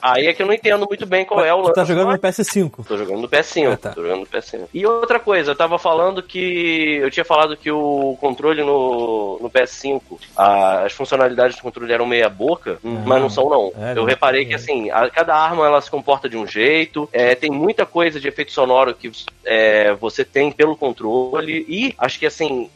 G: Aí é que eu não entendo muito bem qual é o
E: Tu
G: lance.
E: tá jogando no PS5.
G: Tô jogando no PS5,
E: Ah, tá.
G: tô jogando no PS5. E outra coisa, eu tava falando que. Eu tinha falado que o controle no, no PS5, a- as funcionalidades do controle eram meia boca, mas não são, não.
E: É,
G: eu
E: não.
G: reparei que assim, a- cada arma ela se comporta de um jeito, é, tem muita coisa de efeito sonoro que é, você tem pelo controle. E acho que assim,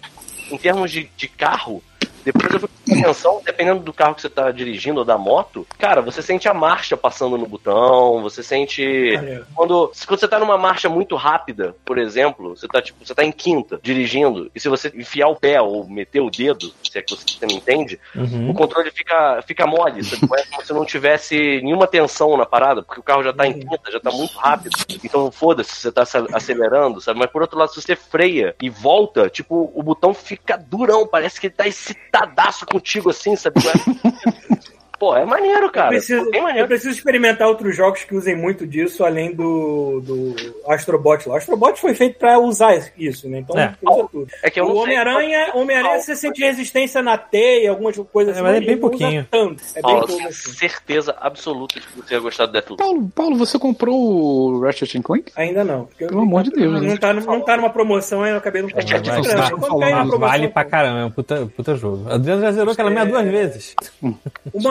G: em termos de, de carro. Depois eu fui prestar atenção, dependendo do carro que você tá dirigindo ou da moto, cara, você sente a marcha passando no botão, você sente
C: Cara,
G: quando, se- quando você tá numa marcha muito rápida, por exemplo, você tá tipo, você tá em quinta, dirigindo, e se você enfiar o pé ou meter o dedo, se é que você também entende,
C: Uhum.
G: o controle fica, fica mole, sabe? É como se não tivesse nenhuma tensão na parada, porque o carro já tá em quinta, já tá muito rápido. Então, foda-se, você tá ace- acelerando, sabe? Mas por outro lado, se você freia e volta, tipo, o botão fica durão, parece que ele tá excitadaço contigo assim, sabe? Não é? Pô, é maneiro, cara.
C: eu, preciso,
G: Pô, bem
C: eu
G: maneiro.
C: preciso experimentar outros jogos que usem muito disso, além do, do Astrobot lá. O Astrobot foi feito pra usar isso, né? Então
E: É.
C: usa tudo.
G: É que eu
C: o
G: não sei-
C: Homem-Aranha, Homem-Aranha,
G: Qual?
C: você sente resistência na teia, algumas coisas
E: É, mas é
C: ele
E: bem
C: não usa
E: pouquinho.
C: Tanto. É bem
G: Paulo,
C: pouco. assim.
G: certeza absoluta de que você ia gostar do Deathloop.
H: Paulo, Paulo, você comprou o Ratchet and Clank?
C: Ainda não. Porque eu-
H: Pelo amor de Deus,
C: Não
H: né?
C: tá, não tá numa promoção ainda, eu acabei não
G: Vai, vai,
C: Quando
F: vai.
C: cair na
E: Mas
C: promoção,
E: vale pra caramba, é um puta, puta jogo. A Adriano já zerou aquela meia duas
C: É.
E: vezes.
C: Uma-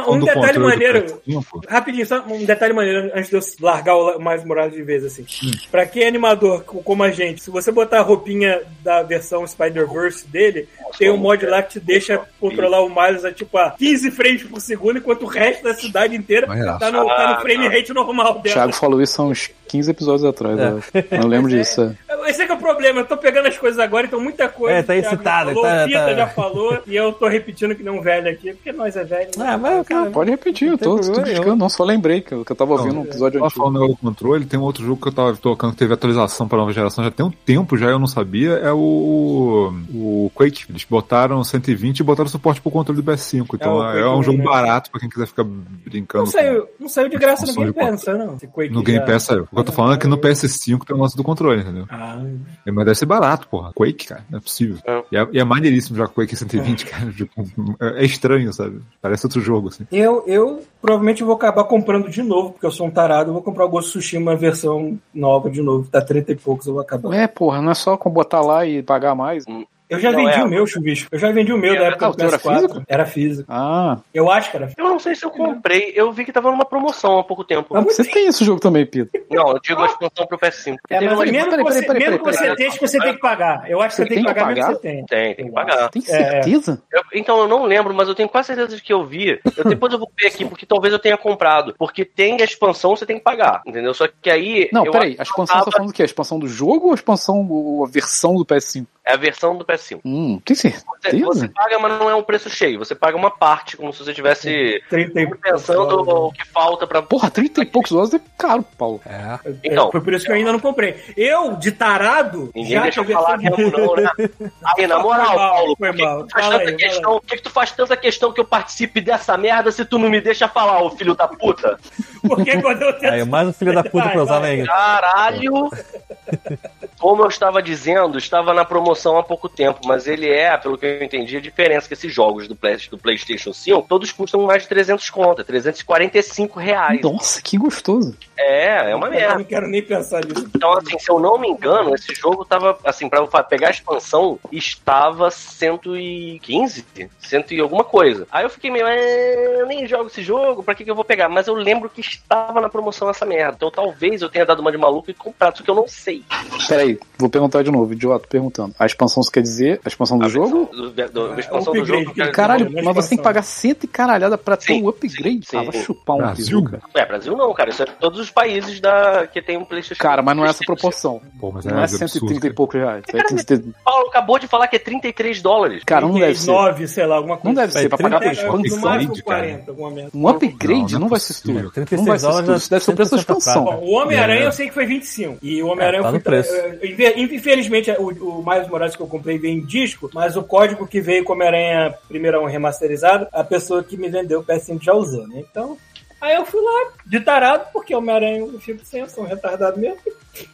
F: Quando
C: um
F: o
C: detalhe
F: controle do
C: maneiro,
F: PS5,
C: Rapidinho, só um detalhe maneiro antes de eu largar o mais Morales de vez, assim. Pra quem é animador co- como a gente, se você botar a roupinha da versão Spider-Verse dele, tem um mod lá que te deixa controlar o Miles a tipo a 15 frames por segundo, enquanto o resto da cidade inteira
F: Maneiraço.
C: tá no, tá no frame rate normal
H: O
C: dela.
H: Thiago falou isso há uns 15 episódios atrás. eu acho. Eu lembro disso. é.
C: Esse é que é o problema, eu tô pegando as coisas agora, então muita coisa.
E: É, tá
C: o Thiago já
E: excitado,
C: falou,
E: tá-
C: o Pita
E: tá-
C: já falou, e eu tô repetindo que nem um velho aqui, porque nós é velho. né?
E: Ah, mas cara,
H: Pode repetir, eu
E: tem
H: tô, tô
E: problema nenhum.
H: criticando, não, só lembrei que eu, que eu tava ouvindo um episódio
F: Tava
H: antigo.
F: falando do controle, tem um outro jogo que eu tava tocando que teve atualização pra nova geração já tem um tempo já, eu não sabia, é o, o Quake. Eles botaram 120 e botaram suporte pro controle do PS5. Então
C: É, o
F: é,
C: Quake,
F: um jogo
C: né?
F: barato pra quem quiser ficar
C: Não
F: brincando. com-
C: saiu, não saiu de graça no
F: Função
C: Game
F: de
C: Pass, não. saiu, não. Esse Quake
F: No Game
C: já-
F: Pass saiu. O que eu tô falando é que no PS5 tem o lance do controle, entendeu?
C: Ah,
F: É, Mas deve ser barato, porra. Quake, cara, não é possível.
G: É.
F: E, é, e é maneiríssimo já Quake 120, cara. Tipo, é é estranho, sabe? Parece outro jogo, assim.
C: Eu, eu provavelmente vou acabar comprando de novo, porque eu sou um tarado. Eu vou comprar o Ghost of Tsushima versão nova de novo, tá 30 e poucos, eu vou acabar.
H: É, porra, não é só com botar lá e pagar mais.
C: Eu já
G: Não,
C: vendi
G: é.
C: o meu, chubicho. Eu já vendi o meu
G: É,
C: da época
H: ah,
C: do
H: o teu era
C: PS4.
H: físico?
C: Era físico.
H: Ah,
C: Eu acho que era físico.
G: Eu não sei se eu comprei, eu vi que tava numa promoção há pouco tempo.
C: Mas
H: você tem esse jogo também, Pita.
G: Não, eu digo a expansão pro PS5.
C: É,
H: Teve
C: mas
H: uma-
C: mesmo que
H: peraí,
C: você,
H: peraí, peraí,
C: mesmo que
H: peraí,
C: você
H: peraí.
C: tenha, acho que você tem que pagar. Eu acho que você
H: Você
C: tem que
H: tem que
C: pagar mesmo que você
H: pagar?
C: tenha.
G: Tem, tem que pagar.
H: Tem certeza?
G: Eu- então eu não lembro, mas eu tenho quase certeza de que eu vi. Eu, depois eu vou ver aqui, porque talvez eu tenha comprado. Porque tem a expansão, você tem que pagar, entendeu? Só que aí.
H: Não,
G: eu
H: peraí,
G: acho
H: a expansão, você
G: tava-
H: tá falando do quê? A expansão do jogo ou a expansão, ou a versão do PS5?
G: É a versão do PS5.
H: Hum, tem
G: Você, você
C: né?
H: certeza?
G: paga, mas não é um preço cheio. Você paga uma parte, como se você tivesse
C: 30 e
G: pensando
C: né?
G: o que falta pra.
H: Porra, 30 e poucos dólares é caro, Paulo.
E: é.
G: Então.
C: Foi por isso que eu ainda não comprei. Eu, de tarado,
G: Ninguém
C: já
G: deixa eu
C: tive
G: falar
C: essa-
G: mesmo, não, né? Aí, na moral,
C: Foi mal,
G: Paulo,
C: foi
G: por que,
C: mal.
G: que tu faz
C: Fala
G: tanta
C: aí,
G: questão? Por que, que tu faz tanta questão que eu participe dessa merda se tu não me deixa falar, ô filho da puta?
C: Porque quando eu tento
E: Aí, mais um filho da puta pra usar, né?
G: Caralho! Como eu estava dizendo, estava na promoção há pouco tempo, mas ele é, pelo que eu entendi, a diferença que esses jogos do, Play- do PlayStation 5, todos custam mais de 300 conto, é 345 reais.
H: Nossa, que gostoso.
G: É, é uma
C: Eu
G: merda.
C: não quero nem pensar nisso.
G: Então, assim, se eu não me engano, esse jogo tava, assim, pra eu fa- pegar a expansão, estava 115, 100 e alguma coisa. Aí eu fiquei meio, é, eu nem jogo esse jogo, pra que que eu vou pegar? Mas eu lembro que estava na promoção essa merda, então talvez eu tenha dado uma de maluco e comprado, só que eu não sei.
H: Peraí, vou perguntar de novo, idiota, perguntando. A expansão você quer dizer a expansão do
G: A
H: jogo? Ah, é um
G: versão do- do- a expansão
C: upgrade,
G: do jogo.
C: que ele-
H: Caralho,
C: Não,
H: mas você tem que pagar cento e caralhada pra ter
G: Sim,
H: um upgrade.
G: sim,
H: ah, vai
G: sim.
H: chupar um
F: Brasil,
H: piso,
F: cara.
G: É,
H: cara.
G: Brasil não, cara. Isso é todos os países da... que tem um PlayStation.
H: Cara, mas não é essa proporção.
F: Pô, mas é,
H: Não é
F: absurdo,
H: 130 e
F: cara. é um
H: poucos reais. É Isso aí tem que ter-
G: Paulo acabou de falar que é 33 dólares.
H: Cara, não deve ser.
C: 9, sei lá, alguma
H: Não
C: coisa.
H: deve
E: Vai,
F: É
H: ser. Pra pagar pra
C: 30,
F: quanto?
C: no
H: expansão.
C: máximo
F: Upgrade,
C: 40, alguma merda.
H: Um upgrade
F: Não,
H: não,
F: não é
H: vai ser isso
F: possível.
H: tudo.
E: 36
H: Não vai ser isso
E: dólares
H: tudo.
E: já-
H: Isso deve ser o preço da
E: sempre essa
H: expansão.
E: parada.
C: Bom, o Homem-Aranha
F: É.
C: eu sei que foi 25. E o Homem-Aranha
E: É, tá
C: eu
E: no preço.
C: eu- eu- Infelizmente, é, o, o Miles Morales que eu comprei veio em disco, mas o código que veio com o Homem-Aranha primeirão remasterizado, a pessoa que me vendeu o PS5 já usou, né? Então. Aí eu fui lá, de tarado, porque Homem-Aranha eu fico sem ação, retardado mesmo.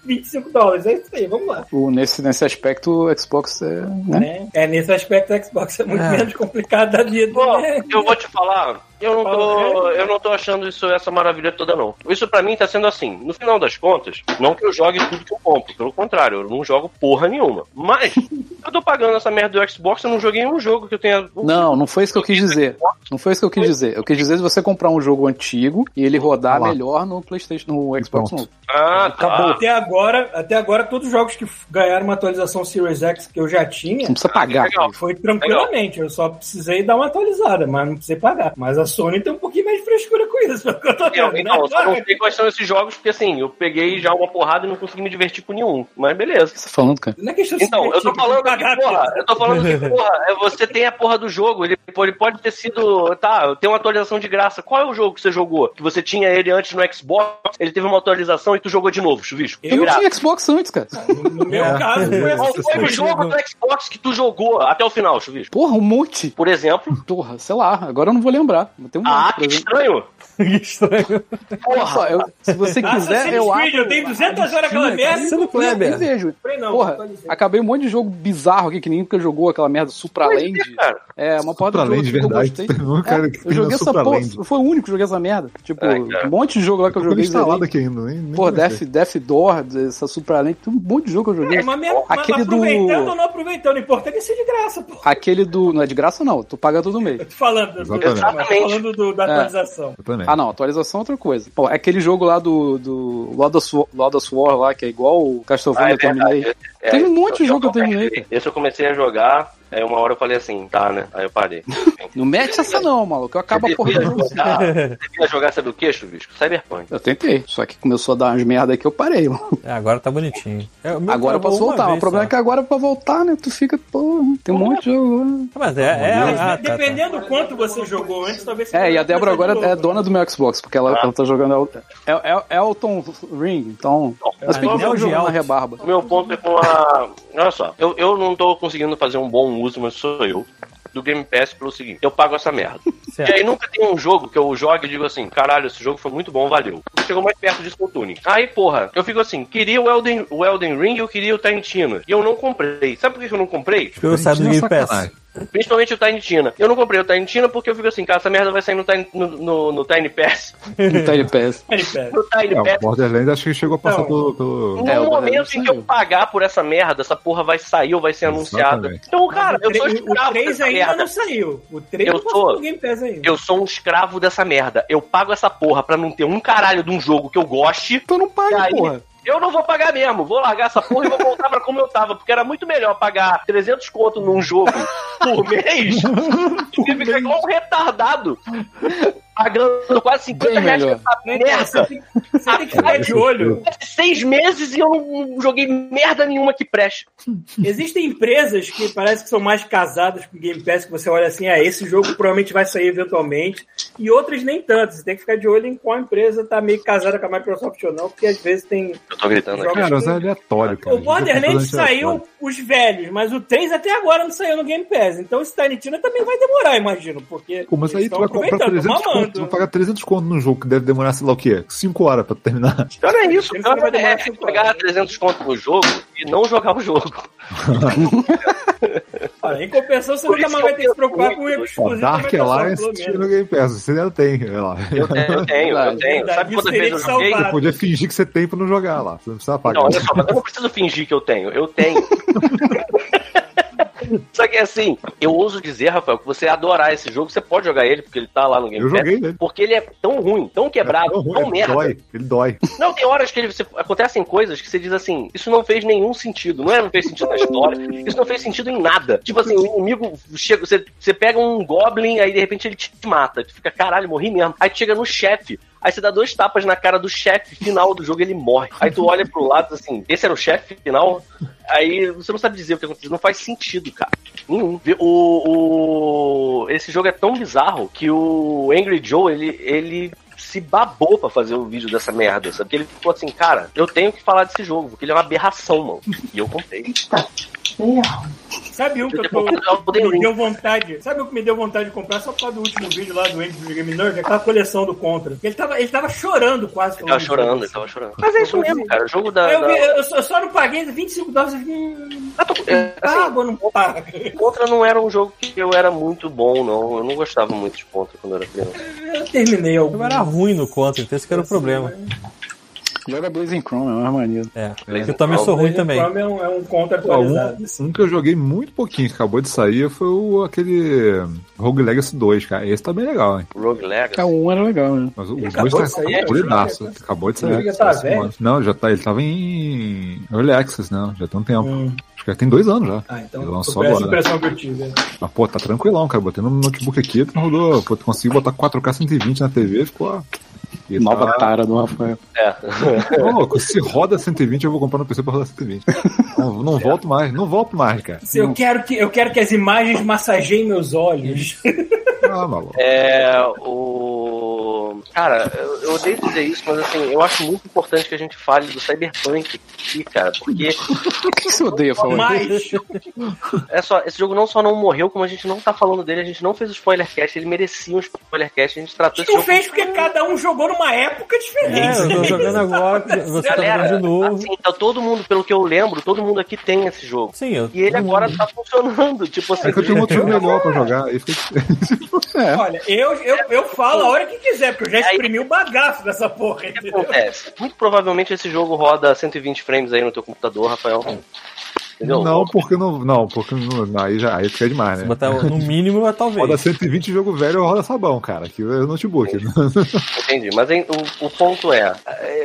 C: 25 dólares, é isso aí, vamos lá.
H: O- Nesse, nesse aspecto, o Xbox é. Né?
C: né? É, nesse aspecto o Xbox é muito
E: É.
C: menos complicado da vida.
G: Pô,
C: né?
G: eu vou te falar, eu não tô, eu não tô achando isso essa maravilha toda não. Isso pra mim tá sendo assim, no final das contas, não que eu jogue tudo que eu compro, pelo contrário, eu não jogo porra nenhuma. Mas eu tô pagando essa merda do Xbox, eu não joguei um jogo que eu tenha
H: Não, não foi isso que eu quis dizer. Não foi isso que eu quis dizer. Eu quis dizer de você comprar um jogo antigo e ele rodar
F: Olha lá. Então
H: melhor no PlayStation, no Xbox
F: Pronto.
H: novo.
G: Ah, tá.
C: Até agora, até agora, todos os jogos que f- ganharam uma atualização Series X que eu já
H: Você
C: tinha,
H: não precisa pagar.
G: Legal.
C: foi tranquilamente. Eu só precisei dar uma atualizada, mas não precisei pagar. Mas a Sony tem um pouquinho mais de frescura com isso. pelo que Eu tô
G: Eu,
C: vendo, né?
G: então, eu só não
C: Agora,
G: sei quais são esses jogos, porque assim, eu peguei já uma porrada e não consegui me divertir com nenhum. Mas beleza.
H: O que você tá falando, cara?
C: não é questão de se
G: Então, eu
C: divertir,
G: tô
C: tem
G: falando
C: que
G: que,
C: pagar
G: porra,
C: tudo.
G: eu tô falando que, porra, é, você tem a porra do jogo, ele pode, pode ter sido, tá, tem uma atualização de graça. Qual é o jogo que você jogou? Que você tinha ele antes no Xbox, ele teve uma atualização e tu jogou de novo, chuvicho. jogos
H: Eu
G: piratas.
H: tinha Xbox antes, cara.
C: No meu
E: É.
C: caso, foi
G: Qual
C: assim.
G: foi o jogo
H: é
G: do Xbox que tu jogou até o final, Chuvisco?
H: Porra, um monte.
G: Por exemplo,
H: Porra, sei lá, agora eu não vou lembrar. Tem um
G: ah,
H: monte, por
G: que
H: exemplo.
G: estranho.
E: Que estranho.
H: Olha só, eu- se você quiser,
C: Assassin's
H: eu
C: Creed,
H: acho.
C: eu tenho 200 horas aquela
H: é
C: merda.
E: Sendo
H: Eu
E: Kleber.
H: vejo.
C: Falei, não,
H: Porra,
C: tô dizendo.
H: acabei um monte de jogo bizarro aqui, que nem nunca jogou aquela merda Supraland.
G: cara.
H: É, uma porra
F: Pra além de
H: que eu
F: verdade,
H: gostei. É,
F: tem um cara que
H: Eu
F: tem no
H: joguei essa
F: Supraland.
H: porra, foi o único que joguei essa merda. Tipo,
G: É, cara.
H: um monte de jogo lá que eu
F: Tudo
H: joguei.
F: instalado
H: zerei.
F: aqui ainda, nem. nem
H: Porra,
F: comecei.
H: Death, Death Door, essa Supraland, tem um monte de jogo que eu joguei.
C: É, mas, mesmo, mas
H: Aquele do-
C: aproveitando ou não aproveitando, o importante é ser de graça, pô.
H: Aquele do. Não é de graça, não. Tu paga todo mês.
C: Tô falando, eu tô-
F: Exatamente.
C: tô falando do- da
H: É.
C: atualização.
F: Eu também.
H: Ah, não, atualização é outra coisa. Pô, é aquele jogo lá do, do Lord, of, Swa- Lord of War lá, que é igual o Castlevania
G: Ah, é
H: que eu terminei.
G: verdade. É,
H: Teve um monte de jogo que eu
G: comecei-
H: terminei, cara.
G: Esse eu comecei a jogar, aí uma hora eu falei assim, tá, né? Aí eu parei.
H: Não mete essa não, maluco. Eu acabo a porra do
G: devia
H: jogo.
G: jogar, devia jogar, sabe o que, Chuvisco? Cyberpunk.
H: Eu tentei, só que começou a dar umas merda aqui, eu parei, mano.
E: É, agora tá bonitinho. É, o meu
H: Agora eu
E: travou
H: posso
E: uma
H: voltar, mas
E: vez
H: o problema é
E: só.
H: que agora pra voltar, né, tu fica, pô, tem um monte de jogo. né?
E: Ah, Mas é, é,
C: Mas
E: ah, tá, tá.
C: dependendo do quanto você jogou antes, talvez você
H: É, e a
C: possa
H: Débora
C: fazer
H: agora
C: de novo, né?
H: é dona do meu Xbox, porque ela,
G: Ah.
H: ela tá jogando El, El, El- Elton Ring, então... Mas tem que ter
E: Anel
H: um
E: de
H: jogo na
E: Elton.
H: rebarba.
G: O meu ponto é com a. Olha só, eu, eu não tô conseguindo fazer um bom uso, mas sou eu. Do Game Pass pelo seguinte, eu pago essa merda.
E: Certo.
G: E aí nunca tem um jogo que eu jogo e digo assim, caralho, esse jogo foi muito bom, valeu. Chegou mais perto disso que o Tunic. Aí, porra, eu fico assim, queria o Elden, o Elden Ring e eu queria o Tiny Tina. E eu não comprei. Sabe por que que eu não comprei?
E: Porque eu sabe do Game Pass.
G: Principalmente o Tiny Tina. Eu não comprei o Tiny Tina porque eu fico assim, cara, essa merda vai sair no Tiny, no, no- no Tiny Pass.
H: Então ele pesa.
C: Ele pega.
G: No Tiny
F: É, o
G: Pass.
F: Borderlands acho que chegou a passar
C: Não.
F: pelo. pelo-
G: No
H: É, o Borderlands
G: momento em que eu
H: saiu.
G: pagar por essa merda, essa porra vai sair ou vai ser anunciada.
F: Exatamente.
G: Então, cara, eu sou
C: o,
G: escravo
C: 3
G: dessa
C: ainda
G: merda.
C: não saiu. O 3
G: Eu
C: não
G: tô-
C: passou no Game Pass ainda.
G: Eu sou um escravo dessa merda. Eu pago essa porra pra não ter um caralho de um jogo que eu goste.
H: Tu não
G: E
H: paga,
G: aí,
H: porra.
G: Eu não vou pagar mesmo. Vou largar essa porra e vou voltar pra como eu tava. Porque era muito melhor pagar 300 conto num jogo por mês do que ficar igual um retardado. Pagando quase 50
H: Bem
G: reais
H: melhor.
G: pra
C: Né,
G: essa
C: cara? Você
G: merda.
C: tem, você tem que ficar de olho.
G: Seis meses e eu não joguei merda nenhuma que preste.
C: Existem empresas que parece que são mais casadas com o Game Pass, que você olha assim, ah, esse jogo provavelmente vai sair eventualmente, e outras nem tanto. Você tem que ficar de olho em qual empresa tá meio casada com a Microsoft ou não, porque às vezes tem
G: Eu tô gritando
C: jogos
F: Cara, mas é
C: que-
F: aleatório, cara.
C: O Borderlands saiu os velhos, mas o 3 até agora não saiu no Game Pass. Então esse Tiny Tina também vai demorar, imagino, porque
F: Pô, mas aí
C: eles
F: tu
C: tão
F: vai comprar
C: aproveitando,
F: 300
C: tão
F: conto, vai
C: mamando.
F: pagar 300 conto num jogo que deve demorar, sei lá o quê, 5 horas pra terminar.
G: Cara, é isso,
C: Ele vai
G: cara.
C: demorar
G: É
C: cinco
G: pagar
C: horas.
G: 300 conto no jogo e não jogar o jogo.
C: Cara, em compensação, você
G: Por
C: nunca
G: isso
C: mais vai
G: que
C: ter que se
G: eu
C: preocupar
G: tenho
C: com o
G: muito.
F: Ó,
C: exclusivo da
F: Dark
C: Microsoft,
F: Alliance
C: pelo
F: tinha
C: menos.
F: no Game Pass, você ainda tem, sei lá.
G: Eu tenho, eu tenho, eu
H: Verdade.
G: tenho.
C: Verdade,
G: Sabe
C: isso
G: quantas
C: teria
G: vezes eu
C: que
G: joguei?
C: salvar.
F: Você podia fingir que você tem pra não jogar lá, você não precisava pagar.
G: Não, olha só, mas eu não preciso fingir que eu tenho. Eu tenho. Só que assim, eu ouso dizer, Rafael, que você adorar esse jogo, você pode jogar ele, porque ele tá lá no Game
F: Eu
G: Pass,
F: joguei É nele.
G: Porque ele é tão ruim, tão
F: Não,
G: quebrado, tão,
F: ele
G: merda.
F: dói, ele dói.
G: Não, tem horas que ele, você- acontecem coisas que você diz assim, isso não fez nenhum sentido. Não é, não fez sentido na história, isso não fez sentido em nada. Tipo assim, o inimigo chega, você, você pega um goblin, aí de repente ele te mata. Tu fica, caralho, morri mesmo. Aí tu chega no chefe, aí você dá dois tapas na cara do chefe final do jogo, ele morre. Aí tu olha pro lado assim, esse era o chefe final? Aí você não sabe dizer o que aconteceu, não faz sentido, cara. Nenhum. O, o- esse jogo é tão bizarro que o Angry Joe, ele, ele se babou pra fazer o vídeo dessa merda, sabe? Porque ele ficou assim, cara, eu tenho que falar desse jogo, porque ele é uma aberração, mano. E eu comprei.
C: Sabe um
G: é
C: que eu tô. Me deu vontade. Sabe o que me deu vontade de comprar só por causa do último vídeo lá do Andrew Game Nerd? é Aquela coleção do Contra. Ele tava, ele tava chorando quase.
G: Ele tava chorando, ele tava chorando. Mas é isso mesmo, cara. O jogo da.
C: Eu,
G: da...
C: vi- eu só- eu só não paguei 25 dólares. eu fiquei, hum,
G: Ah, tô- é, assim,
C: Pago ou não pago?
G: Contra não era um jogo que eu era muito bom, não. Eu não gostava muito de Contra quando eu era criança.
C: Eu terminei algum.
E: Eu era ruim no contra, então esse que era o problema.
H: Joga Blazing Chrome, é mais maneiro.
E: É.
G: Blaze
E: Eu também sou ruim também.
C: Chrome É um, é um Contra
F: Ó, um,
C: atualizado.
F: um que eu joguei muito pouquinho, que acabou de sair, foi o, aquele Rogue Legacy 2, cara. Esse tá bem legal, hein?
G: Rogue Legacy.
H: É, um era legal, né?
F: Mas o
C: Ele
F: os
C: acabou
F: dois
C: de
F: tá
C: sair, eu
F: polidaço.
C: acho
F: Acabou de
C: Ele
F: sair.
C: já tá
F: Essa
C: velho?
F: semana. Não, já tá. Ele tava em Early Access, né? Já tem um tempo.
C: Hum.
F: Acho que já tem dois anos já.
C: Ah, então
F: Ele
C: foi
F: lançou
C: essa
F: agora.
C: impressão que eu tive. né?
F: Mas, pô, tá tranquilão, cara. Botei no notebook aqui, tu rodou. Pô, tu conseguiu botar 4K 120 na TV, ficou. ó. E
H: Nova
F: tá-
H: tara do Rafael.
F: Ô, louco, se roda 120, eu vou comprar no PC pra rodar 120. Não, não volto mais, não volto mais, cara.
C: Se eu, quero que, eu quero que as imagens massageiem meus olhos.
F: Ah, maluco.
G: É. O. não. Cara, eu, eu odeio dizer isso, mas assim, eu acho muito importante que a gente fale do Cyberpunk aqui, cara, porque
H: O que você odeia, Fauê?
C: Mas,
G: é só, esse jogo não só não morreu, como a gente não tá falando dele, a gente não fez o spoiler cast, ele merecia um spoiler cast, a gente tratou esse
C: tu
G: jogo.
C: fez porque cada um jogou numa época
E: É, eu
C: diferente.
E: tô jogando agora, você tá jogando de novo.
G: assim, tá todo mundo, pelo que eu lembro, todo mundo aqui tem esse jogo.
E: Sim, eu.
G: E ele agora tá funcionando, tipo assim.
F: É que eu tenho um outro jogo melhor pra jogar. Esse que-
C: Olha, eu, eu, eu falo a hora que quiser, porque eu já exprimi o bagaço dessa porra.
G: O que
C: entendeu?
G: acontece? Muito provavelmente esse jogo roda 120 frames aí no teu computador, Rafael. Entendeu?
F: Não, porque não. Não, porque não, não, aí já aí fica demais,
E: Se
F: né?
E: botar no mínimo, mas
F: Roda
E: talvez.
F: 120 jogo velho roda sabão, cara. Aquilo é notebook.
G: Entendi. Mas hein, o, o ponto é,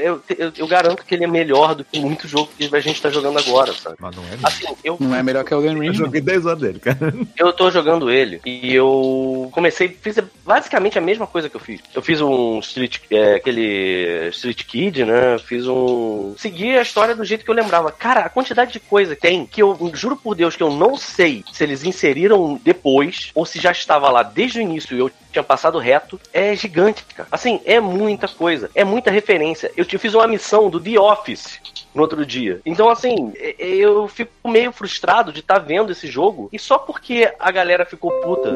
G: eu, eu, eu garanto que ele é melhor do que muito jogo que a gente tá jogando agora, sabe?
F: Mas não é mesmo.
G: Assim, eu,
H: Não é melhor que o Elden
F: Eu
H: Ring? não.
F: joguei 10 horas dele, cara.
G: eu tô jogando ele e eu comecei, fiz basicamente a mesma coisa que eu fiz. Eu fiz um Street, é, aquele Street Kid, né? Fiz um. Segui a história do jeito que eu lembrava. Cara, a quantidade de coisa que tem que eu juro por Deus que eu não sei se eles inseriram depois ou se já estava lá desde o início e eu tinha passado reto. É gigante, cara. Assim, é muita coisa, é muita referência. Eu te fiz uma missão do The Office no outro dia. Então, assim, e- eu fico meio frustrado de estar vendo esse jogo e só porque a galera ficou puta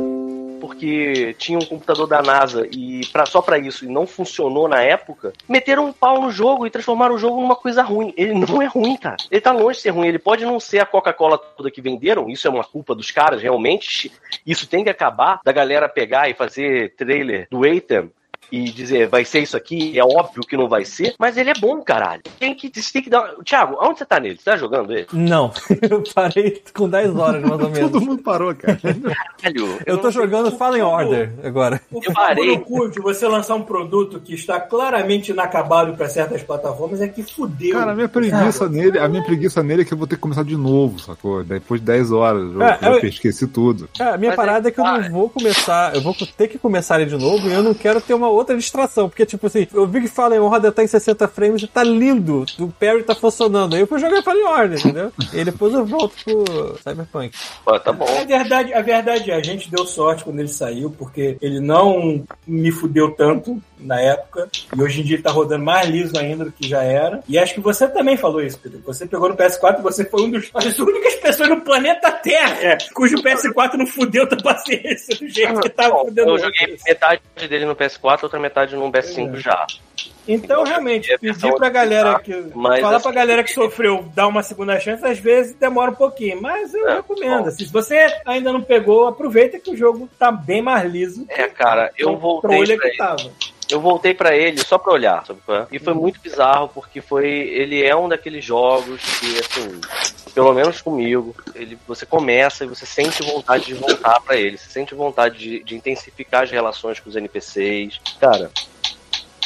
G: porque tinha um computador da NASA e pra, só pra isso e não funcionou na época, meteram um pau no jogo e transformaram o jogo numa coisa ruim. Ele não é ruim, cara. Ele tá longe de ser ruim. Ele pode não ser a Coca-Cola toda que venderam, isso é uma culpa dos caras, realmente. Isso tem que acabar da galera pegar e fazer trailer do Eitem e dizer vai ser isso aqui, é óbvio que não vai ser, mas ele é bom, caralho. Tem que, tem que dar. Thiago, aonde você tá nele? Você tá jogando ele?
E: Não, eu parei com 10 horas, mais ou
F: Todo
E: menos.
F: mundo parou, cara.
G: Caralho,
E: Eu tô jogando Fallen Order agora.
C: O
G: Eu parei.
C: futuro cu de você lançar um produto que está claramente inacabado para certas plataformas é que fudeu.
F: Cara, a minha preguiça nele, a minha preguiça nele é que eu vou ter que começar de novo, sacou? Depois de 10 horas, eu,
E: É,
F: eu
E: eu-
F: esqueci tudo.
E: É, a minha
G: Mas
E: parada
G: aí,
E: é que eu
G: para.
E: não vou começar, eu vou ter que começar ele de novo e eu não quero ter uma outra distração. Porque, tipo assim, eu vi que Fallen Order tá em 60 frames e tá lindo, o Perry tá funcionando. Aí eu fui jogar Fallen Order, entendeu? e aí depois eu volto pro Cyberpunk.
G: Pô, tá bom.
C: A É verdade, a verdade é, a gente deu sorte quando ele saiu, porque ele não me fudeu tanto na época, e hoje em dia ele tá rodando mais liso ainda do que já era. E acho que você também falou isso, Pedro. Você pegou no PS4 e você foi um dos as únicas pessoas no planeta
G: É.
C: Terra cujo PS4 não fudeu tua paciência do jeito que tava
G: Ah, Bom,
C: fudendo.
G: eu joguei
C: outras.
G: metade dele no PS4, outra metade no PS5 já.
C: Então, realmente, pedir pra galera que.
G: tá? Mas,
C: falar pra
G: assim,
C: galera que sofreu dar uma segunda chance, às vezes demora um pouquinho. Mas eu
G: É,
C: recomendo.
G: bom.
C: assim, se você ainda não pegou, aproveita que o jogo tá bem mais liso.
G: É, cara, eu
C: Então,
G: voltei
C: trolha
G: pra
C: que
G: ele.
C: tava.
G: Eu voltei pra ele só pra olhar, sabe? qual é? E foi muito bizarro, porque foi. Ele é um daqueles jogos que, assim, pelo menos comigo, ele, você começa e você sente vontade de voltar pra ele. Você sente vontade de, de intensificar as relações com os NPCs. Cara,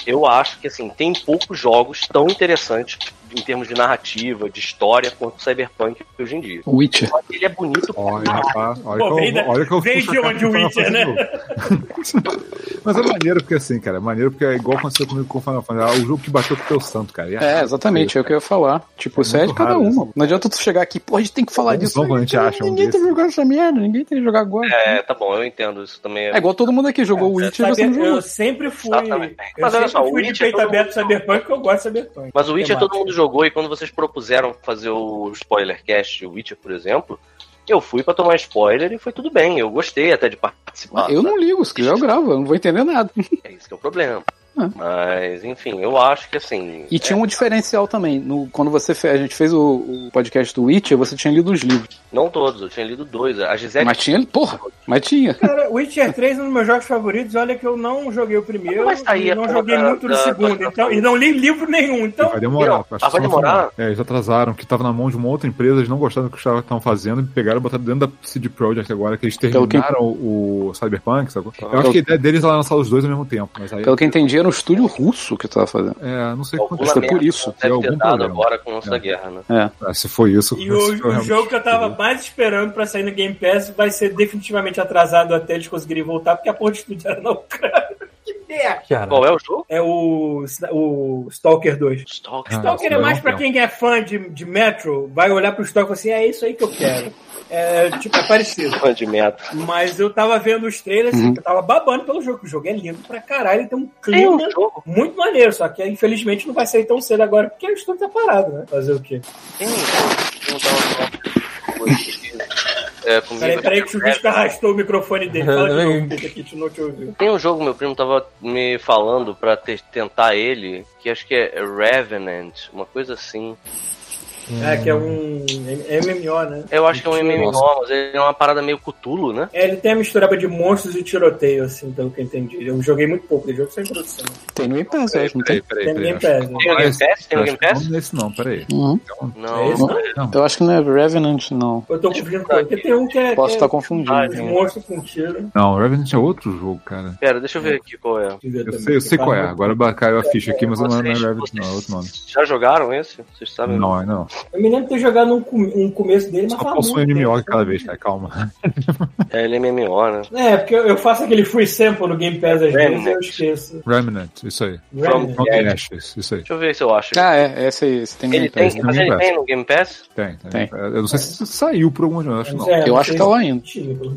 G: eu acho que assim, tem poucos jogos tão interessantes em termos de narrativa, de história, quanto Cyberpunk hoje em dia.
H: Witcher.
G: Só que ele é bonito
F: Olha, rapaz, olha
C: Ah, Pô,
F: que
C: vem
F: eu,
C: da-
F: olha que eu
C: vem
F: puxo
C: de
F: a
C: onde o
F: carta pra
C: Witcher, né?
F: fazer jogo. Mas é maneiro porque assim, cara, é maneiro porque é igual aconteceu comigo com o Final Fantasy. Ah, o jogo que bateu com o teu santo, cara. E a-
H: É, exatamente, é o que eu ia falar. Tipo, isso é de
F: muito
H: cada
F: raro
H: uma. Não adianta tu chegar aqui, pô, a gente tem que falar
F: É
H: disso.
F: bom quando a gente acha um
H: ninguém tá
F: desse.
H: jogando essa merda, ninguém tem que jogar agora. É,
G: É, tá bom, eu entendo. Isso também é.
H: igual todo mundo aqui jogou Witcher e
C: Sabe,
H: você não jogou.
C: eu sempre fui.
G: Exatamente.
C: Eu
G: Mas olha
C: sempre
G: só, o
C: fui de
G: Witcher
C: peito
G: todo
C: aberto
G: mundo-
C: Cyberpunk, porque eu gosto de Cyberpunk.
G: Mas o
H: é
G: Witcher
C: Temática.
G: todo mundo jogou e quando vocês propuseram fazer o spoiler cast, o Witcher, por exemplo, eu fui pra tomar spoiler e foi tudo bem. Eu gostei até de participar.
H: Ah, Eu não ligo, se quiser eu gravo, eu não vou entender nada.
G: É isso que é o problema.
H: Ah.
G: Mas, enfim, eu acho que assim.
H: E tinha um diferencial também. No, quando você fe- a gente fez o, o podcast do Witcher, você tinha lido os livros.
G: é, Não todos, eu tinha lido dois. A Gisele.
H: Mas tinha, porra, mas tinha.
C: Cara, Witcher 3 é um dos meus jogos favoritos. Olha que eu não joguei o primeiro.
G: Mas tá aí
C: e
G: a
C: não
G: porra
C: joguei
G: da-
C: muito no
G: da-
C: segundo.
G: da-
C: Então, e não li livro nenhum. Então,
F: Vai demorar.
G: Não,
F: acho que
G: ah, vai
F: só no
G: demorar?
F: final. É, eles atrasaram, que tava na mão de uma outra empresa, eles não gostaram do que os estavam fazendo, e pegaram e botaram dentro da CD Projekt agora, que eles
H: Pelo que-
F: terminaram o, o Cyberpunk, sacou? Eu acho
H: Pelo-
F: que a ideia deles era lançar os dois ao mesmo tempo, mas aí...
H: Pelo que eu entendi, era um estúdio russo que tava fazendo.
F: É, não sei
G: alguma
F: quanto
H: Acho que é
G: merda
H: por isso,
F: deu
G: Deve ter
F: algum
G: dado
F: problema.
G: agora com
H: É.
G: essa guerra, né?
F: Ah, se foi isso...
C: E
F: se foi
C: o, o
F: realmente-
C: jogo que eu tava mais esperando pra sair no Game Pass vai ser definitivamente atrasado até eles conseguirem voltar, porque a porra de estúdio era na Ucrânia. Que merda!
E: Cara,
G: Qual é o jogo?
C: É o, o Stalker 2.
G: Stalker.
F: Ah,
C: Stalker é
F: não,
C: mais pra
F: não.
C: quem é fã de, de Metro, vai olhar pro Stalker e falar assim, é isso aí que eu quero. É, tipo, é parecido.
G: Fã de merda.
C: Mas eu tava vendo os trailers, eu tava babando pelo jogo. que O jogo é lindo pra caralho, ele tem um clima
G: um jogo.
C: muito maneiro. Só que infelizmente não vai sair tão cedo agora, porque o estúdio tá parado, né? Fazer o quê?
G: Tem um jogo. Vou dar uma- É, comigo.
C: Peraí, peraí, que o tá Chubisco arrastou o microfone dele. Fala de novo, Peter, que a gente não te ouviu.
G: Tem um jogo, meu primo tava me falando pra te- tentar ele, que acho que é Revenant, uma coisa assim.
C: É, que é um MMO, né?
G: Eu acho que é um MMO,
E: Nossa.
G: mas ele é uma parada meio cutulo, né?
C: É, ele tem a mistureba de monstros e tiroteio, assim, pelo que eu entendi. Eu joguei muito pouco do jogo sem produção.
H: Tem no Impass, eu acho, não tem?
F: Peraí, peraí,
C: Tem
F: peraí.
C: Game
F: acho que-
C: Pass, né?
G: Tem alguém
F: Mas-
G: Pass? Tem alguém
F: acho que um
G: Pass?
F: Não, é esse não, peraí.
H: Uhum.
C: É
G: Não.
C: isso, né?
H: Eu acho que não é Revenant, não.
C: Eu tô confundindo com Porque tem um que é,
H: Posso
C: que
H: estar
C: é
H: confundindo.
C: de
H: né?
C: monstro com tiro.
F: Não, Revenant é outro jogo, cara.
G: Pera, deixa eu ver aqui qual é.
C: Deixa ver
F: Eu
C: também,
F: sei, eu sei
C: que
F: qual é.
C: fala-
F: Agora caiu a ficha aqui, mas não é não é
G: Vocês-
F: Revenant, não, é
G: vocês
F: outro nome.
G: Já jogaram esse? Vocês sabem?
F: Não, é não.
C: Eu me lembro de ter jogado um, come- um começo dele, mas
F: Só
C: faz
F: posso um
C: muito né?
F: MMO
C: tempo.
F: cada vez, cara. Calma.
G: É, ele é MMO, né?
C: É, porque eu eu faço aquele free sample no Game Pass às vezes e eu
G: Remnant.
C: esqueço.
F: Remnant, isso aí.
C: Remnant.
F: From the Ashes, isso aí.
G: Deixa eu ver se eu acho.
H: Ah, é, esse aí, esse tem no
G: ele
H: Game
G: tem,
H: Pass.
G: mas ele tem no Game Pass?
F: Tem, tem. É,
H: Tem.
F: Eu não sei se saiu por algum motivo, acho que não. É,
C: É,
H: Eu
C: não
H: acho
C: sei
H: que tá lá
C: se-
H: ainda.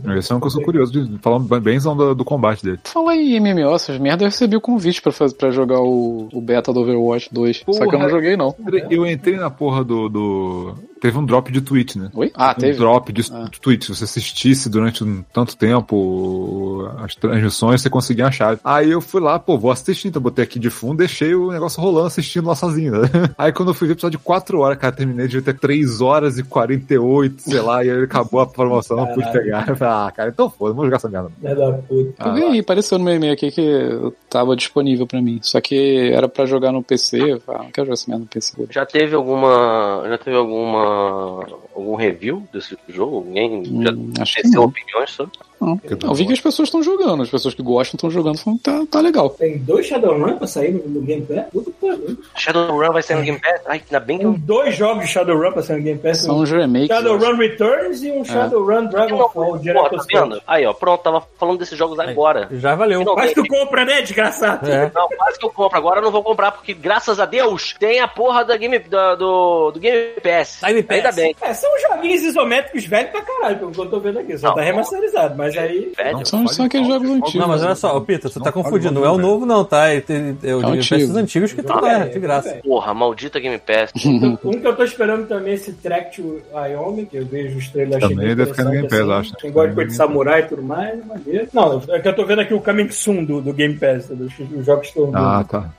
F: Na versão que eu sou curioso de falar bemzão do, do combate dele.
H: Fala aí, MMO, essas merda, eu recebi o convite pra, fazer, pra jogar o, o beta do Overwatch 2. Só que eu
F: Porra.
H: não joguei, não.
F: Eu entrei na porra do. do- Teve um drop de tweet, né?
H: Oi? Ah,
F: um
H: teve?
F: drop de
H: Ah.
F: tweet. Se você assistisse durante um tanto tempo as transmissões, você conseguia a chave. Aí eu fui lá, pô, vou assistir. Então botei aqui de fundo, deixei o negócio rolando, assistindo lá sozinho. né? Aí quando eu fui ver o episódio de 4 horas, cara, terminei de ter 3 horas e 48, sei lá, e aí acabou a promoção, não pude pegar. Eu falei, ah, cara, então foda, vamos jogar essa merda.
C: Filha da puta.
H: Eu vi, apareceu no meu e-mail aqui que tava disponível pra mim. Só que era pra jogar no PC. Eu falei, ah, não quero jogar essa merda no PC.
G: Já teve alguma. Já teve alguma. algum review desse jogo? Alguém já
H: Hum, acho que
G: teceu
H: não.
G: opiniões sobre?
H: não.
F: Porque
H: Eu vi que as pessoas estão jogando. As pessoas que gostam estão jogando. Falando, tá, tá legal.
C: Tem dois Shadowrun pra sair no, no Game Pass? Puta que pariu.
G: Shadowrun vai sair no Game Pass? Ai, ainda bem que eu.
C: Tem dois jogos de Shadowrun pra sair no Game Pass.
H: São
C: um
H: os remakes. eu acho.
C: Shadowrun Returns e um Shadowrun Dragonfall
G: Pô,
C: direto
G: tá
C: aos
G: vendo? Aí, ó, pronto, tava falando desses jogos agora.
E: Já valeu.
C: É um Mas tu compra, né, desgraçado?
E: É.
G: Não, quase que eu compro. Agora eu não vou comprar, porque graças a Deus tem a porra da Game, da- do, do Game Pass.
E: Game Pass.
G: Ainda bem.
C: É, são joguinhos isométricos velhos pra caralho, pelo que eu tô vendo aqui. Só
G: Não,
C: tá
G: não.
C: remasterizado, mas aí.
G: Velho,
F: Não,
H: São,
F: fale
H: são aqueles
F: mal,
H: jogos
F: fale mal.
H: antigos.
E: Não, mas olha só, ô, Peter, você
F: Não
E: tá
F: fala
E: confundindo.
F: mal,
E: Não é o
F: velho.
E: novo, não, tá? Ele, ele, é o
H: É o
E: Game Pass
H: antigo.
E: antigos que tá lá, de graça.
G: porra, maldita Game Pass.
F: Hum.
C: Então, um que eu tô esperando também é esse Track to Wyoming, que eu vejo os trailers
F: Também
C: achei bem
F: deve ficar no Game Pass, eu
C: interessante, assim.
F: acho.
C: Quem gosta de coisa de samurai e tudo mais, maneiro. Não, é que eu tô vendo aqui o Coming Soon do, do Game Pass, dos dos jogos que estão
F: Ah, tá.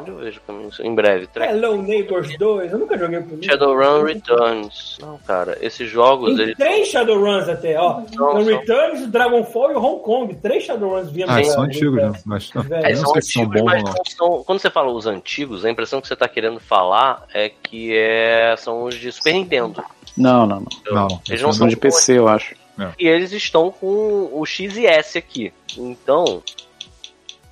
G: Onde eu vejo pra mim isso? Em breve.
E: É.
G: Track.
C: Hello Neighbors 2, eu nunca joguei o primeiro.
G: Shadowrun Returns. Não, cara, esses jogos,
C: Tem
G: eles.
C: três Shadowruns até, ó.
G: Não,
C: no
G: são-
C: Returns, o Dragonfall e o Hong Kong. Três Shadowruns vindo
F: Ah,
C: aí,
F: são
C: ó,
F: antigos,
C: Game
F: né?
C: Pass.
F: Mas não,
C: Velho.
G: É,
F: eu não
G: são
F: sei se são
G: antigos,
F: bons né?
G: mas
F: ou não.
G: não são- quando você fala os antigos, a impressão que você tá querendo falar é que é, são os de Super Nintendo.
H: Não, não, não.
F: Não,
G: eles não
F: esse
G: são
H: São de PC, eu acho.
G: E eles estão com o X e S aqui. Então,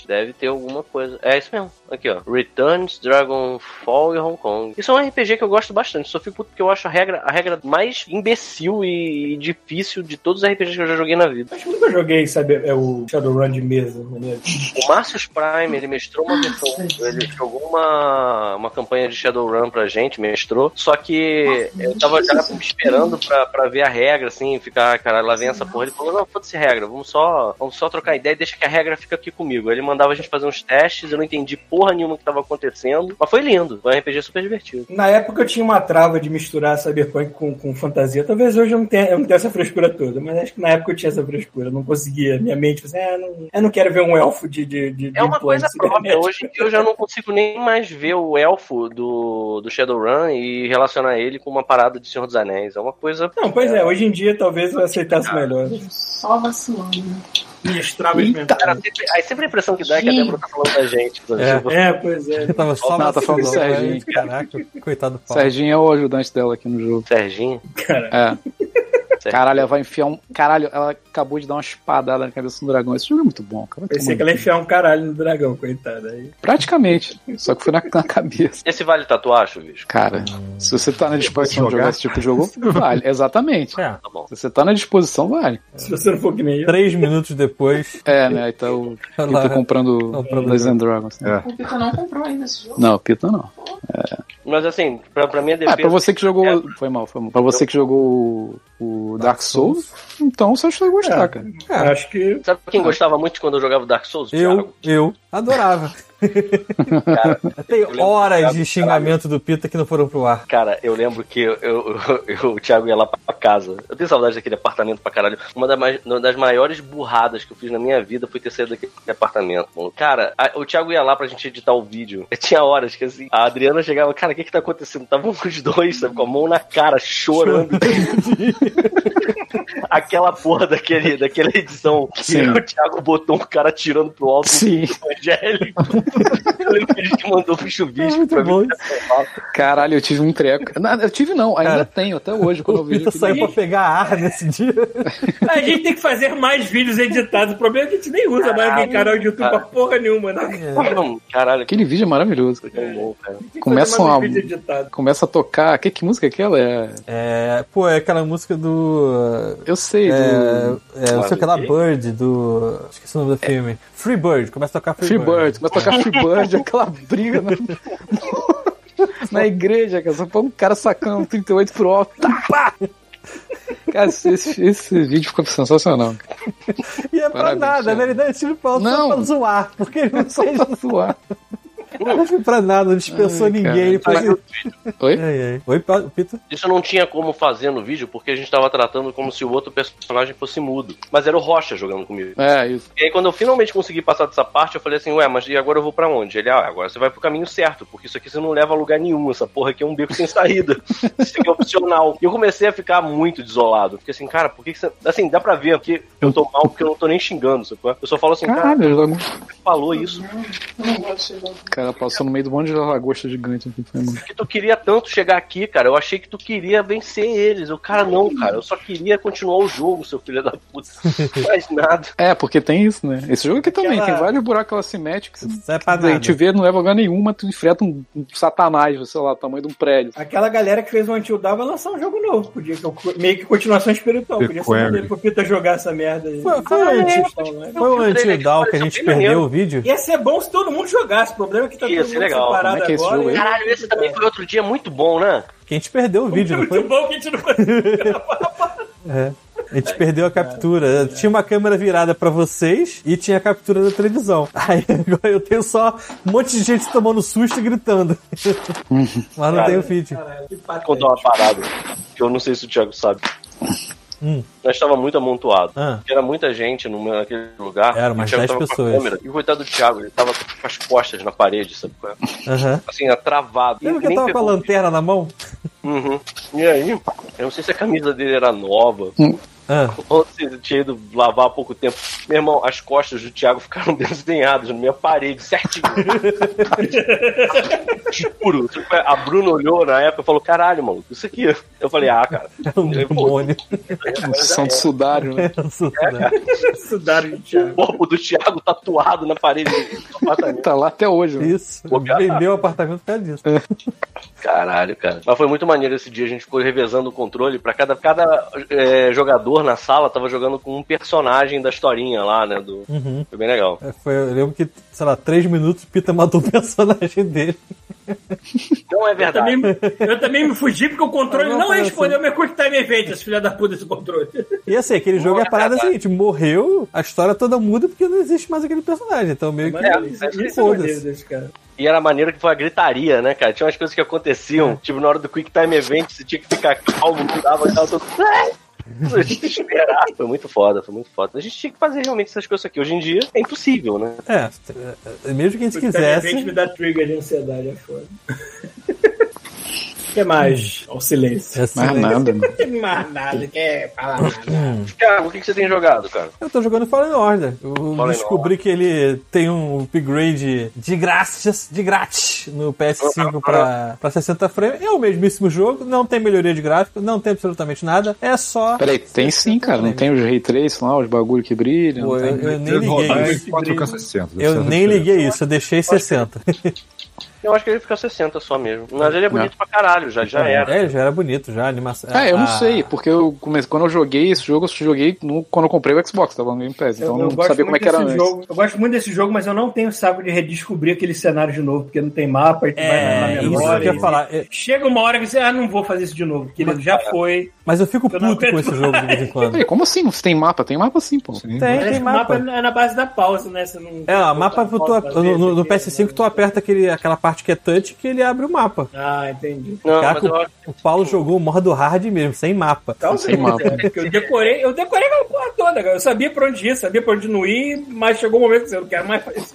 G: deve ter alguma coisa. É isso mesmo. Aqui, ó. Returns, Dragonfall e Hong Kong. Isso é um RPG que eu gosto bastante. Só fico puto porque eu acho a regra, a regra mais imbecil e difícil de todos os RPGs que eu já joguei na vida.
C: Acho que eu nunca joguei, sabe, é o Shadowrun de mesa, maneiro.
G: O Marcius Prime, ele mestrou uma versão. Ele jogou uma, uma campanha de Shadowrun pra gente, mestrou. Só que eu tava já esperando pra, pra ver a regra, assim, ficar, cara, lá vem essa porra. Ele falou: não, foda-se regra, vamos só, vamos só trocar ideia e deixa que a regra fica aqui comigo. Aí Ele mandava a gente fazer uns testes, eu não entendi porra nenhuma que tava acontecendo. Mas foi lindo, foi um RPG super divertido.
C: Na época eu tinha uma trava de misturar cyberpunk com, com fantasia. Talvez hoje eu não, tenha, eu não tenha essa frescura toda, mas acho que na época eu tinha essa frescura. Eu não conseguia. Minha mente assim, ah, não, eu não quero ver um elfo de. de, de
G: É uma
C: de
G: coisa
C: implante
G: própria.
C: cibernético.
G: Hoje em dia eu já não consigo nem mais ver o elfo do, do Shadowrun e relacionar ele com uma parada de Senhor dos Anéis. É uma coisa
C: Não, pois é, hoje em dia talvez eu
G: Ah.
C: aceitasse melhor.
I: Só vacilando. né?
C: Minhas travas
G: Cara, sempre, aí sempre a impressão que dá é que a Débora tá falando da gente. sabe?
E: É.
G: Tipo,
C: É, pois é.
E: Eu tava só
H: Não, tá falando do
E: vacilando,
H: Serginho.
E: né? Caraca, coitado do Paulo.
H: Serginho é o ajudante dela aqui no jogo.
G: Serginho.
H: É. Caralho, ela vai enfiar um. Caralho, ela acabou de dar uma espadada na cabeça do dragão. Esse jogo é muito bom, cara. Vai
C: Pensei que
H: tomar no
C: ela ia
H: cu.
C: enfiar um caralho no dragão, coitada. Aí.
H: Praticamente. Só que foi na, na cabeça.
G: Esse vale tatuagem, bicho?
H: Cara, se você tá na disposição de jogar esse tipo de jogo, vale. Exatamente.
E: É,
G: Tá bom.
H: Se você tá na disposição, vale.
C: Se você não for que nem eu.
E: três minutos depois,
H: É, né? Aí tá o
E: Lá,
H: Pita comprando
E: o problema.
H: Dungeons and Dragons. né?
I: O Pita não comprou ainda esse jogo.
H: Não, Pita não.
G: Mas assim, pra, pra minha
H: Ah,
G: defesa. é.
H: pra você que jogou. Foi mal, foi mal. Pra você que jogou o Dark Souls, então você acha que vai gostar,
C: É.
H: cara.
E: Cara.
C: Acho que.
G: Sabe quem gostava muito quando eu jogava Dark Souls?
E: Eu,
G: Thiago?
E: eu adorava.
G: Cara,
E: Tem
G: lembro
E: horas
G: do
E: de xingamento do Pita que não foram pro ar.
G: Cara, eu lembro que eu, eu- eu- o Thiago ia lá pra casa. Eu tenho saudade daquele apartamento pra caralho. Uma das, mais- uma das maiores burradas que eu fiz na minha vida foi ter saído daquele apartamento. mano. Cara, a- o Thiago ia lá pra gente editar o vídeo. Tinha horas que assim, a Adriana chegava, cara, o que que tá acontecendo? Estavam os dois, sabe, com a mão na cara, chorando. Aquela porra daquele, daquela edição que
H: Sim.
G: o Thiago botou um cara tirando pro alto um
H: Sim.
G: evangélico. eu lembro que a gente mandou pro chuvisco pra mim.
H: Caralho, eu tive um treco. Não, eu tive não, ainda
E: Cara,
H: tenho, até hoje, quando eu
E: O
H: vejo
E: Pita
H: aquele-
E: saiu pra pegar ar nesse dia.
C: A gente tem que fazer mais vídeos editados. O problema é que a gente nem usa mais aquele canal de YouTube pra porra nenhuma, né?
G: Caralho, que
H: Aquele vídeo é maravilhoso.
G: tão bom, cara.
C: Tem que
H: Começa
C: fazer mais
H: uma-
C: uns vídeos editados.
H: Começa a tocar. Que, que música é aquela? É...
E: É, pô, é aquela música do.
H: Eu sei,
E: É,
H: do
E: é, não sei o que lá, Bird, do. Esqueci o nome do
G: É.
E: filme. Free Bird, começa a tocar Free,
H: Free
E: Bird.
H: Bird. Começa a tocar Free Bird, aquela briga na, na igreja, cara. Só põe um cara sacando 38 pro alto. Tá, pá! Cara, esse, esse- esse vídeo ficou sensacional. cara.
E: E é pra
H: Parabéns,
E: nada,
H: cara.
E: né? Ele dá esse tipo pra, só
H: Não.
E: pra zoar, porque ele não
H: Só
E: fez
H: pra zoar.
E: pra nada, não dispensou
H: Ai,
E: ninguém.
H: cara.
E: Ele fez...
H: Oi?
E: Ai, ai. Oi, Pa- Pita.
G: Isso não tinha como fazer no vídeo, porque a gente tava tratando como se o outro personagem fosse mudo. Mas era o Rocha jogando comigo.
H: É, isso.
G: E aí, quando eu finalmente consegui passar dessa parte, eu falei assim, ué, mas e agora eu vou pra onde? Ele, ah, agora você vai pro caminho certo, porque isso aqui você não leva a lugar nenhum, essa porra aqui é um beco sem saída. isso aqui é opcional. E eu comecei a ficar muito desolado. Fiquei assim, cara, por que, que você... Assim, dá pra ver que eu tô mal, porque eu não tô nem xingando, sacou? Eu só falo assim, cara,
H: Caralho, o
G: você falou isso,
I: Eu não gosto de jogo.
H: cara passou no meio do monte de lagosta gigante. Foi muito-
G: que tu queria tanto chegar aqui, cara. Eu achei que tu queria vencer eles. Eu, cara, não, cara. Eu só queria continuar o jogo, seu filho da puta. Não faz nada.
H: É, porque tem isso, né? Esse jogo aqui também,
C: Aquela-
H: tem vários buracos assimétricos.
E: Sai é pra
H: A
E: nada.
H: gente vê, não leva a lugar nenhuma, tu enfrenta um, um satanás, sei lá, o tamanho de um prédio.
C: Aquela galera que fez o Until Dawn vai lançar um jogo novo. Podia, que- meio que continuação espiritual.
F: The
C: Podia ser
F: Quarry.
C: maneiro pro Pita jogar essa merda aí.
E: Foi- foi antes.
C: Então, né?
E: Foi o
G: Trailer que
E: Antidal que a
G: pareceu
E: gente
G: bem
E: perdeu
G: maneiro.
E: o vídeo.
C: Ia ser bom se todo mundo jogasse. O problema é que tá
G: Ia
C: todo
G: ser
C: mundo
G: legal.
C: separado
H: Como é que é esse
C: agora.
H: jogo aí?
G: Caralho, esse também foi outro dia muito bom, né?
E: Que a gente perdeu o vídeo, não
C: é muito
E: foi?
C: bom que a gente não conseguiu.
E: A gente perdeu a captura. Tinha uma câmera virada pra vocês e tinha a captura da televisão. Aí agora eu tenho só um monte de gente tomando susto e gritando. Mas não tem o vídeo.
G: Vou contar uma parada que eu não sei se o Thiago sabe.
E: Hum.
G: Nós estava muito amontoado.
E: Ah.
G: Era muita gente no meu- naquele lugar.
E: Era
G: E o
E: umas
G: Thiago
E: 10
G: tava com a
E: pessoas.
G: câmera. E o coitado do Thiago, ele tava com as costas na parede, sabe? qual é?
E: Aham.
G: Assim, travado.
E: Lembra que eu
G: Nem é
E: tava com a
G: pegou o vídeo.
E: lanterna na mão?
G: Uhum. E aí, eu não sei se a camisa dele era nova.
E: Ah,
G: Ou se eu tinha ido lavar há pouco tempo. Meu irmão, as costas do Thiago ficaram desenhadas na minha parede, certinho. Juro. Tipo, A Bruna olhou na época e falou: caralho, mano, isso aqui. Eu falei: ah, cara.
E: é um
G: Eu-
E: demônio.
H: Um som de sudário, né?
C: Sudaram de
G: O
C: Thiago.
G: corpo do Thiago tatuado na parede do apartamento.
H: Tá lá até hoje. né?
E: Isso.
G: Pô, cara.
E: Vendeu o apartamento por causa disso.
G: Caralho, cara. Mas foi muito maneiro esse dia. A gente ficou revezando o controle pra cada, cada eh, jogador na sala tava jogando com um personagem da historinha lá, né? Do...
E: Uhum.
G: Foi bem legal.
E: É, Foi, eu lembro que, sei lá, três minutos o Pita matou o personagem dele.
G: Não é
C: Eu
G: verdade.
C: também, eu também me fugi porque o controle
E: Alguma
C: não assim.
E: coisa
C: respondeu meu Quick Time Event, esse filho da puta desse controle.
E: E assim, aquele jogo é a parada
G: cara.
E: seguinte: morreu, a história toda muda porque não existe mais aquele personagem. Então meio que.
G: É,
C: Isso- isso é
E: foda-se.
C: maneiro desse cara.
G: E era maneiro que foi a gritaria, né, cara? Tinha umas coisas que
E: É.
G: aconteciam. Tipo, na hora do Quick Time Event, você tinha que ficar calmo, não dava, tava todo. Não tinha que esperar. Foi muito foda, foi muito foda. A gente tinha que fazer realmente essas coisas aqui. Hoje em dia é impossível, né?
E: É, mesmo que a gente
C: Quick Time Event
E: quisesse.
C: me dá trigger de ansiedade, é foda. O que mais? Ó, o silêncio.
E: é
H: Mais
E: silêncio.
H: nada, né?
C: Não tem mais nada, quer falar nada.
G: Thiago, o que, que você tem jogado, cara?
E: Eu tô jogando Fallen Order. Eu descobri que ele tem um upgrade de graças, de grátis no PS5 pra, pra 60 frames. É o mesmíssimo jogo, não tem melhoria de gráfico, não tem absolutamente nada. É só.
H: Peraí, tem sim, cara. Não tem os Ray Trace lá, os bagulho que brilham.
E: Pô, eu,
H: tem...
E: eu nem liguei isso.
F: 4K 60.
E: Eu nem liguei isso, eu deixei 60.
G: Eu acho que ele fica 60 só mesmo. Mas ele é bonito pra caralho, já, já era.
E: É, ele já era bonito, já, a animação. Ah,
H: É, eu não
E: a-
H: sei, porque eu comecei, quando eu joguei esse jogo, eu joguei no- quando eu comprei o Xbox, tava no Game Pass, então eu, não sabia como é que era
C: desse
H: antes.
C: jogo. Eu gosto muito desse jogo, mas eu não tenho saco de redescobrir aquele cenário de novo, porque não tem mapa e tu vai na
E: É, isso
C: memória.
E: que eu
C: e-
E: ia falar. É,
C: Chega uma hora que você, ah, não vou fazer isso de novo, porque ele já foi.
E: Mas eu fico
C: Eu não
E: puto com esse
C: aguento
E: jogo de vez em quando.
H: Peraí, como assim? Não tem mapa? Tem mapa sim, pô.
F: Sim.
E: Tem,
C: Parece
E: tem
C: que o mapa
E: mapa.
C: é na base da pausa, né? Você não,
E: É, o mapa
C: não
E: tu,
C: pausa né? pra ver,
E: no, no- no
C: porque-
E: PS5 tu aperta aquele, aquela parte que é touch que ele abre o mapa.
C: Ah, entendi.
G: Não, mas
E: Caraca,
G: eu acho
E: o Paulo jogou o modo hard mesmo, sem mapa.
C: Talvez,
H: Tá Sem mapa.
C: é, porque eu decorei, eu decorei a porra toda, cara. Eu sabia pra onde ir, sabia pra onde não ir, mas chegou um momento que eu não quero mais fazer isso.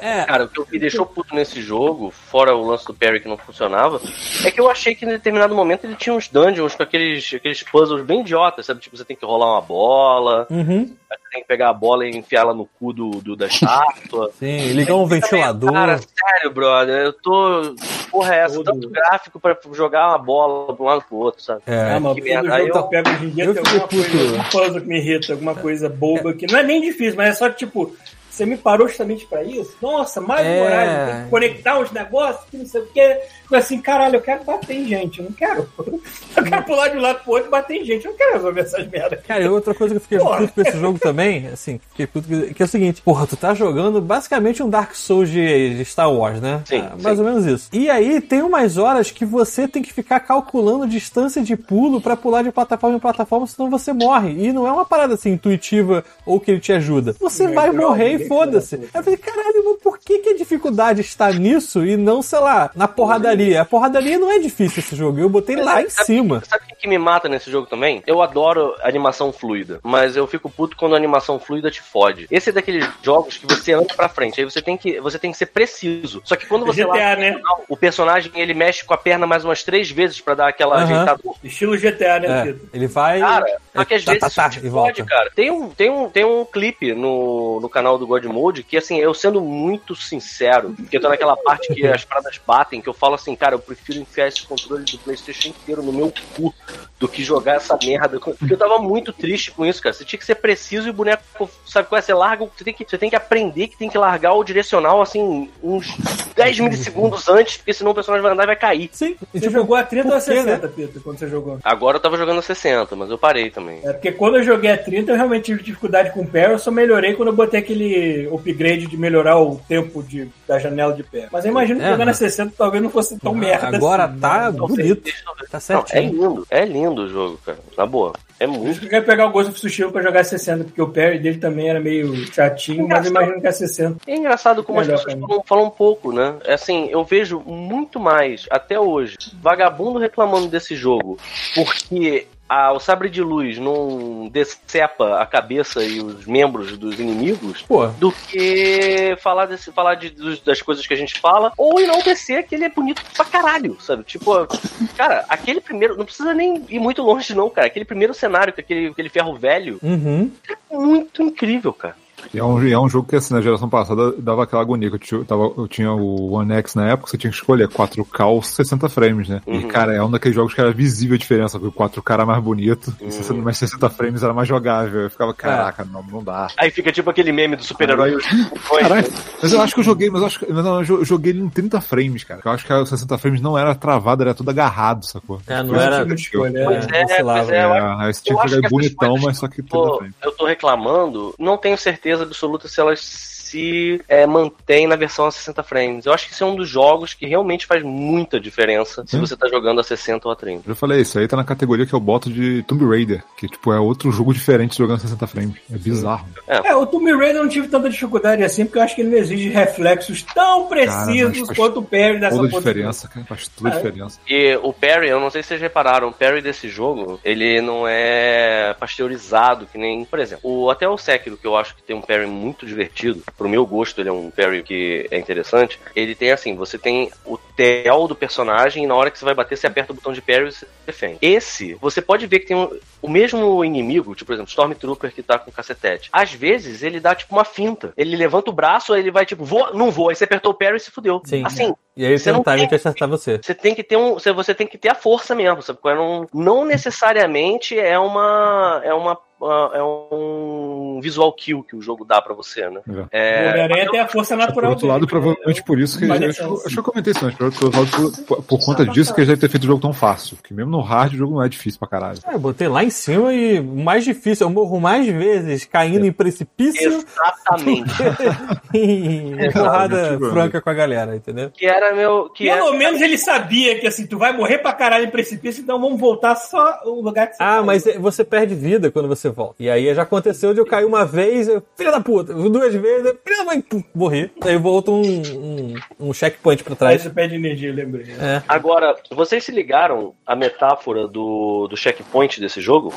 E: É,
G: Cara, o que me deixou puto nesse jogo, fora o lance do Perry que não funcionava, é que eu achei que em determinado momento ele tinha uns dungeons com aqueles, aqueles puzzles bem idiotas, sabe? Tipo, você tem que rolar uma bola,
E: uhum.
G: aí você tem que pegar a bola e enfiar ela no cu do, do- da estátua.
E: Sim, ligar um ventilador.
G: é Cara, sério, brother, eu tô. que Porra, é essa? Tanto gráfico pra jogar uma bola pra um lado e pro outro, sabe?
E: É,
C: mano,
G: que
C: todo
G: merda. Aí
C: jogo que
G: eu-
C: eu pego hoje em dia
E: eu
C: tem
E: fiquei
C: alguma coisa,
E: puto.
C: um puzzle que me irrita, alguma coisa boba que não é nem difícil, mas é só tipo, você me parou justamente pra isso? Nossa, mais
E: É.
C: um horário, tem que conectar uns negócios, que não sei o quê. Fico assim, caralho, eu quero bater em gente, eu não quero. Eu quero pular de um lado pro outro e bater em gente, eu não quero resolver essas merdas.
E: Cara, e outra coisa que eu fiquei
C: Porra.
E: puto com esse jogo também, assim, fiquei puto que, que é o seguinte, porra, tu tá jogando basicamente um Dark Souls de, de Star Wars, né?
G: Sim,
E: Ah, mais
G: sim.
E: ou menos isso. E aí tem umas horas que você tem que ficar calculando distância de pulo pra pular de plataforma em plataforma, senão você morre. E não é uma parada assim intuitiva ou que ele te ajuda. Você vai
C: droga,
E: morrer e
C: ninguém
E: foda-se. Aí eu falei, caralho, mas por que, que a dificuldade está nisso e não, sei lá, na porradaria? A porradaria não é difícil esse jogo. Eu botei lá em cima.
G: Sabe o que que me mata nesse jogo também? Eu adoro animação fluida, mas eu fico puto quando a animação fluida te fode. Esse é daqueles jogos que você anda pra frente, aí você tem que, você tem que ser preciso. Só que quando você
C: GTA,
G: lá,
C: né?
G: o personagem ele mexe com a perna mais umas três vezes pra dar aquela
E: Aham.
G: ajeitada.
C: Estilo GTA, né,
E: É,
C: Tito?
E: ele vai.
G: Cara, só que às
E: tá,
G: vezes
E: tá, tá,
G: isso te
E: e volta.
G: fode, cara. Tem um, tem um, tem um clipe no, no canal do God Mode que, assim, eu sendo muito sincero, porque eu tô naquela parte que as paradas batem, que eu falo assim, cara, eu prefiro enfiar esse controle do Playstation inteiro no meu cu do que jogar essa merda. Porque eu tava muito triste com isso, cara. Você tinha que ser preciso e o boneco, sabe qual é? Você larga, o- você tem que, você tem que aprender que tem que largar o direcional, assim, uns 10 milissegundos antes, porque senão o personagem vai andar e vai cair.
E: Sim, e
C: Você
E: tipo,
C: jogou a 30 ou a
E: por quê,
C: 60, Pedro, quando você jogou?
G: Agora eu tava jogando a 60, mas eu parei também.
C: É, porque quando eu joguei a 30, eu realmente tive dificuldade com o pé, eu só melhorei quando eu botei aquele upgrade de melhorar o tempo de, da janela de pé. Mas eu imagino que
E: É,
C: jogar na
E: mas- Ah,
C: 60 talvez não fosse tão merda.
E: Agora
C: assim,
E: tá
C: né?
E: bonito. Tá
G: Não, é
E: certinho.
G: lindo, é lindo o jogo, cara. Na boa. É
C: Por
G: muito.
C: isso que Eu quero pegar o Ghost of Tsushima pra jogar a 60, porque o parry dele também era meio chatinho, mas eu imagino que é 60.
G: É engraçado como as
C: Melhor
G: pessoas
C: pra mim.
G: falam, falam um pouco, né? É Assim, eu vejo muito mais, até hoje, vagabundo reclamando desse jogo, porque a- o sabre de luz não decepa a cabeça e os membros dos inimigos,
E: Pô,
G: do que falar, desse, falar de, dos- das coisas que a gente fala, ou enaltecer que ele é bonito pra caralho, sabe? Tipo, cara, aquele primeiro. Não precisa nem ir muito longe, não, cara. Aquele primeiro cenário com aquele, aquele ferro velho
E: uhum.
G: é muito incrível, cara.
F: E é, um, e é um jogo que, assim, na geração passada dava aquela agonia. Que eu, tinha, eu tava- eu tinha o One X na época, você tinha que escolher 4K ou 60 frames, né? E,
G: Uhum.
F: cara, é um daqueles jogos que era visível a diferença, porque o 4K era mais bonito, e 60, mas 60 frames era mais jogável. Eu
E: É.
F: ficava, caraca, não, não dá.
G: Aí fica tipo aquele meme do super-herói.
F: Caralho, mas eu acho que eu joguei, mas eu acho que. Mas não, eu jo- eu joguei ele em 30 frames, cara. Eu acho que a 60 frames não era travado, era tudo agarrado, sacou?
E: É, não
F: Foi
E: era-
F: isso que eu
C: Tipo,
F: achei.
C: olha,
E: Pois
G: é,
E: sei lá,
G: pois
F: É,
G: é, eu
F: aí você tinha
G: eu
F: que jogar
G: acho que essas
F: bonitão,
G: coisas
F: mas só que 30
G: Pô,
F: frames.
G: eu tô reclamando, não tenho certeza absoluta se elas se é, mantém na versão a 60 frames. Eu acho que esse é um dos jogos que realmente faz muita diferença se
F: Hum.
G: você tá jogando a 60 ou a 30.
F: Eu falei, isso aí tá na categoria que eu boto de Tomb Raider, que tipo é outro jogo diferente jogando 60 frames. É bizarro.
C: É, o Tomb Raider eu não tive tanta dificuldade assim, porque eu acho que ele não exige reflexos tão precisos
F: mas faz
C: quanto o parry dessa
F: Toda a
C: porra.
F: diferença, cara. Faz toda a
C: Ah, é?
F: diferença.
G: E o Perry, eu não sei se vocês repararam, o Perry desse jogo, ele não é pasteurizado, que nem, por exemplo, o, até o Sekiro, que eu acho que tem um Perry muito divertido, pro meu gosto ele é um Perry que é interessante, ele tem assim, você tem o tel do personagem e na hora que você vai bater, você aperta o botão de Perry e você defende. Esse, você pode ver que tem um, o mesmo inimigo, tipo, por exemplo, Stormtrooper que tá com cacetete, às vezes ele dá tipo uma finta, ele levanta o braço, aí ele vai tipo, voa, não voa, aí você apertou o Perry e se fudeu.
E: Sim.
G: Assim,
E: E aí
G: Você
E: tem um
G: não
E: time
G: tem-
E: de acertar você.
G: você tem que ter um, você- você tem que ter a força mesmo, sabe? qual é? Não, não necessariamente é uma é uma ah, é um visual kill que o jogo dá pra você, né?
C: O
G: É,
C: Homem-Aranha tem a força
F: Por
C: natural
F: outro lado,
C: dele, né?
F: provavelmente por isso que.
C: Mas é
F: Acho,
C: assim.
F: acho que eu comentei isso antes, por, outro lado, por- por- por conta disso que eles devem ter feito o jogo tão fácil. Porque mesmo no hard o jogo não é difícil pra caralho.
E: É, eu botei lá em cima e o mais difícil, eu morro mais vezes caindo em precipício
G: Exatamente.
E: e porrada
F: tipo,
E: franca com a galera, entendeu?
G: que era meu. Que é era...
C: Pelo menos ele sabia que assim, tu vai morrer pra caralho em precipício, então vamos voltar só o lugar que você
E: Ah,
C: caiu.
E: mas você perde vida quando você volta. E aí já aconteceu de eu cair uma vez, eu, filha da puta, duas vezes, eu, filha da mãe, pum, morri. Aí volta um, um, um checkpoint pra
C: Aí
E: trás.
C: você perde energia, lembrei.
E: É.
G: Agora, vocês se ligaram à metáfora do, do checkpoint desse jogo?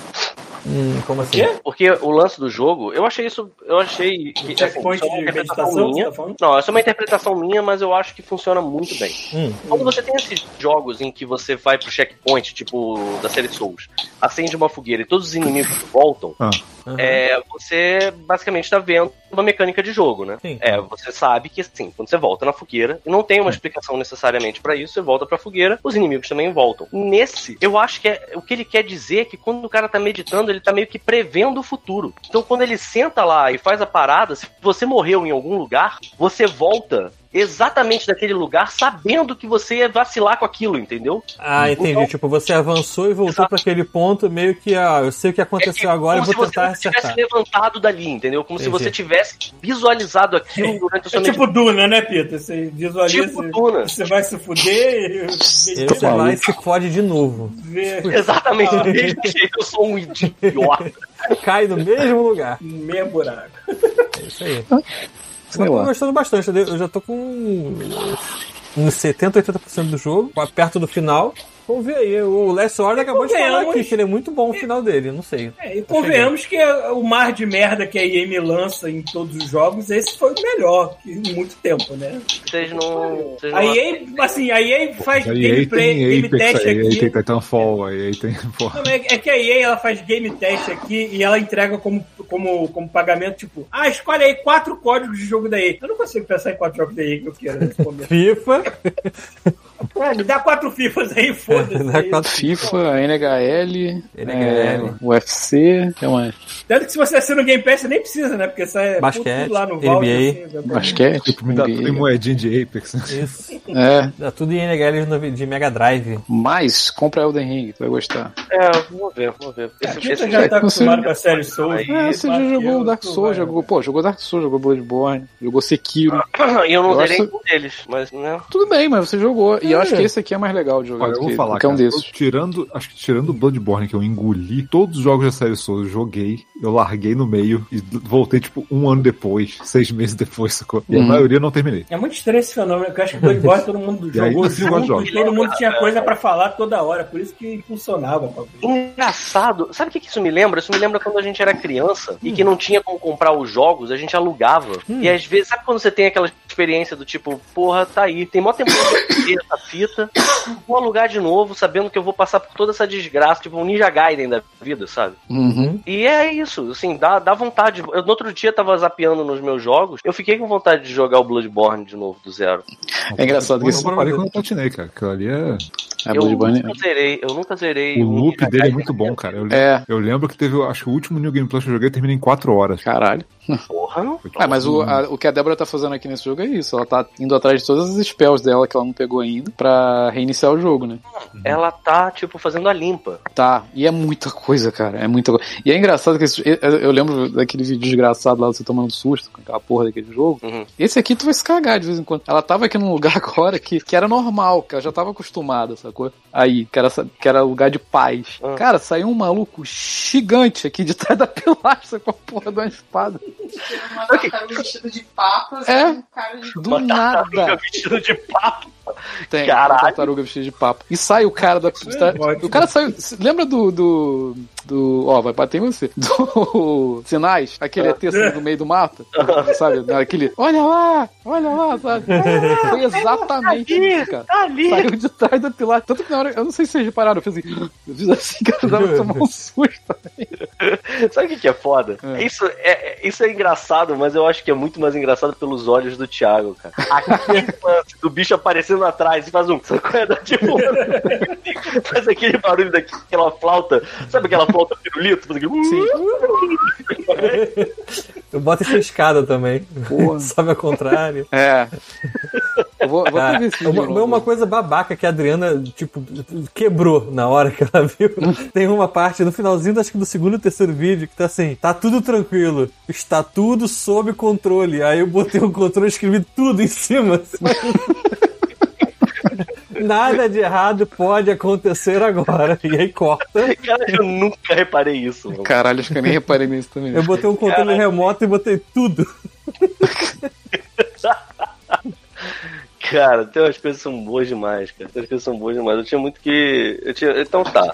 E: Hum, como assim?
G: Porque o lance do jogo, eu achei isso. Eu achei. Que, assim,
C: Checkpoint
G: isso é uma
C: de
G: interpretação
C: meditação, você
G: minha.
C: tá falando?
G: Não, essa é uma interpretação minha, mas eu acho que funciona muito bem.
E: Hum.
G: Quando você tem esses jogos em que você vai pro checkpoint, tipo da série Souls, acende uma fogueira e todos os inimigos voltam,
F: Ah.
G: é, você basicamente tá vendo uma mecânica de jogo, né?
E: Sim.
G: É, você sabe que sim, quando você volta na fogueira, e não tem
E: É.
G: uma explicação necessariamente pra isso, você volta pra fogueira, os inimigos também voltam. Nesse, eu acho que é, o que ele quer dizer é que quando o cara tá meditando, ele tá meio que prevendo o futuro. Então quando ele senta lá e faz a parada, se você morreu em algum lugar, você volta exatamente daquele lugar sabendo que você ia vacilar com aquilo, entendeu?
E: Ah, entendi. Tipo, você avançou e voltou pra aquele ponto, meio que, ah, eu sei o que aconteceu agora e
G: É como se
E: vou
G: você
E: tentar
G: não tivesse
E: acertar.
G: levantado dali, entendeu? Como se
E: Entendi.
G: você tivesse visualizado aquilo durante o
C: É
G: seu
C: tipo Duna, né, Pita? Você visualiza.
G: Tipo Duna.
C: Você vai se fuder
E: E
C: e.
E: aí você vai e se fode de novo.
C: Vê
G: Exatamente, desse jeito, eu sou um idiota.
E: Cai no mesmo lugar.
C: no meio buraco.
E: É isso aí.
H: Sei
E: Eu tô
H: lá.
E: gostando bastante, eu dei- eu já tô com uns 70, 80% do jogo, perto do final. Vamos ver aí, o Last Order acabou de falar
C: Convenhamos.
E: aqui que ele é muito bom o final dele, não sei.
C: É, e convenhamos que o mar de merda que a EM lança em todos os jogos, esse foi o melhor que- em muito tempo, né?
G: Vocês não. Vocês não
C: A EA, assim, a EA faz
F: Aí aí
C: gameplay,
F: tem
C: game
F: Apex,
C: test
F: aí aí
C: aqui.
F: tem Titanfall, aí aí tem. Porra.
C: Não, é, é que a EA ela faz game test aqui e ela entrega como, como, como pagamento, tipo, ah, escolhe aí quatro códigos de jogo da EA. Eu não consigo pensar em quatro jogos da EA que eu queira nesse momento.
E: FIFA,
C: Ué, É, me dá quatro FIFAs aí, foda-se.
E: dá né, quatro-
H: FIFA, NHL,
E: NHL.
H: é, UFC, que mais?
C: Tanto que se você assina o Game Pass, você nem precisa, né? Porque sai tudo
E: Basquete, NBA.
C: assim, né?
H: basquete,
F: Me dá tudo em
H: NBA.
F: moedinha de Apex. né?
E: isso.
H: É,
E: Dá tudo em NHL no- de Mega Drive.
H: mas compra Elden Ring, tu vai gostar.
G: É, vamos ver, vamos ver.
C: O
G: Esse,
C: Tita
G: esse
C: já
H: jeito
C: tá
H: não
C: acostumado
H: seja-
C: com a série Souls.
G: Aí,
H: É, você já jogou Dark Souls, jogou, pô, jogou Dark Souls, jogou Bloodborne, jogou Sekiro.
G: E eu não
H: Eu
G: zerei
H: acho-
G: nenhum deles, mas né?
H: Tudo bem, mas você jogou. E eu acho que esse aqui é mais legal de jogar
F: Olha, eu
H: do
F: vou
H: que
F: falar,
H: qualquer um
F: cara, eu-
H: desses.
F: tirando, acho que tirando o Bloodborne, que eu engoli, todos os jogos da série Souls eu joguei, eu larguei no meio e d- voltei, tipo, um ano depois, seis meses depois, sacou? E a
H: Uhum.
F: maioria eu não terminei.
C: É muito estranho esse fenômeno, que eu acho que Bloodborne todo mundo
F: E aí,
C: jogou
F: assim, eu gosto de
C: junto,
F: jogos.
C: e todo mundo tinha coisa pra falar toda hora, por isso que impulsionava. o bagulho.
G: Engraçado. Sabe o que, que isso me lembra? Isso me lembra quando a gente era criança e que não tinha como comprar os jogos, a gente alugava. E às vezes, sabe quando você tem aquela experiência do tipo, porra, tá aí, tem mó tempo que eu perdi essa fita, vou alugar de novo, sabendo que eu vou passar por toda essa desgraça, tipo um Ninja Gaiden da vida, sabe?
H: Uhum.
G: E é isso, assim, dá, dá vontade. Eu, no outro dia tava zapeando nos meus jogos, eu fiquei com vontade de jogar o Bloodborne de novo, do zero.
H: É engraçado que
F: Eu
H: esse.
F: não parei quando eu platinei, cara. Aquilo ali é.
H: É
G: eu
H: Bloodborne.
G: nunca zerei, eu nunca zerei.
F: O
G: um
F: loop
G: Ninja
F: dele é
G: Gaiden.
F: muito bom, cara. Eu, le-
H: É,
F: eu lembro que teve, eu acho que o último New Game Plus que eu joguei termina em 4 horas.
H: caralho.
G: Porra, não.
H: Ah, mas o, a- o que a Débora tá fazendo aqui nesse jogo é isso. Ela tá indo atrás de todas as spells dela que ela não pegou ainda pra reiniciar o jogo, né?
G: ela tá, tipo, fazendo a limpa.
H: Tá, e é muita coisa, cara. É muita coisa. E é engraçado que esse- eu, eu lembro daquele vídeo desgraçado lá, você tomando susto com aquela porra daquele jogo.
G: Uhum.
H: Esse aqui tu vai se cagar de vez em quando. Ela tava aqui num lugar agora que, que era normal, que ela já tava acostumada, sacou? Aí, que era, sa- que era lugar de paz.
G: Ah.
H: Cara, saiu um maluco gigante aqui de trás da pilastra com a porra de uma espada.
I: é Uma tartaruga vestida de papas
H: É?
I: e um cara de...
H: Do
G: Uma tartaruga
H: nada.
G: vestida É um de papo.
H: Tem
G: Caralho.
H: uma tartaruga vestida de papo. E sai o cara da. da-
C: ótimo.
H: o cara saiu. se- Lembra do. do. do- ó, vai bater em você. Do. Sinais? Aquele ET saindo do meio do mato? Sabe? Aquele. Olha lá! Olha lá, sabe? Foi exatamente isso, cara.
G: Tá ali.
H: Saiu de trás da pilar. Tanto que na hora. Eu não sei se vocês repararam, eu fiz assim. Eu fiz assim, cara, eu tava tomando um susto.
G: Sabe o que, que é foda?
H: É.
G: Isso, é, é- isso é engraçado, mas eu acho que é muito mais engraçado pelos olhos do Thiago, cara. Aquele um lance do bicho aparecendo na atrás e faz um. Sabe qual é? Dá Tipo, faz aquele barulho daquela flauta. Sabe aquela flauta pirulito? Faz aquele...
E: Eu boto essa escada também.
H: Porra.
E: Sobe ao contrário.
H: É. Eu vou, eu vou
E: Ah,
H: até ver esse vídeo.
E: uma,
H: de novo.
E: uma coisa babaca que a Adriana, tipo, quebrou na hora que ela viu. Tem uma parte no finalzinho, acho que do segundo e terceiro vídeo, que tá assim: tá tudo tranquilo, está tudo sob controle. Aí eu botei o controle e escrevi tudo em cima. assim. Nada de errado pode acontecer agora. E aí corta.
G: Cara, eu nunca reparei isso. mano.
H: Caralho, acho que eu nem reparei nisso também.
E: Eu botei um controle remoto e botei tudo.
G: Cara, tem umas coisas que são boas demais, cara. Tem umas coisas que são boas demais. Eu tinha muito que. eu tinha- Então tá.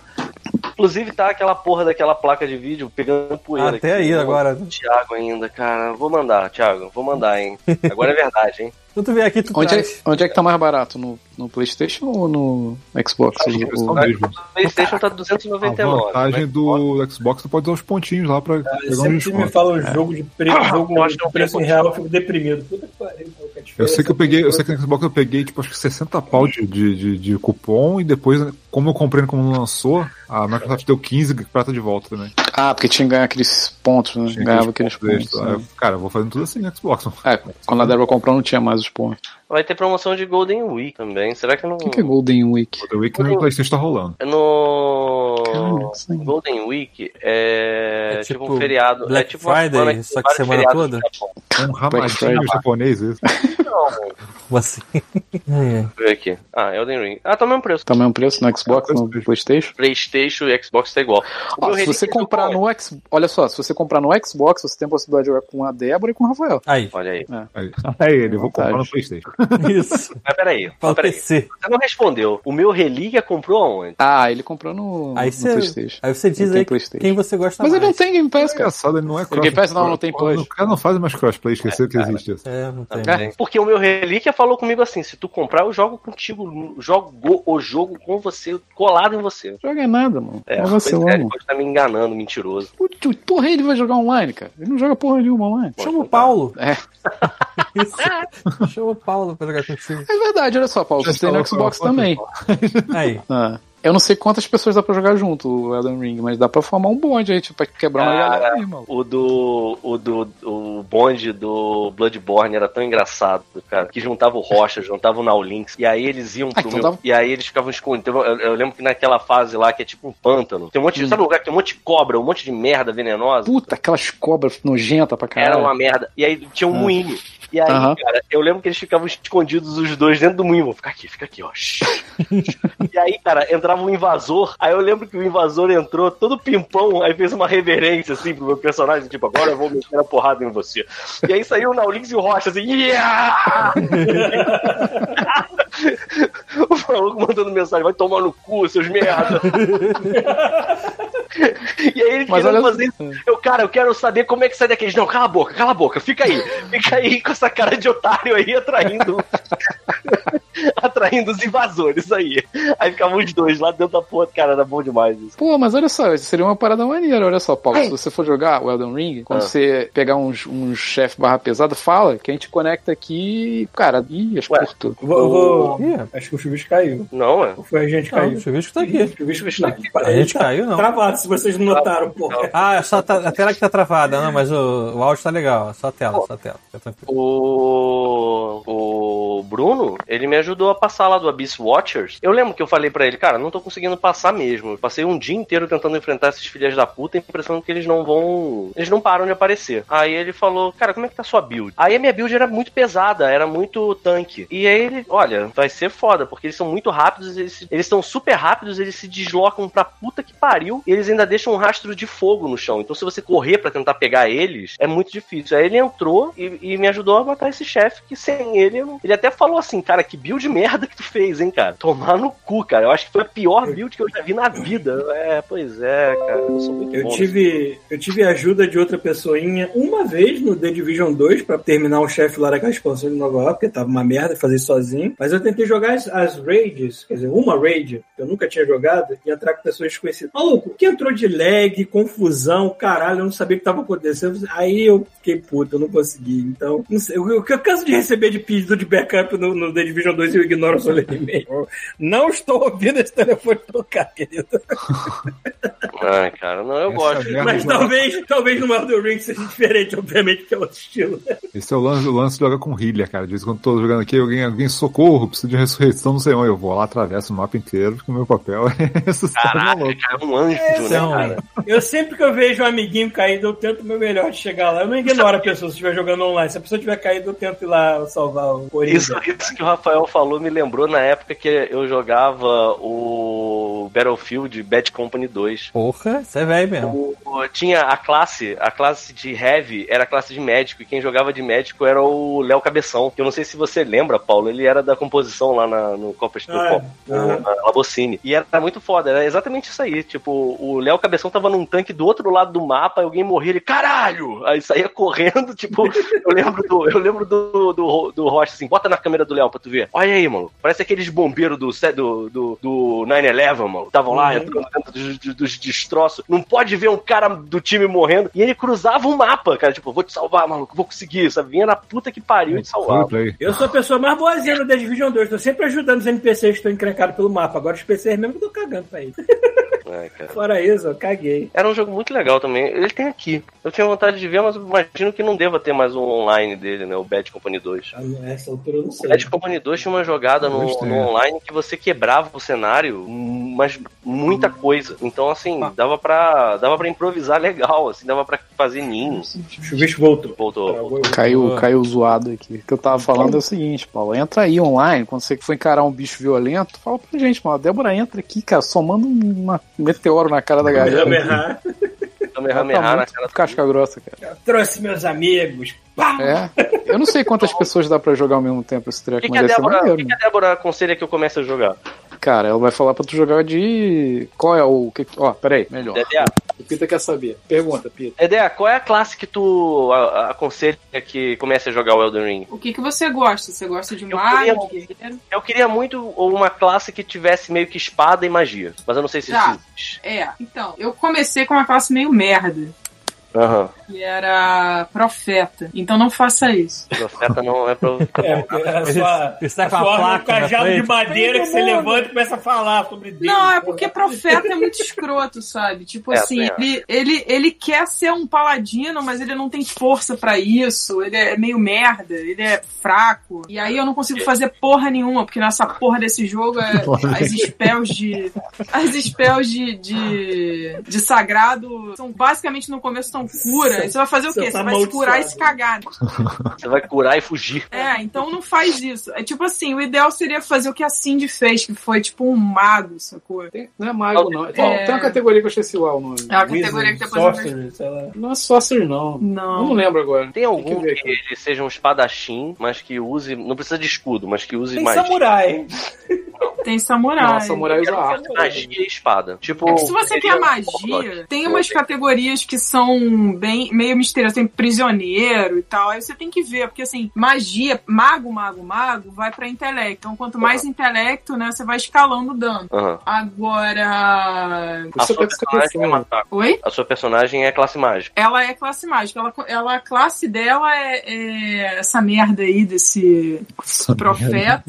G: Inclusive tá aquela porra daquela placa de vídeo pegando poeira.
E: Até
G: aqui. né,
E: aí, agora.
G: Thiago ainda, cara. Vou mandar, Thiago. Vou mandar, hein. Agora é verdade, hein.
E: Quando tu vem aqui, tu
H: Onde é,
E: traz.
H: onde é que tá mais barato? No, no PlayStation ou no Xbox?
F: Acho que
H: O-
F: é só
H: o-
F: mesmo.
G: O PlayStation tá
F: A
G: 299.
F: vantagem
G: né?
F: do Xbox, tu pode usar os pontinhos lá pra pegar um
C: Sempre que me
F: desconto.
C: fala um jogo de preço, jogo
G: Eu acho que
C: de
G: é um eu
C: preço em
G: vou-
C: real, eu fico deprimido. Puta que pariu, qual que é a
F: Eu
C: diferença?
F: sei que eu peguei, eu sei que no Xbox eu peguei, tipo, acho que 60 pau de, de, de, de cupom e depois, como eu comprei como não lançou, a Microsoft deu 15 prata de volta também.
H: Ah, porque tinha que ganhar aqueles pontos, né?
F: Tinha
H: Ganhava aqueles pontos.
F: extra. Aí eu, Cara, eu vou fazendo tudo assim no Xbox.
H: né? É, quando a Débora comprou, não tinha mais os pontos.
G: Vai ter promoção de Golden Week também. Será que não.
H: O que, que é Golden Week?
F: The Week no PlayStation tá rolando.
G: No.
H: Caralho, isso aí.
G: Golden Week é,
E: É
G: tipo,
E: tipo
G: um feriado.
E: Black
G: é tipo uma
E: Friday,
G: semana tem
E: só que
G: vários
E: semana
G: feriados
E: toda?
G: no Japão.
F: É um ramadinho
H: Friday.
F: japonês isso.
G: Não, mano.
E: Como assim? Ai, ai.
G: Deixa eu ver aqui. Ah, Elden Ring. Ah, tá o mesmo preço.
H: Tá o mesmo preço no Xbox, no
F: Preço.
H: PlayStation?
G: PlayStation e Xbox tá igual. O
H: Ó,
G: meu
H: se você
G: relíquio
H: comprar
G: do
H: no Xbox. Olha só, se você comprar no Xbox, você tem a possibilidade de jogar com a Débora e com o Rafael.
E: Aí,
G: Olha aí.
F: Aí aí ele, vou comprar no
H: Vantagem.
F: PlayStation. É
E: isso.
G: Mas peraí, mas
E: Fala
G: peraí.
E: PC.
G: Você não respondeu. O meu relíquia comprou aonde?
H: Ah, ele comprou no,
E: Aí
H: no
E: você,
H: PlayStation.
E: aí você diz
H: Ele tem
E: aí
H: PlayStation.
E: quem você gosta
H: Mas
E: mais.
H: ele não tem Game Pass,
F: É
H: cara.
F: engraçado, ele não é cross.
H: Game Pass não, não tem
F: Porra,
H: plus.
F: O cara não faz mais crossplay, esqueceu que existe isso.
E: É, não tem.
H: É.
G: Porque o meu relíquia falou comigo assim: se tu comprar, eu jogo contigo, jogo o jogo com você, colado em você.
H: Não joga nada, mano.
G: É,
H: Não
G: pois é,
H: vacilão,
G: ele
H: mano.
G: pode estar me enganando, mentiroso.
H: Puta, Porra, ele vai jogar online, cara. Ele não joga porra nenhuma online.
E: Chama o Paulo.
H: É.
E: Isso. Chama o Paulo pra jogar contigo.
H: É verdade, olha só, Paulo.
F: Já
H: Você tem
F: instalou
H: no Xbox
F: o Xbox,
H: também.
E: Aí.
H: Ah, Eu não sei quantas pessoas dá pra jogar junto o Elden Ring, mas dá pra formar um bonde aí, tipo, pra quebrar uma
G: Cara.
H: galera aí, mano.
G: O do. O do. O bonde do Bloodborne era tão engraçado, cara. Que juntava o Rocha, juntava o Naulinx. E aí eles iam pro.
H: então
G: meu-
H: dava-
G: E aí eles ficavam escondidos. Teve- Eu, eu lembro que naquela fase lá, que é tipo um pântano. Tem um monte de.
H: Hum.
G: Sabe um lugar que tem um monte de cobra, um monte de merda venenosa?
H: Puta, aquelas cobras nojentas pra
G: Era
H: caralho.
G: uma merda. E aí tinha um
H: Ah.
G: moinho. E aí,
H: Aham.
G: cara, eu lembro que eles ficavam escondidos os dois dentro do moinho. Vou ficar aqui, fica aqui, ó. e aí, cara, entrava um invasor. Aí eu lembro que o invasor entrou todo pimpão, aí fez uma reverência assim pro meu personagem, tipo, agora eu vou meter a porrada em você. E aí saiu o Naulix e o Rocha assim, yeah! o maluco mandando mensagem, vai tomar no cu, seus merda. e aí ele
H: Mas
G: querendo
H: olha-
G: fazer isso. Eu, cara, eu quero saber como é que sai daqueles. Não, cala a boca, cala a boca, fica aí. Fica aí com essa cara de otário aí, atraindo. atraindo os invasores aí. Aí ficavam os dois lá dentro da porra. Cara, era bom demais isso.
H: Pô, mas olha só, seria uma parada maneira, olha só, Paulo. Se você for jogar o Elden Ring, quando
G: Ah.
H: você pegar uns, uns chefe barra pesada, fala que a gente conecta aqui e, cara, ih, as
G: Ué.
H: portas.
C: Eu vou, eu vou-
E: Ih, rapaz,
C: Acho que o chuvisco caiu.
G: Não, é.
C: Ou foi a gente que
E: não,
C: caiu?
E: o chuvisco tá aqui.
C: O chuvisco está aqui.
E: A gente caiu, não.
C: Travado, se vocês não notaram, porra.
E: Ah, é só tá- a tela que tá travada, não, mas o, o áudio tá legal. Só a tela, só a tela. Fica tranquilo.
G: O... o Bruno, ele me ajudou a passar lá do Abyss Watchers. Eu lembro que eu falei pra ele, cara, não tô conseguindo passar mesmo. Eu passei um dia inteiro tentando enfrentar esses filhas da puta, impressão é que eles não vão. Eles não param de aparecer. Aí ele falou, cara, como é que tá a sua build? Aí a minha build era muito pesada, era muito tanque. E aí ele, olha, vai ser foda, porque eles são muito rápidos, eles se- eles estão super rápidos, eles se deslocam pra puta que pariu, e eles ainda deixam um rastro de fogo no chão. Então se você correr pra tentar pegar eles, é muito difícil. Aí ele entrou e, e me ajudou a matar esse chefe, que sem ele, eu não- ele até falou assim, cara, que build merda que tu fez, hein, cara? Tomar no cu, cara. Eu acho que foi a pior build que eu já vi na vida. É, pois é, cara. Eu sou muito
C: Eu
G: bom.
C: tive, eu tive a ajuda de outra pessoinha uma vez no The Division 2 pra terminar um chefe lá daquela expansão de Nova York, porque tava uma merda fazer isso sozinho. Mas eu tentei jogar as, as raids, quer dizer, uma raid que eu nunca tinha jogado e entrar com pessoas desconhecidas. Maluco, que entrou de lag, confusão, caralho, eu não sabia o que tava acontecendo. Aí eu fiquei puto, eu não consegui. Então, não sei, o o que eu canso de receber de pedido de backup histórico no, no The Division 2 e eu ignoro solenemente. Eu Não estou ouvindo esse telefone tocar, querido.
G: Ah, cara, não, eu
F: Essa
G: gosto.
F: merda
C: Mas
F: não-
C: talvez, talvez no Elden Ring seja diferente, obviamente, que é outro estilo.
F: Esse é o lance, o lance de jogar com healer, cara. De vez em quando eu tô jogando aqui, alguém, alguém socorro, preciso de ressurreição, não sei onde. Eu vou lá, atravesso o mapa inteiro, porque o meu papel é ressuscitar o maluco.
G: Caraca, cara, é um anjo, né,
E: Não,
G: cara?
C: Eu sempre que eu vejo um amiguinho caído, eu tento o meu melhor de chegar lá. Eu não ignoro a pessoa se estiver jogando online. Se a pessoa tiver caído, eu tento ir lá salvar o Coringa.
G: Isso, isso que o Rafael falou me lembrou na época que eu jogava o Battlefield Bad Company 2.
E: Porra, você é velho mesmo.
G: O- o- tinha a classe, a classe de heavy era a classe de médico, e quem jogava de médico era o Léo Cabeção. que Eu não sei se você lembra, Paulo, ele era da composição lá na- no Copa no
C: Ah,
G: Copa-
C: aham.
G: no- na Uhum. Labocine. E era muito foda, era exatamente isso aí. Tipo, o Léo Cabeção tava num tanque do outro lado do mapa, alguém morria, ele, caralho! Aí saía correndo, tipo, eu lembro do, eu lembro do, do, Ro- do Rocha assim, bota na câmera do Léo pra tu ver. Olha aí, mano. Parece aqueles bombeiros do, se- do, do, do 9-11, mano. Estavam lá entrando dentro dos, dos- dos destroços. Não pode ver um cara do time morrendo. E ele cruzava o mapa, cara. Tipo, vou te salvar, maluco, vou conseguir. Sabe? Vinha na puta que pariu e
H: é
G: te salvava.
F: Roleplay.
C: Eu sou a pessoa mais boazinha no The Division 2. Tô sempre ajudando os NPCs que estão encrencados pelo mapa. Agora os PCs mesmo que eu tô cagando pra eles.
G: É, cara.
C: Fora isso, eu caguei.
G: Era um jogo muito legal também. Ele tem aqui. Eu tinha vontade de ver, mas eu imagino que não deva ter mais um online dele, né? O Bad Company 2.
C: Ah, não, Essa altura eu não
G: O
C: sei.
G: Bad Company 2 tinha uma jogada no,
F: Gostei.
G: no online que você quebrava o cenário, mas
H: Hum.
G: muita coisa. Então, assim,
H: Ah.
G: dava pra, dava pra improvisar legal, assim, dava pra fazer ninhos.
C: Chuvisco voltou.
G: Voltou.
H: Caiu, caiu zoado aqui. O que eu tava falando é o seguinte, Paulo. Entra aí online, quando você for encarar um bicho violento, fala pra gente, mano. A Débora entra aqui, cara, somando uma um meteoro na cara da
C: Eu me
H: galera.
C: errar.
H: Ela
G: Kamehameha
H: tá
G: na
H: muito
G: cara
H: casca grossa, cara.
C: Trouxe meus amigos. Pá!
H: É. Eu não sei quantas pessoas dá pra jogar ao mesmo tempo esse
G: O que,
H: treco,
G: que, a
H: mas deve ser
G: Débora, o
H: maneiro,
G: que, é?
H: mano.
G: que a Débora aconselha que eu comece a jogar?
H: Cara, ela vai falar pra tu jogar de. Qual é o. que- Ó, peraí, melhor.
G: Dedé,
H: O Pita quer saber. Pergunta, Pita.
G: Dedé, qual é a classe que tu a- a- aconselha que comece a jogar o Elden Ring?
I: O que, que você gosta? Você gosta de
G: Eu
I: mago,
G: queria-
I: guerreiro?
G: Eu queria muito uma classe que tivesse meio que espada e magia, mas eu não sei se
I: Tá.
G: isso existe.
I: É, então, eu comecei com uma classe meio merda,
G: Aham.
I: que era profeta. Então não faça isso.
G: Profeta não é pro...
C: É, porque a sua,
E: Ele sai
C: a
E: com a
C: sua arma é um
E: placa na
C: cajado de
E: frente.
C: madeira que você levanta e começa a falar sobre Deus.
I: Não, é porque profeta é muito escroto, sabe? Tipo
G: É,
I: assim,
G: também
I: ele, ele, ele quer ser um paladino, mas ele não tem força pra isso. Ele é meio merda, ele é fraco. E aí eu não consigo fazer porra nenhuma, porque nessa porra desse jogo é- as spells de. As spells de, de, de sagrado são basicamente no começo são cura. E você vai fazer o
C: Você
I: quê?
C: tá
I: Você vai se curar e
C: amaldiçoado.
I: se cagar.
G: Você vai curar e fugir.
I: É, então não faz isso. É tipo assim, o ideal seria fazer o que a Cindy fez, que foi tipo um mago, sacou? É
J: Não é mago, não. Tem,
I: É.
J: tem uma categoria que eu esqueci lá o nome.
G: É.
I: a É categoria
C: Wizard,
I: que depois eu
C: sorcerer, sei lá.
J: Não é sorcerer, não. Eu não
I: Não.
J: lembro agora.
G: Tem algum
J: que ver,
G: que,
J: cara.
G: ele seja um espadachim, mas que use. Não precisa de escudo, mas que use
C: Tem
G: mais.
C: samurai, hein?
I: Tem samurai.
J: Não, samurai usa arco.
G: Magia e espada. Tipo.
I: É que se você quer
G: seria-
I: magia, tem umas categorias que são bem meio misteriosas. Tem prisioneiro e tal. Aí você tem que ver, porque assim, magia, mago, mago, mago, vai pra intelecto. Então
J: Tá.
I: quanto mais intelecto, né, você vai escalando o dano.
G: Aham.
I: Agora.
J: Por
G: A
J: isso eu
G: sua,
J: pego essa
G: personagem
J: questão.
G: é uma-
I: Oi?
G: a sua personagem é classe mágica.
I: Ela é classe mágica. Ela, ela- a classe dela é, é essa merda aí desse profeta.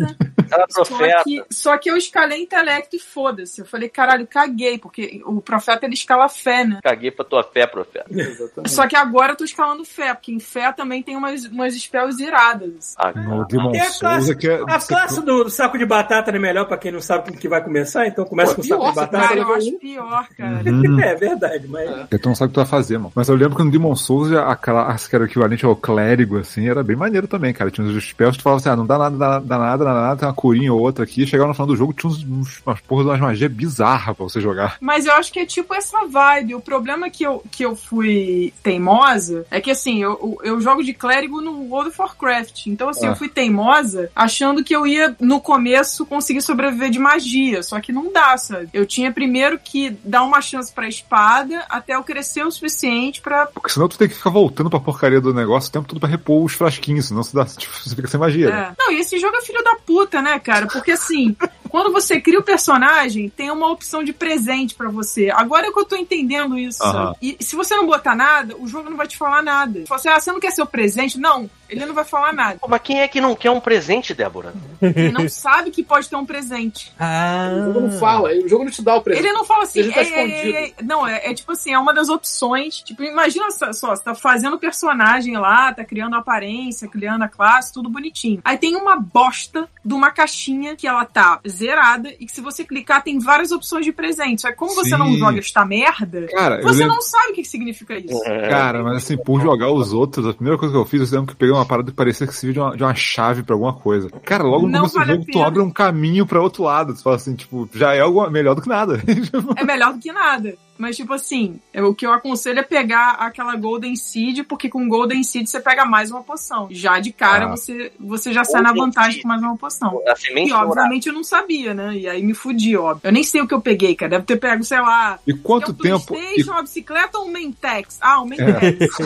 G: Ela é
I: Só
G: profeta.
I: que, só que eu escalei intelecto e foda-se. Eu falei, caralho, caguei, porque o profeta ele escala fé, né?
G: Caguei pra tua fé, profeta.
J: Exatamente.
I: Só que agora eu tô escalando fé, porque em fé também tem umas, umas spells iradas.
G: Ah,
F: No Demon
C: Tem a
F: Souls é que é.
I: tá
C: A classe do saco de batata não é melhor pra quem não sabe com o que vai começar, então começa
J: Pô,
C: com o saco
J: pior,
C: de
J: você
C: batata.
I: Cara, eu
J: legal,
I: acho pior, cara.
F: Uhum.
C: É verdade, mas.
F: Porque tu não então sabe o que tu vai fazer, mano. Mas eu lembro que no Demon Souls a classe que era o equivalente ao clérigo, assim, era bem maneiro também, cara. Tinha uns spells que tu falava assim, ah, não dá nada, dá, dá nada, dá nada, tem uma curinha ou outra aqui. Chegava no final do jogo, tinha uns, uns, umas porras de umas magias bizarras pra você jogar.
I: Mas eu acho que é tipo essa vibe. O problema que eu, que eu fui teimosa é que, assim, eu, eu eu jogo de clérigo no World of Warcraft. Então, assim,
F: Ah.
I: eu fui teimosa achando que eu ia, no começo, conseguir sobreviver de magia. Só que não dá, sabe? Eu tinha primeiro que dar uma chance pra espada até eu crescer o suficiente pra.
F: Porque senão tu tem que ficar voltando pra porcaria do negócio o tempo todo pra repor os frasquinhos, senão você, dá, tipo, você fica sem magia. né?
I: É. Não, e esse jogo é filho da puta, né, cara? Porque, assim, quando você cria o personagem, tem uma opção de presente pra você. Agora é que eu tô entendendo isso.
F: Aham.
I: E se você não botar nada, o jogo não vai te falar nada. Você fala assim, ah, você não quer seu presente? Não. Ele não vai falar nada.
G: Pô, mas quem é que não quer um presente, Débora?
I: Ele não sabe que pode ter um presente.
E: Ah,
J: O jogo
H: né?
J: não fala, o jogo não te dá o presente.
I: Ele não fala assim,
J: Ele tá
I: "Ei, ei,
J: escondido."
I: ei, ei." não, é, é tipo assim, é uma das opções. Tipo, imagina só, só, você tá fazendo personagem lá, tá criando a aparência, criando a classe, tudo bonitinho. Aí tem uma bosta de uma caixinha que ela tá zerada e que se você clicar tem várias opções de presente. Só que como você
F: Sim.
I: não joga esta merda,
F: Cara, eu
I: você
F: lembro-
I: não sabe o que que significa isso.
G: É.
F: Cara, mas assim, por jogar os outros, a primeira coisa que eu fiz, eu lembro que peguei uma parada que parecia que servia de uma, de uma chave pra alguma coisa. Cara, logo no
I: Não
F: começo
I: vale a
F: do jogo, tu
I: pena.
F: abre um caminho pra outro lado. Tu fala assim, tipo, já é algo melhor do que nada.
I: É melhor do que nada. Mas, tipo assim, é- o que eu aconselho é pegar aquela Golden Seed, porque com Golden Seed você pega mais uma poção. Já de cara
F: Ah.
I: você, você já sai na
G: Golden
I: vantagem
G: Seed.
I: com mais uma poção.
G: A semente
I: E,
G: dourada.
I: obviamente, eu não sabia, né? E aí me fudi, óbvio. Eu nem sei o que eu peguei, cara. Deve ter pego, sei lá.
F: E quanto
I: é um
F: tempo. e-
I: PlayStation, uma bicicleta ou um Mentex? Ah, um Mentex.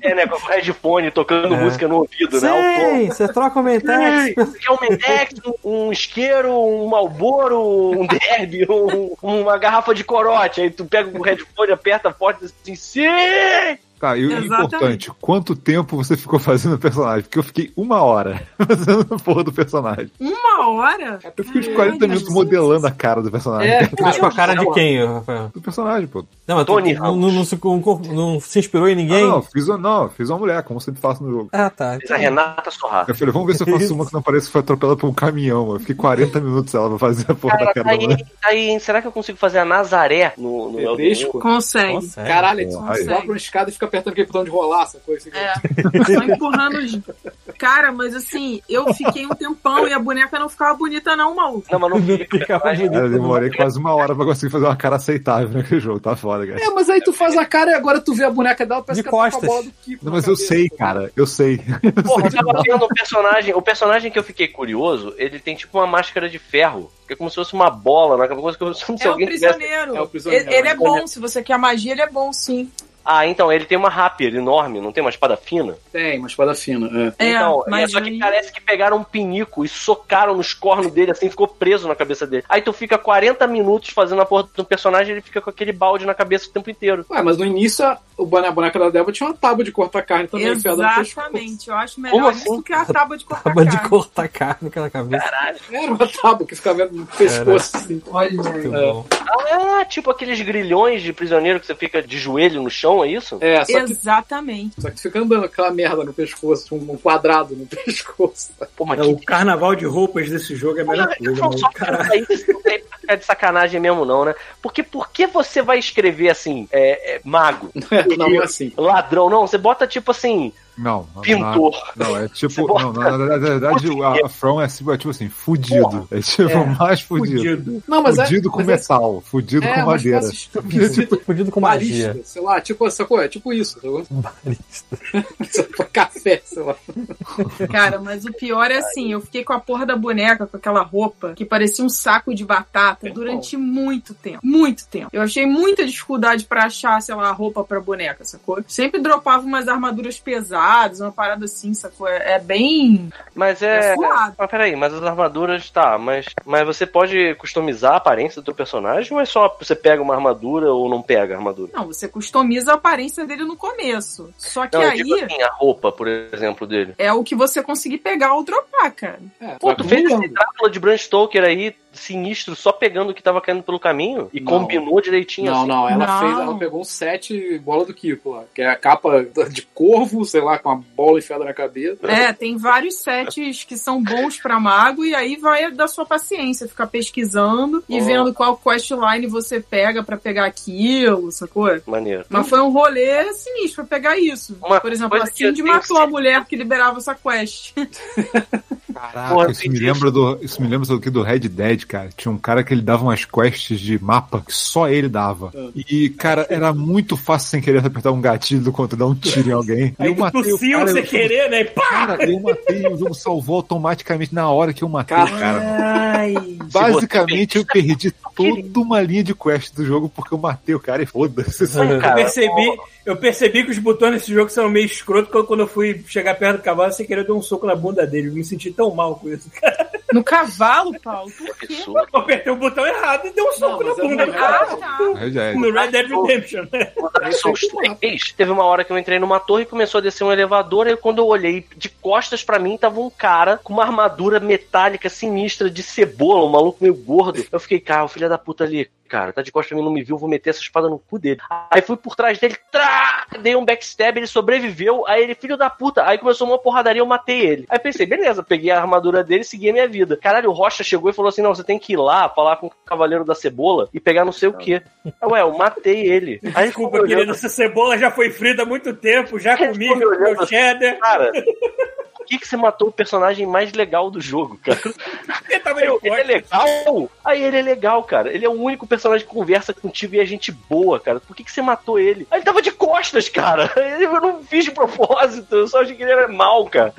G: É, né? Com headphone, tocando
E: É. tá.
G: música no ouvido, né? Ao
E: Sei, você troca o Mentex.
G: tom. Você quer um Mentex, um isqueiro, um malboro, um derby, um- uma garrafa de corote. Aí tu pega o headphone, aperta forte assim, sim!
F: Tá, e o
I: Exatamente.
F: importante, quanto tempo você ficou fazendo o personagem? Porque eu fiquei uma hora fazendo a porra do personagem.
I: Uma hora?
F: Eu fiquei uns
I: Ai,
F: 40
I: mas
F: minutos
I: isso-
F: modelando a cara do personagem.
J: É,
E: Mas com Tipo, a cara
J: não,
E: de quem, Rafael?
F: Do personagem, pô.
E: Não, mas tu-
G: Tony
E: não, não- não se, não- não se inspirou em
F: Ah,
E: ninguém?
F: não, fiz, uma- não, fiz uma mulher, como sempre faço no jogo.
E: Ah, tá.
G: Mas a Renata Sorrar.
F: Eu falei, vamos ver se eu faço uma que não parece que foi atropelada por um caminhão. Eu fiquei 40 minutos ela pra fazer a porra da
G: Cara,
F: cara da
G: tá aí,
F: mulher.
G: tá aí, hein? será que eu consigo fazer a Nazaré no, no Elden Ring?
J: Pedresco?
I: Consegue.
E: Nossa, é.
J: Caralho, ele
F: Aí.
J: vai pra uma escada e fica apertando aquele botão de rolar, essa coisa.
I: É, só empurrando os... Cara, mas assim, eu fiquei um tempão e a boneca não ficava bonita não, maluco.
G: Não, mas não fica.
E: Ficava
G: Mas-
E: bonito.
F: Cara, eu demorei
J: é
F: quase uma hora pra conseguir fazer uma cara aceitável naquele jogo, tá foda, cara.
J: É, mas aí tu faz a cara e agora tu vê a boneca dela, parece
E: De
J: que ela tá
E: costas.
J: com a bola do Kiko.
F: Não,
J: na
F: mas eu
J: cabeça.
F: sei, cara, eu sei.
G: Porra, eu tava vendo o personagem. O personagem que eu fiquei curioso, ele tem tipo uma máscara de ferro. Que é como se fosse uma bola, né? Aquela coisa que eu se
I: É o
G: alguém tivesse.
I: prisioneiro.
J: É o prisioneiro.
I: Ele, ele
G: né?
I: é bom, se você quer magia, ele é bom, sim.
G: Ah, então, ele tem uma rapier enorme, não tem uma espada fina?
J: Tem, uma espada fina. É.
I: É,
G: então, é
I: mas
G: só que
I: aí-
G: parece que pegaram um pinico e socaram nos cornos dele, assim, ficou preso na cabeça dele. Aí tu fica 40 minutos fazendo a porra do personagem ele fica com aquele balde na cabeça o tempo inteiro.
J: Ué, mas no início a, o bone- a boneca da Débora tinha uma tábua de cortar carne também. enfiada no pescoço.
I: Exatamente, eu acho melhor
G: assim?
I: isso que a tábua de cortar
E: Acaba de
I: carne.
E: cortar carne naquela cabeça.
J: Era uma tábua que ficava no pescoço. Assim.
E: Muito
J: É.
E: bom.
G: Ah, é tipo aqueles grilhões de prisioneiro que você fica de joelho no chão, é isso?
J: É, só que,
I: Exatamente.
J: só que tu fica andando aquela merda no pescoço, um, um quadrado no pescoço.
G: Pô, mas
C: É, O carnaval de roupas desse jogo é a melhor
G: Eu
C: coisa,
G: falo só
C: mano.
G: que
C: Caralho.
G: não tá aí, não tá aí pra ficar de sacanagem mesmo, não, né? Porque por que você vai escrever assim, é, é, mago,
J: Não, é assim.
G: ladrão? Não, você bota tipo assim,
F: Não, não, não,
G: pintor.
F: não, é
G: Você
F: tipo.
G: bota-
F: Não, na, na- na verdade, a, a From é tipo, é tipo assim, fudido. É tipo mais fudido.
C: Fudido.
J: Não, mas é.
F: Fudido com
J: mas
F: metal, fudido
J: É,
F: com
J: mas
F: madeira. Tipo,
J: parece estúpido.
E: tipo Fudido com
J: Barista,
E: magia.
J: sei lá, tipo, sacou? É tipo isso, sacou?
E: Barista.
J: Só café, sei lá.
I: Cara, mas o pior é assim, eu fiquei com a porra da boneca, com aquela roupa, que parecia um saco de batata durante muito tempo. Muito tempo. Eu achei muita dificuldade pra achar, sei lá, roupa pra boneca, sacou? Sempre dropava umas armaduras pesadas, uma parada assim, sacou? É, é bem.
G: Mas
I: É
G: é.
I: suado.
G: mas peraí, mas as armaduras, tá, mas, mas você pode customizar a aparência do teu personagem ou é só você pega uma armadura ou não pega a armadura?
I: Não, você customiza a aparência dele no começo. Só que
G: Não, eu
I: aí.
G: digo assim, a roupa, por exemplo, dele.
I: É o que você conseguir pegar ou dropar, cara.
J: É,
G: Pô,
J: vai
G: tu fez esse
J: acumulando.
G: Drácula de Bram Stoker aí, sinistro, só pegando o que tava caindo pelo caminho e
J: Não.
G: combinou direitinho
J: Não,
G: assim.
J: não, ela
I: Não.
J: fez, ela pegou um set bola do Kiko lá, que é a capa de corvo, sei lá, com a bola enfiada na cabeça.
I: É, tem vários sets que são bons pra mago, e aí vai da sua paciência, ficar pesquisando e
G: Oh.
I: vendo qual questline você pega pra pegar aquilo, sacou?
G: Maneiro.
I: Mas foi um rolê sinistro pra pegar isso.
G: Uma
I: Por exemplo, a
G: coisa que eu
I: Cindy
G: tenho
I: matou a
G: certeza-
I: mulher que liberava essa quest.
F: Caraca,
G: Porra,
F: isso me lembra do. Isso me lembra do que do Red Dead, cara. Tinha um cara que ele dava umas quests de mapa que só ele dava.
C: Ah.
F: E, cara, era muito fácil sem querer apertar um gatilho do contra dar um tiro em alguém. E
C: Aí
F: eu
C: tu
F: matei o
C: tossiu
F: cara,
C: sem
F: eu-
C: querer, né? E Pá!
F: Cara, eu matei e o jogo salvou automaticamente na hora que eu matei,
J: Cara.
F: cara.
C: Ai.
F: Basicamente, eu perdi toda uma linha de quest do jogo porque eu matei o cara e foda-se.
C: Eu
G: Cara,
C: percebi, eu percebi que os botões nesse jogo são meio escroto quando- quando eu fui chegar perto do cavalo, sem querer eu dei um soco na bunda dele. Eu me senti tão mal com isso.
I: No cavalo, Paulo? Por quê?
G: é absurdo.
C: Eu apertei o botão errado e deu um soco
J: Não,
C: na
J: mas é
C: bunda.
J: um
I: Ah, tá.
F: Aí já é.
C: No Red Dead Redemption. né?
G: Dark Souls 3, teve uma hora que eu entrei numa torre e começou a descer um elevador, aí quando eu olhei de costas pra mim, tava um cara com uma armadura metálica sinistra de cebola, um maluco meio gordo. Eu fiquei, cara, o filho da puta ali, cara, tá de costas pra mim, não me viu, vou meter essa espada no cu dele. Aí fui por trás dele, trá, dei um backstab, ele sobreviveu, aí ele, filho da puta, aí começou uma porradaria, eu matei ele. Aí pensei, beleza, peguei a armadura dele e segui a minha vida. Caralho, o Rocha chegou e falou assim, não, você tem que ir lá, falar com o Cavaleiro da Cebola e pegar não sei o quê. Ah, Ué, eu matei ele. Aí
C: Desculpa, querido, essa cebola já foi frita há muito tempo, já
G: Ele
C: comi, já
G: ficou me
C: comi
G: olhando.
C: o cheddar.
G: Cara, por que, que você matou o personagem mais legal do jogo, cara?
C: Ele tava
G: Aí eu,
C: meio
G: ele é
C: forte.
G: legal? Aí ele é legal, cara. Ele é o único personagem que conversa contigo e é gente boa, cara. Por que, que você matou ele? Aí ele tava de costas, cara. Eu não fiz de propósito, eu só achei que ele era mal, cara.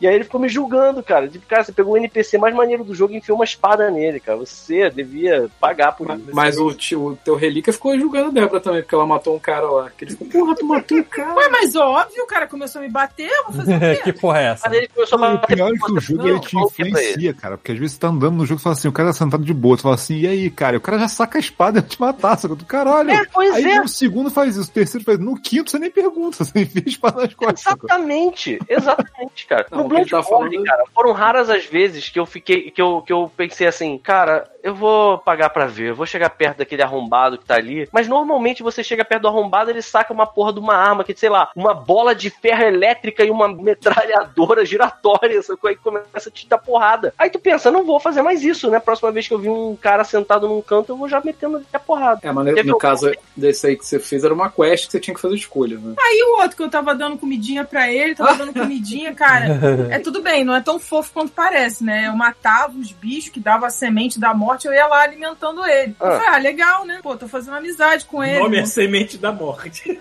G: E aí ele ficou me julgando, cara. Tipo, cara, você pegou o NPC mais maneiro do jogo e enfiou uma espada nele, cara. Você devia pagar por
J: Mas,
G: isso.
J: mas o, tio- o teu Relíquia ficou julgando a Débora também, porque ela matou um cara lá. Que ele ficou, porra, tu matou o cara.
I: Ué, mas óbvio, o cara começou a me bater, eu vou fazer o
E: que
I: quê?
E: porra é essa?
G: Mas ele começou a
F: O
G: bater
F: pior é que o jogo ele te
G: Não, ok pra ele.
F: influencia, cara. Porque às vezes você tá andando no jogo e fala assim, o cara tá sentado de boa, tu fala assim, e aí, cara? E o cara já saca a espada e vai te matar, saca do caralho.
G: É, pois
F: aí
G: é.
F: no segundo faz isso, no terceiro faz isso, no quinto você nem pergunta, você enfia a espada nas costas. saca?
G: Exatamente, exatamente, cara.
J: Não,
G: no
J: o que ele
G: Bloodborne,
J: tá falando-
G: cara, foram raras as vezes que eu fiquei, que eu, que eu pensei assim, cara, eu vou pagar pra ver, eu vou chegar perto daquele arrombado que tá ali. Mas normalmente você chega perto do arrombado, ele saca uma porra de uma arma, que sei lá, uma bola de ferro elétrica e uma metralhadora giratória, sacou? Aí começa a te dar porrada. Aí tu pensa, não vou fazer mais isso, né? Próxima vez que eu vi um cara sentado num canto, eu vou já metendo a porrada.
J: É, mas no-
G: Teve
J: no
G: um-
J: caso desse aí que você fez, era uma quest que você tinha que fazer escolha, né?
I: Aí o outro que eu tava dando comidinha pra ele, tava dando comidinha, cara. É tudo bem, não é tão fofo quanto parece, né? Eu matava os bichos que dava a semente da morte, eu ia lá alimentando ele. Eu
G: Ah.
I: falei, ah, legal, né? Pô, tô fazendo amizade com
C: O nome
I: ele. né?
C: é Semente da Morte.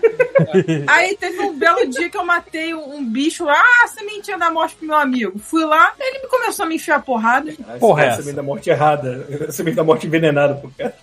I: Aí teve um belo dia que eu matei um, um bicho lá, ah, sementinha da morte pro meu amigo. Fui lá, ele me começou a me enfiar porrada.
E: Porra, é
C: Semente
E: essa?
C: da Morte errada. Semente da Morte envenenada, pô, cara.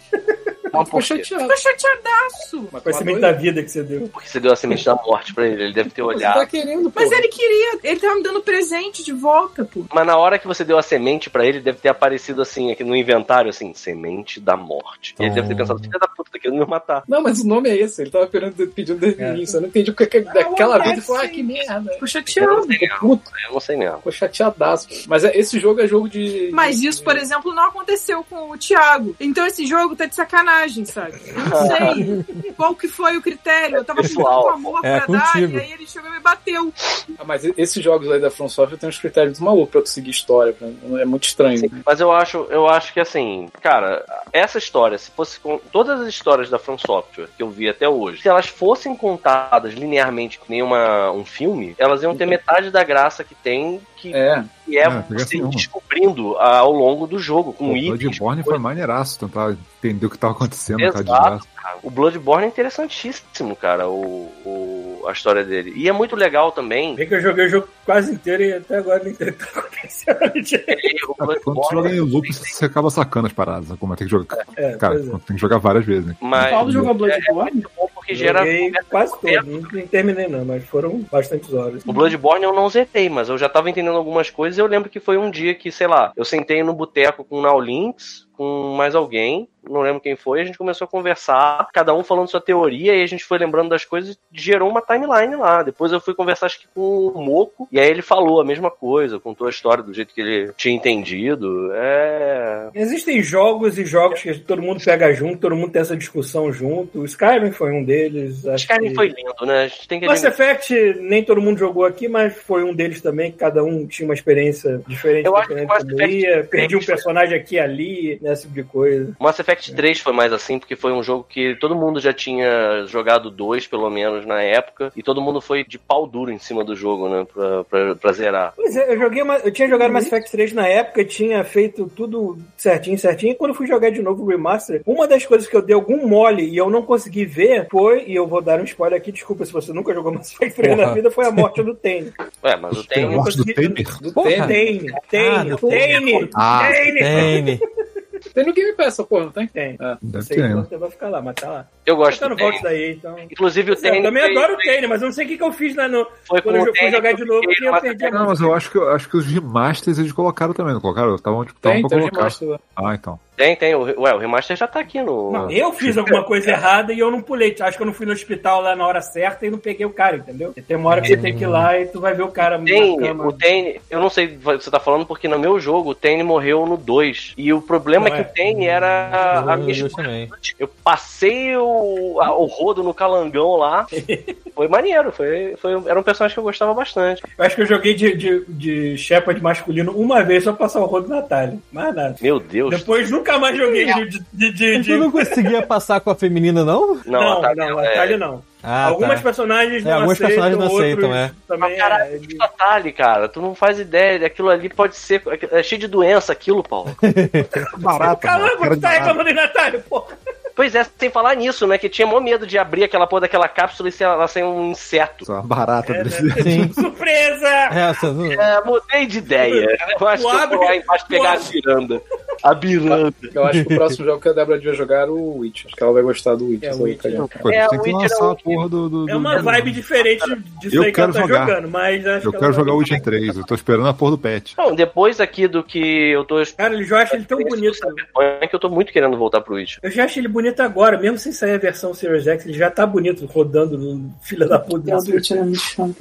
J: Não, ficou chateado.
I: Ficou chateadaço.
J: Mas
C: Foi a
J: tu
C: semente
J: matou
C: da
J: ele.
C: vida que você deu.
G: É Porque você deu a semente da morte pra ele, ele deve ter
J: Você tá
G: olhado.
J: querendo, pô.
I: Mas
C: é-
I: ele queria, ele tava me dando presente de volta, pô.
G: Mas na hora que você deu a semente pra ele, deve ter aparecido assim, aqui no inventário, assim, semente da morte. E ele
F: Hum.
G: deve ter pensado, filha da puta, tá querendo me matar.
J: Não, mas o nome é esse. Ele tava pedindo, pedindo desde o
C: É. um
J: início. Eu um não entendi o que, que-
I: Ah,
J: daquela
I: o
J: vez. Ele falou, ah,
I: Alex.
J: que merda.
I: Ficou
G: Eu
I: chateado.
G: não sei mesmo,
J: Puta,
G: eu não sei mesmo.
J: ficou chateadaço. Mas é- esse jogo é jogo de...
I: Mas isso, por exemplo, não aconteceu com o Thiago. Então esse jogo tá de sacanagem, sabe? Eu não sei qual que foi o critério. Eu tava com tanto
G: Pessoal,
I: amor
E: é
I: pra dar,
E: contigo.
I: e aí ele chegou e me bateu.
J: Ah, Mas e- esses jogos aí da From Software tem uns critérios malucos pra tu seguir história. pra- É muito estranho.
G: Sim, Mas eu acho, eu acho que assim, cara, essa história, se fosse com todas as histórias da From Software que eu vi até hoje, se elas fossem contadas linearmente que nem uma, um filme, elas iam ter
F: Uhum.
G: metade da graça que tem, que,
J: É.
G: que é
F: Ah, graça
G: você ir
F: nenhuma.
G: descobrindo ao longo do jogo, com
F: Pô,
G: itens,
F: Bloodborne foi maneiraço tentar entender o que tava acontecendo, cara, de
G: Exato.
F: graça.
G: O Bloodborne é interessantíssimo, cara, o, o- a história dele. E é muito legal também.
C: Bem que eu joguei o jogo quase inteiro e até agora nem tá acontecendo.
G: ele- O
F: Tá Quando tu joga
G: Bloodborne,
F: em loop, você acaba sacando as paradas, sabe? como é, tem que jogar.
C: É,
F: Cara,
C: pois é.
F: tem que jogar várias vezes, né?
G: mas
C: Paulo jogou Bloodborne?
G: é bom porque gera.
C: Joguei quase todo, não não terminei não, mas foram bastantes horas.
G: O Bloodborne eu não zerei, mas eu já tava entendendo algumas coisas. Eu lembro que foi um dia que, sei lá, eu sentei no boteco com o Naulinks, com mais alguém, não lembro quem foi, a gente começou a conversar, cada um falando sua teoria, e a gente foi lembrando das coisas e gerou uma timeline lá. Depois eu fui conversar, acho que com o Moco, e aí ele falou a mesma coisa, contou a história do jeito que ele tinha entendido. É.
C: Existem jogos e jogos que todo mundo pega junto, todo mundo tem essa discussão junto. O Skyrim foi um deles. acho
G: Skyrim
C: que- é,
G: foi lindo, né? A gente tem que
C: Mass
G: admitir.
C: Effect, nem todo mundo jogou aqui, mas foi um deles também, que cada um tinha uma experiência diferente.
G: Eu acho
C: dependendo
G: que Mass
C: de como ia, perdi um
G: diferente.
C: personagem aqui e ali, né, esse tipo de coisa.
G: Mass
C: É.
G: Effect 3 foi mais assim, porque foi um jogo que todo mundo já tinha jogado dois, pelo menos, na época, e todo mundo foi de pau duro em cima do jogo, né? Pra, pra, pra zerar.
C: Pois é, eu, joguei, uma- eu tinha jogado Mass Effect 3 na época, tinha feito tudo certinho, certinho, e quando eu fui jogar de novo o Remaster, uma das coisas que eu dei algum mole e eu não consegui ver foi, e eu vou dar um spoiler aqui, desculpa se você nunca jogou Mass Effect 3 na
E: Porra.
C: vida, foi a morte do Tane.
G: Ué, mas eu
F: Tem a
G: tenho.
F: morte do
C: consegui-
F: Temer.
J: Do
E: Porra.
J: tempo.
C: Tane, Tane,
E: Ah, do
C: Tane,
F: Ah,
C: Tane.
E: Tane.
J: Tem no Game Pass essa porra, não tem?
C: Tem.
J: Ah,
C: Não
F: Deve
C: sei
F: ter, né?
C: quanto tempo vai ficar lá, mas tá lá.
G: Eu gosto
C: Eu
G: do
C: não volto
G: Tênis.
C: daí, então.
G: Inclusive o
C: Eu
G: Tênis.
C: também
G: foi-
C: adoro o Kane, mas eu não sei o que, que eu fiz lá no.
G: Foi com
C: Quando eu
G: o
C: fui
G: Tênis
C: jogar
G: que
C: de novo,
G: fiquei
C: eu
G: numa
C: ia perder a
F: Não, mas eu acho que, eu acho que os remasters eles colocaram também, não colocaram? Estavam tipo, tavam
J: Tem,
F: pra
J: tem
F: colocar.
J: remaster lá.
F: Ah, então.
G: Tem, tem. O, re- ué, o remaster já tá aqui no.
C: Não, eu fiz alguma coisa errada e eu não pulei. Acho que eu não fui no hospital lá na hora certa e não peguei o cara, entendeu? Porque tem uma hora que você tem que ir lá e tu vai ver o cara
G: Tem,
C: na
G: o
C: cama.
G: Tane, eu não sei o que você tá falando, porque no meu jogo o Tane morreu no 2. E o problema
C: Não
G: é
C: é.
G: que o Tane
C: Ah,
G: era
E: Ah,
G: a minha escolha.
E: também.
G: Eu passei o, a- o rodo no calangão lá. Foi maneiro, foi, foi, era um personagem que eu gostava bastante.
C: Eu acho que eu joguei de, de, de Shepard masculino uma vez só pra passar o rodo na Natália. Mais nada.
G: Meu Deus.
C: Depois nunca mais joguei de. de, de,
E: E
C: de-
E: tu não conseguia passar com a feminina, não?
G: Não,
C: não,
G: a
C: não,
G: Thalia- é,
C: Natália não.
E: Ah,
C: Algumas
E: tá.
C: personagens
E: É,
C: não
E: alguns
C: aceitam,
E: personagens não aceitam,
C: outros também
G: Mas, cara,
C: é, de-
G: a Thalia, cara, tu não faz ideia. Aquilo ali pode ser. É cheio de doença aquilo, Paulo.
F: Barata. mano,
C: Caramba,
F: cara
C: tu
F: de barata.
C: tá reclamando de Natália, porra.
G: Pois é, sem falar nisso, né? Que tinha mó medo de abrir aquela porra daquela cápsula e ser- ela ser um inseto.
F: Essa barata
C: É, né?
F: desse-
E: Sim.
C: Surpresa!
E: É, você não...
G: É, mudei de ideia. Eu acho que eu
C: abre-
G: vou lá embaixo
C: tu
G: pegar a
C: abre-
G: Miranda. A Miranda.
J: Eu acho que o próximo jogo que a Débora devia jogar era o Witch. Acho que ela vai gostar do Witch.
C: É,
J: essa aí,
C: Witch,
J: cara.
C: é o
F: Pô, tem
G: É,
F: que
G: o Witcher
F: lançar
G: é um-
F: a porra do. do-
C: É uma
F: do-
C: vibe diferente disso
F: Eu
C: aí que
F: quero
C: ela tá
F: jogar.
C: jogando, mas acho
F: Eu
C: que
F: quero
C: ela
F: jogar o
C: vai-
F: Witcher 3, eu tô esperando a porra do pet.
G: Não, depois aqui do que eu tô
C: Cara, ele- eu acho ele tão bonito.
G: é que eu tô muito querendo voltar pro Witch.
C: Eu já acho ele bonito agora, mesmo sem sair a versão Series X, ele já tá bonito rodando no filho da puta.
I: Deus, eu tiro muito chão.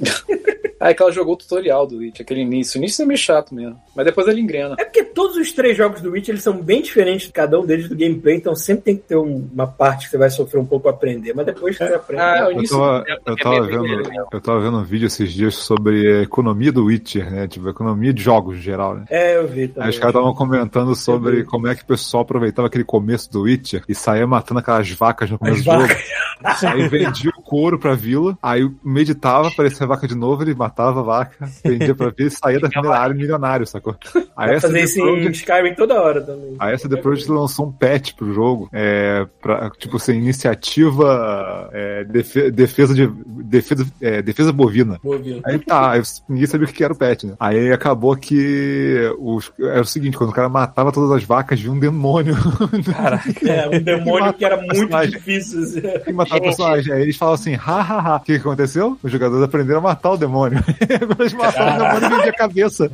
J: Ah, é que ela jogou o tutorial do Witch, aquele início. O início é meio chato mesmo. Mas depois ele engrena.
C: É porque todos os três jogos do Witch eles são bem diferentes, cada um deles do gameplay, então sempre tem que ter um- uma parte que você vai sofrer um pouco pra aprender, mas depois você aprende.
G: Ah,
J: É, o
F: Eu
J: início
F: tava,
G: é-
F: eu,
G: é
F: tava
G: bem
F: vendo,
G: legal.
F: eu tava vendo um vídeo esses dias sobre a economia do Witcher, né? Tipo, a economia de jogos em geral, né?
C: É, eu vi
F: Aí
C: também.
F: os caras estavam comentando sobre como é que o pessoal aproveitava aquele começo do Witcher e saía matando aquelas vacas no começo
C: As
F: do jogo. Aí vendia o couro pra vila, aí meditava, aparecia a vaca de novo, ele matava a vaca, vendia pra vila e saía da primeira área milionário, sacou? Aí
C: Vai
F: essa
C: fazer isso em Skyrim toda hora também.
F: a SD Projekt lançou um patch pro jogo, é, pra, tipo assim, iniciativa é, defe- defesa, de, defesa, é, defesa bovina. Aí tá, aí ninguém sabia o que era o patch, né? Aí acabou que os, era o seguinte, quando o cara matava todas as vacas, vinha um demônio
C: É, um demônio que era muito
F: personagem.
C: difícil. assim.
F: e matava o
G: Gente.
F: personagem. Aí eles falam assim, ha, ha, ha. O que, que aconteceu? Os jogadores aprenderam a matar o demônio. Quando eles mataram o demônio, vendia a cabeça.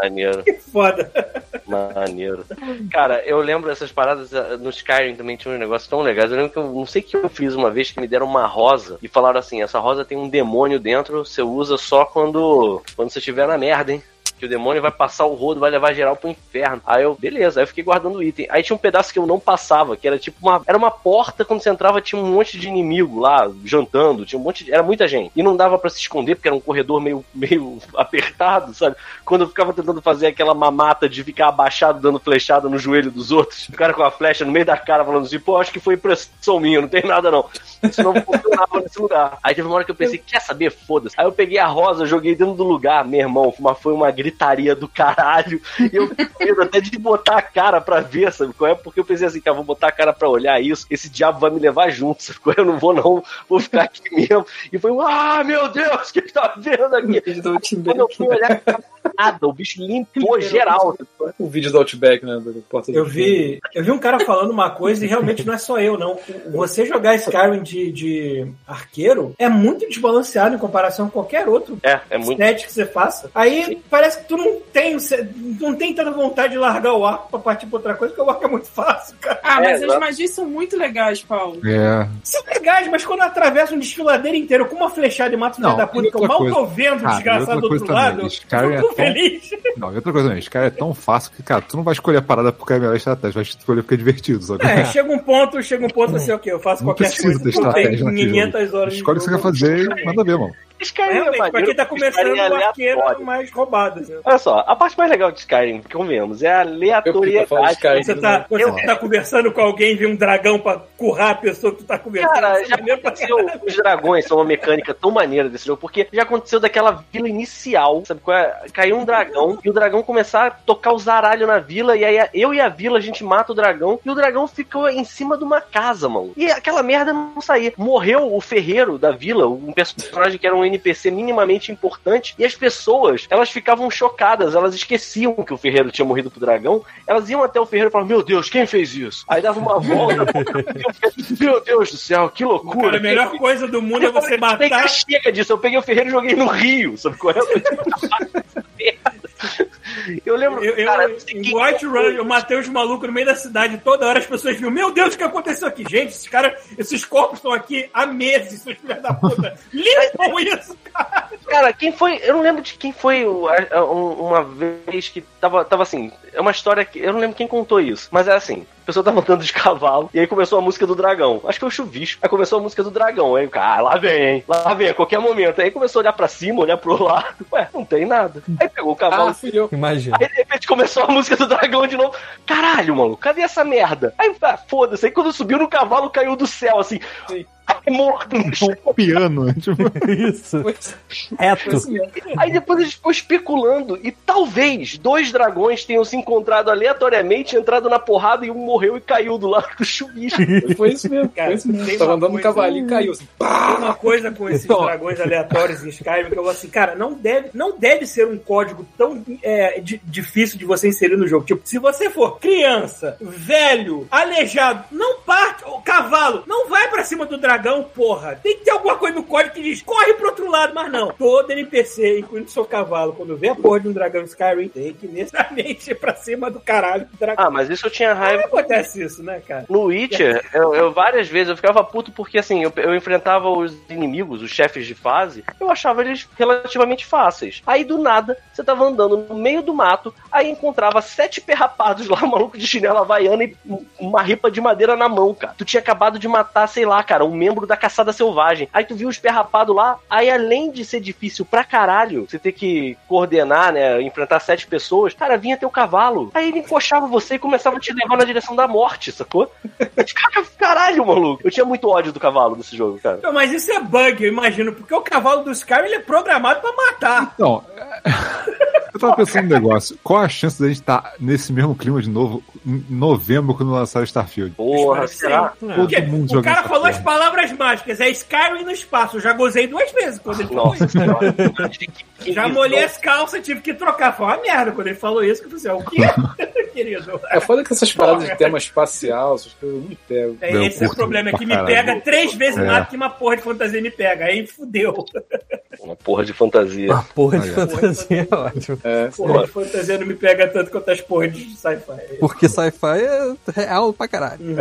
G: Maneiro,
C: Foda.
G: maneiro. Cara, eu lembro dessas paradas ah, no Skyrim também tinha uns negócios tão legais. Eu lembro que eu não sei o que eu fiz uma vez que me deram uma rosa e falaram assim: essa rosa tem um demônio dentro, você usa só quando, quando você estiver na merda, hein? Que o demônio vai passar o rodo, vai levar geral pro inferno. Aí eu, beleza, aí eu fiquei guardando o item. Aí tinha um pedaço que eu não passava, que era tipo uma. Era uma porta, quando você entrava tinha um monte de inimigo lá, jantando, tinha um monte de. Era muita gente. E não dava pra se esconder, porque era um corredor meio, meio apertado, sabe? quando eu ficava tentando fazer aquela mamata de ficar abaixado dando flechada no joelho dos outros, o cara com a flecha no meio da cara falando assim, pô, acho que foi impressão minha, não tem nada não. Isso não funcionava nesse lugar. Aí teve uma hora que eu pensei, quer saber? Foda-se. Aí eu peguei a rosa, joguei dentro do lugar, meu irmão, mas foi uma gritaria do caralho. E eu fiquei com medo até de botar a cara pra ver, sabe qual é? Porque eu pensei assim, cara, vou botar a cara pra olhar isso, esse diabo vai me levar junto, sabe qual é? Eu não vou não, vou ficar aqui mesmo. E foi um, ah, meu Deus, o que que tá vendo aqui?
J: É,
I: Deus,
J: então,
I: eu te
G: Quando eu fui olhar, nada, o bicho limpou geral.
J: o vídeo do Outback, né? Do Porta do
C: Eu vi, eu vi um cara falando uma coisa e realmente não é só eu, não. Você jogar Skyrim de, de arqueiro é muito desbalanceado em comparação com qualquer outro
G: É, é muito.
C: set que você faça. Aí parece que tu não tem, você não tem tanta vontade de largar o arco pra partir pra outra coisa, porque o arco é muito fácil, cara.
I: Ah, mas
G: É,
I: as magias são muito legais, Paulo.
F: É.
C: São legais, mas quando atravessa um desfiladeiro inteiro com uma flechada e mata o
F: Não,
C: filho da puta,
F: e
C: que eu
F: outra
C: mal
F: coisa.
C: tô vendo o
F: Cara,
C: desgraçado
F: e outra
C: do
F: coisa
C: outro
F: também,
C: lado,
F: Skyrim
C: eu
F: é
C: tô
F: tão-
C: feliz.
F: Não, e outra coisa, né? Esse cara é tão fácil que, cara, tu não vai escolher a parada porque é a melhor estratégia, vai escolher porque é divertido, sabe?
C: É, chega um ponto, chega um ponto, não sei o que, eu faço
F: Não
C: qualquer
F: precisa
C: coisa.
F: ter estratégia
C: tenho
F: naquele
C: 500 horas de
F: Escolhe o que você quer
C: jogo.
F: fazer e manda ver, mano.
G: Skyrim é
C: Realmente, pra quem tá começando,
G: Skyrim é
C: o arqueiro é
G: aleatório.
C: mais roubado. assim.
G: Olha só, a parte mais legal de Skyrim, convenhamos, é a
J: Eu queria falar de
G: aleatoriedade.
J: Skyrim.
C: Você tá, quando
G: é? Eu-
C: você tá conversando com alguém, vê um dragão pra currar a pessoa que tu tá conversando.
G: Cara,
C: você
G: já
C: olha pra-
G: aconteceu. Os dragões são uma mecânica tão maneira desse jogo, porque já aconteceu daquela vila inicial, sabe qual é? Caiu um dragão e o dragão começar a tocar o zaralho na vila, e aí a- eu e a vila a gente mata o dragão, e o dragão ficou em cima de uma casa, mano. E aquela merda não saía. Morreu o ferreiro da vila, um personagem que era um NPC minimamente importante e as pessoas, elas ficavam chocadas, elas esqueciam que o Ferreiro tinha morrido pro dragão, elas iam até o Ferreiro e falavam, meu Deus, quem fez isso? Aí dava uma volta, e o Ferreiro, meu Deus do céu, que loucura.
C: Cara, a melhor coisa do mundo é
G: Eu
C: você
G: falei, "Tem que
C: matar.
G: chega disso, eu peguei o Ferreiro e joguei no Rio, sabe qual é? Eu lembro,
C: Eu, eu,
G: cara, é não sei
C: em
G: quem
C: White
G: comprou
C: Run, eu matei os malucos no meio da cidade toda hora, as pessoas viam, meu Deus, o que aconteceu aqui? Gente, esses caras, esses corpos estão aqui há meses, seus filhos da puta. Limpam isso, cara.
G: Cara, quem foi. Eu não lembro de quem foi o- a- a- um- uma vez que tava, tava assim. É uma história que. Eu não lembro quem contou isso. Mas é assim: a pessoa tava andando de cavalo e aí começou a música do dragão. Acho que foi o chuvisco. Aí começou a música do dragão. Aí o cara, ah, lá vem, hein? Lá vem, a qualquer momento. Aí começou a olhar pra cima, olhar pro lado. Ué, não tem nada. Aí pegou o cavalo.
J: Ah, fui eu.
E: Imagina.
C: É
G: Aí de repente começou a música do dragão de novo. Caralho, maluco, cadê essa merda? Aí ah, foda-se. Aí quando subiu no cavalo, caiu do céu, assim. Aí, morto no chão.
F: Um piano. Tipo,
E: Isso. Reto.
G: Aí depois eles ficam especulando e talvez dois dragões tenham se encontrado aleatoriamente, entrado na porrada e um morreu e caiu do lado do chuvisco.
J: Foi isso mesmo.
C: Cara,
J: foi isso mesmo.
C: tem
J: Tava
C: uma
J: andando no
C: coisa-
J: cavalinho e caiu. Assim, pá!
C: Tem uma coisa com esses
E: Então.
C: dragões aleatórios em Skyrim que eu vou assim, cara, não deve, não deve ser um código tão é, di- difícil de você inserir no jogo. Tipo, se você for criança, velho, aleijado, não parte, ô, cavalo, não vai pra cima do dragão, porra. Tem que ter alguma coisa no código que diz, corre pro outro lado, mas não. Todo NPC, incluindo seu cavalo, quando vê a porra de um dragão em Skyrim, tem que necessariamente ir pra cima do caralho do dragão.
G: Ah, mas isso eu tinha
C: Não
G: raiva.
C: acontece isso, né, cara?
G: No Witcher, eu, eu várias vezes eu ficava puto porque assim, eu, eu enfrentava os inimigos, os chefes de fase, eu achava eles relativamente fáceis. Aí do nada, você tava andando no meio do mato, aí encontrava sete perrapados lá, maluco de chinela havaiana e uma ripa de madeira na mão, cara. Tu tinha acabado de matar, sei lá, cara, um membro da caçada selvagem. Aí tu viu os perrapados lá, aí além de ser difícil pra caralho, você ter que coordenar, né, enfrentar sete pessoas, cara, vinha teu cavalo. Aí ele encoxava você e começava a te levar na direção da morte, sacou? Cara, Caralho, maluco. Eu tinha muito ódio do cavalo nesse jogo, cara.
C: Não, Mas isso é bug, eu imagino, porque o cavalo do Skyrim ele é programado pra matar.
F: Então, é- eu tava pensando no negócio. Qual a chance da gente estar nesse mesmo clima de novo em novembro quando lançar Starfield?
G: Porra, será?
F: Todo
C: Porque
F: mundo
C: é, o
F: joga
C: cara
F: essa
C: falou
F: porra.
C: as palavras mágicas, é Skyrim no espaço. Eu já gozei duas vezes quando ele falou
G: Nossa
C: isso.
G: senhora. Que- que
C: Já
G: visão.
C: molhei as calças, tive que trocar. Foi uma merda quando ele falou isso, que eu falei assim, "Ah, o quê, querido?
J: É foda que essas paradas de tema espacial, essas coisas, eu não pego.
C: É,
F: Não, eu
C: esse é o
F: curto
C: problema, é
F: pra
C: que me
F: caralho.
C: pega três vezes
F: É.
C: mais do que uma porra de fantasia me pega. Aí fudeu.
G: Uma porra de fantasia.
E: Uma Ah, porra de
F: Olha.
E: fantasia é ótimo.
J: É,
C: Porra de fantasia não me pega tanto quanto as porras de sci-fi.
E: Porque sci-fi é real pra caralho.
C: Hum.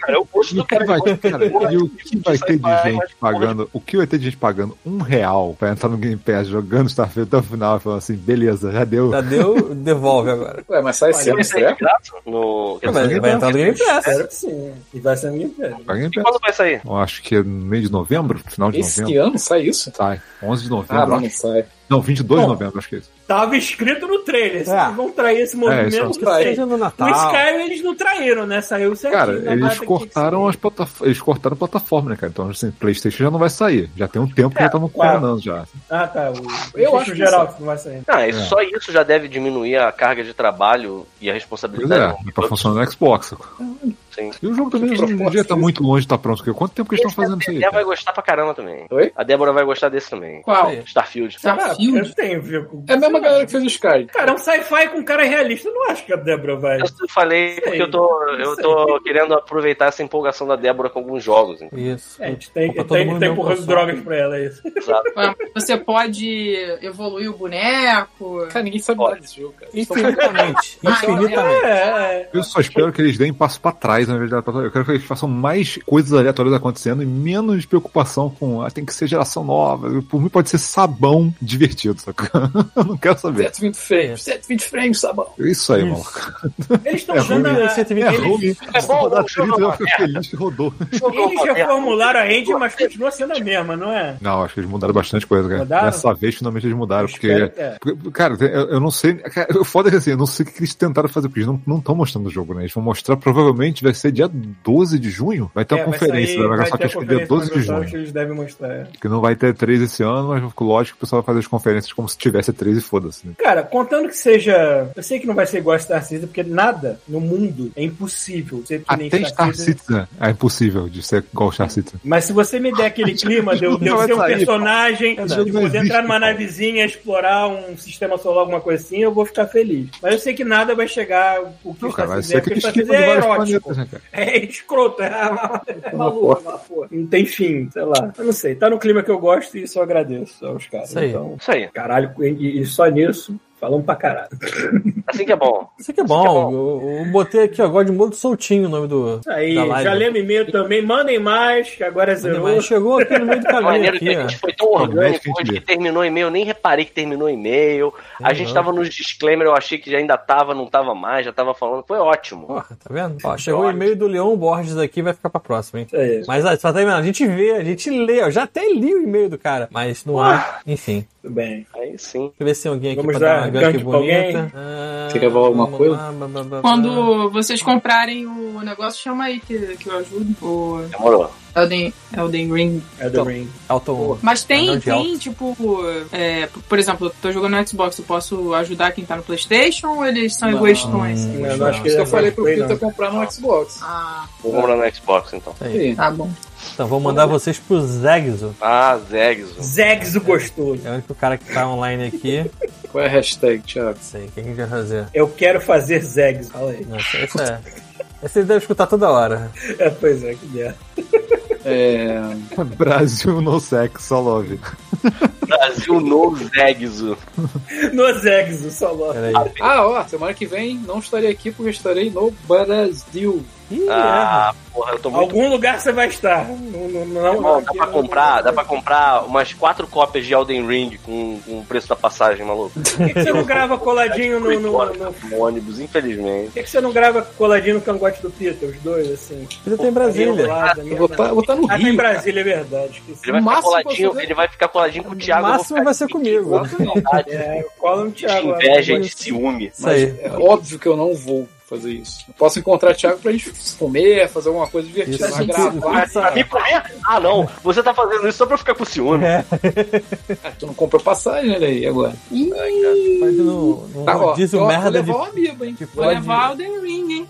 G: Cara, eu gosto
F: E
G: do
F: o que
G: cara.
F: vai, cara, e o que vai ter de
G: Vai, mas
F: gente pagando? O que vai ter de gente pagando um real pra entrar no Game Pass jogando Starfield até o final e falando assim, beleza, já deu.
E: Já deu, devolve agora.
J: Ué, mas sai
F: é
G: Vai
J: sendo,
G: sair de
J: certo?
G: é graça? No...
E: Vai, vai entrar no Game Pass.
C: que sim. assim, E vai ser Game Pass.
F: Pra Game
G: E
F: Pass.
G: quando vai sair?
F: Eu acho que é no meio de novembro, final de
J: Esse
F: novembro.
J: ano sai isso?
F: Sai. 11 de
J: Ah,
F: novembro.
J: mas
F: acho.
J: não sai.
F: Não, 22 de novembro, acho que é isso.
C: Tava escrito no trailer. Vocês
E: Ah.
C: vão trair esse
F: É. isso é um
C: movimento.
F: não
C: que
J: vai.
C: seja.
E: Seja no
C: O
E: Natal.
C: Skyrim eles não traíram, né? Saiu certinho.
F: Tá. Cara,
C: na data
F: eles
C: que
F: cortaram as plataformas. Eles cortaram a plataforma, né, cara? Então, assim, Playstation já não vai sair. Já tem um tempo
G: É,
F: que já estavam
C: claro.
F: coordenando já.
C: Ah, tá. O...
J: Eu
C: o
J: acho que
C: geral que não vai sair.
G: Ah, isso-
F: É.
G: só isso já deve diminuir a carga de trabalho e
F: Pois é,
G: a responsabilidade.
F: não tá funcionando no Xbox.
G: Sim.
F: E o jogo também
J: Que
F: hoje em dia
J: proposta
F: tá
J: isso?
F: muito longe de tá pronto. porque Quanto tempo que eles estão fazendo isso
G: A
F: aí?
G: Débora
F: cara?
G: vai gostar pra caramba também.
J: Oi?
G: A Débora vai gostar desse também.
J: Qual?
E: Aí.
G: Starfield.
C: Ah,
J: Starfield?
C: eu tenho, viu?
J: Tá É a mesma galera que fez o Sky.
C: Cara, é um sci-fi com cara realista. Eu não acho que a Débora vai.
G: Eu falei
C: Sei.
G: porque eu tô, eu tô querendo aproveitar essa empolgação da Débora com alguns jogos. Então.
E: Isso.
C: É, a gente tem,
E: Pra
C: tem,
E: todo mundo
C: tá
F: um
E: não
C: empurrando
E: consome.
C: drogas pra ela, é isso.
G: Exato.
I: Ah, Você pode evoluir o boneco.
J: Cara, ninguém sabe
G: Olha.
J: nada desse jogo, cara. Então,
C: Ah,
E: Infinitamente. Infinitamente.
C: É, é.
F: Eu só espero que eles deem passo pra trás, na verdade. Eu quero que eles façam mais coisas aleatórias acontecendo e menos preocupação com ah, tem que ser geração nova. Por mim pode ser sabão divertido, saca? Eu não quero
C: É,
F: saber. É
J: 120
E: É,
J: frames, 120 frames, tá sabão.
G: É.
F: Isso aí, mano.
C: Eles estão
F: É
C: usando.
F: ruim,
C: a-
E: é 120.
F: É
C: eles-
F: ruim.
G: É
F: Só
G: bom,
F: dá
G: não,
F: 30
G: jogo é
F: eu
G: uma
F: fico
G: merda.
F: feliz que rodou.
G: Jogo
C: Eles
G: é uma merda.
C: reformularam a engine, mas continua sendo a mesma, não é?
F: Não, acho que eles mudaram bastante coisa, cara.
C: Mudaram?
F: Dessa vez finalmente eles mudaram,
C: Espero
F: porque.
C: que- é.
F: porque, Cara, eu, eu não sei. Cara, o foda é que assim, eu não sei o que eles tentaram fazer, porque eles não estão mostrando o jogo, né? Eles vão mostrar, provavelmente vai ser dia 12 de junho. Vai ter
C: É,
F: uma
C: vai
F: Então conferência
C: sair-
F: da
C: vai ter a
F: Microsoft, acho que é dia
C: conferência
F: 12 de
C: da
F: junho.
C: Microsoft, Eles devem mostrar. é.
F: Que não vai ter três esse ano, mas lógico que o pessoal vai fazer as conferências como se tivesse três e foda-se. Né?
C: Cara, contando que seja. Eu sei que não vai ser igual a Star Citizen, porque nada no mundo é impossível. Ser que nem
F: Até Star
C: Citizen.
F: Citizen é impossível de ser igual Star Citizen.
C: Mas se você me der aquele clima de eu, de eu
F: Não vai
C: ser um
F: sair,
C: personagem,
F: pô.
C: de
F: Esse jogo não
C: poder
F: existe,
C: entrar numa
F: pô.
C: navezinha, explorar um sistema solar, alguma coisa assim, eu vou ficar feliz. Mas eu sei que nada vai chegar o que
F: Não,
C: o
F: cara,
C: Star
F: vai
C: Citizen
F: ser
C: é,
F: aquele
C: porque o Star
F: esquema
C: Citizen
F: de
C: é
F: vários
C: erótico.
F: planetas, né, cara?
C: É escroto, é, é maluco, é uma porra. Não tem fim, sei lá. Eu não sei, tá no clima que eu gosto e isso eu agradeço aos caras.
E: Isso aí.
C: Então,
G: Isso aí.
C: caralho, e, e só nisso, falamos pra caralho.
G: Assim que é bom.
E: Isso aqui é bom. Eu, eu botei aqui, ó, Godmodo Soltinho o nome do.
C: Isso aí,
E: da live. né?
C: já lemos e-mail também, mandem mais, que agora é zerou.
E: Mas chegou aqui no meio do caminho.
G: Maneiro que
E: Aqui,
G: a
E: ó.
G: gente foi tão
F: Promete que
G: orgânico
F: a gente
G: hoje
F: vê.
G: que terminou o e-mail, eu nem reparei que terminou o e-mail.
E: Uhum.
G: A gente tava nos disclaimer, eu achei que já ainda tava, não tava mais, já tava falando. Foi ótimo.
E: Porra, tá vendo? Ó, chegou o e-mail do Leon Borges aqui, vai ficar pra próxima, hein? Mas ó, só tá vendo, a gente vê, a gente lê, eu já até li o e-mail do cara, mas não há. Enfim.
C: Tudo bem.
G: Aí sim.
E: Deixa eu ver se tem alguém aqui
C: Ah. Vamos
E: pra
C: dar
E: dar uma gank
C: gank pra alguém?
E: bonita. Ah,
H: Você quer falar alguma
E: vamos
H: coisa?
E: lá, blá, blá, blá, blá.
I: Quando vocês comprarem o negócio, chama aí que, que eu ajudo. O
G: Demorou.
I: Elden, Elden Ring.
F: Então,
C: Elden Ring.
E: Elton.
I: Mas
E: Anel
I: tem,
E: de
I: tem
E: alto.
I: tipo. é, por exemplo, eu tô jogando no Xbox, eu posso ajudar quem tá no PlayStation ou eles são egoistões?
C: Não, não, acho é
H: Por isso que eu falei pro
C: não,
H: Pita
C: não.
H: comprar no Xbox.
I: Ah,
G: Vou comprar no Xbox então.
I: tá bom.
E: Então, vou mandar vocês pro Zegzo.
G: Ah, Zegzo.
C: Zegzo gostoso.
E: É o único cara que tá online aqui. Não
H: Qual é a hashtag, Thiago?
E: sei, o que a gente vai fazer?
C: Eu quero fazer Zegzo. Fala aí.
E: Não sei, essa é. Essa ele deve escutar toda hora.
C: É, pois é, que merda.
H: É.
F: Brasil no sex, só love.
G: Brasil no Zegzo.
C: No Zegzo, é só
G: É.
C: logo.
E: Peraí.
H: Ah, ó, semana que vem não estarei aqui porque estarei no Brasil.
E: Ih, é,
G: Ah, porra, eu tô muito.
C: Algum lugar você vai estar. Não, não, não,
G: Irmão, dá pra comprar, dá pra comprar umas quatro cópias de Elden Ring com, com o preço da passagem, maluco.
C: Por que, que você não grava coladinho no. no, no- Por
G: no ônibus, infelizmente.
C: que, que você não grava coladinho no cangote do Peter, os dois, assim?
E: Ele tá em Brasília.
C: Enrolado,
H: Eu vou
C: merda.
H: estar no
C: Ah, tá em
H: Rio.
C: Brasília, é verdade. esqueci.
G: Ele vai,
H: O
G: ficar
H: máximo
G: coladinho,
H: você-
G: ele vai ficar coladinho com o
E: O
G: Thiago. eu vou
E: máximo
G: ficar
E: vai ser
G: aqui,
E: comigo.
G: saudade,
C: É, cola no
G: de
C: Thiago.
G: inveja,
C: agora.
G: de ciúme.
E: Isso aí.
H: É óbvio que eu não vou fazer isso. Eu posso encontrar o Thiago pra gente comer, fazer alguma coisa divertida,
E: Isso.
H: mas gravar.
G: Pra me comer? Ah, não. Você tá fazendo isso só pra eu ficar com ciúme.
E: É.
H: Ah, tu não comprou passagem, olha aí, agora.
E: Mas não, não
H: Tá, ó,
E: diz
H: ó,
E: o
H: vou
E: merda de.
H: levar o amigo, hein?
E: Tipo,
I: Vou
E: Pode-
I: levar Elden Ring, hein?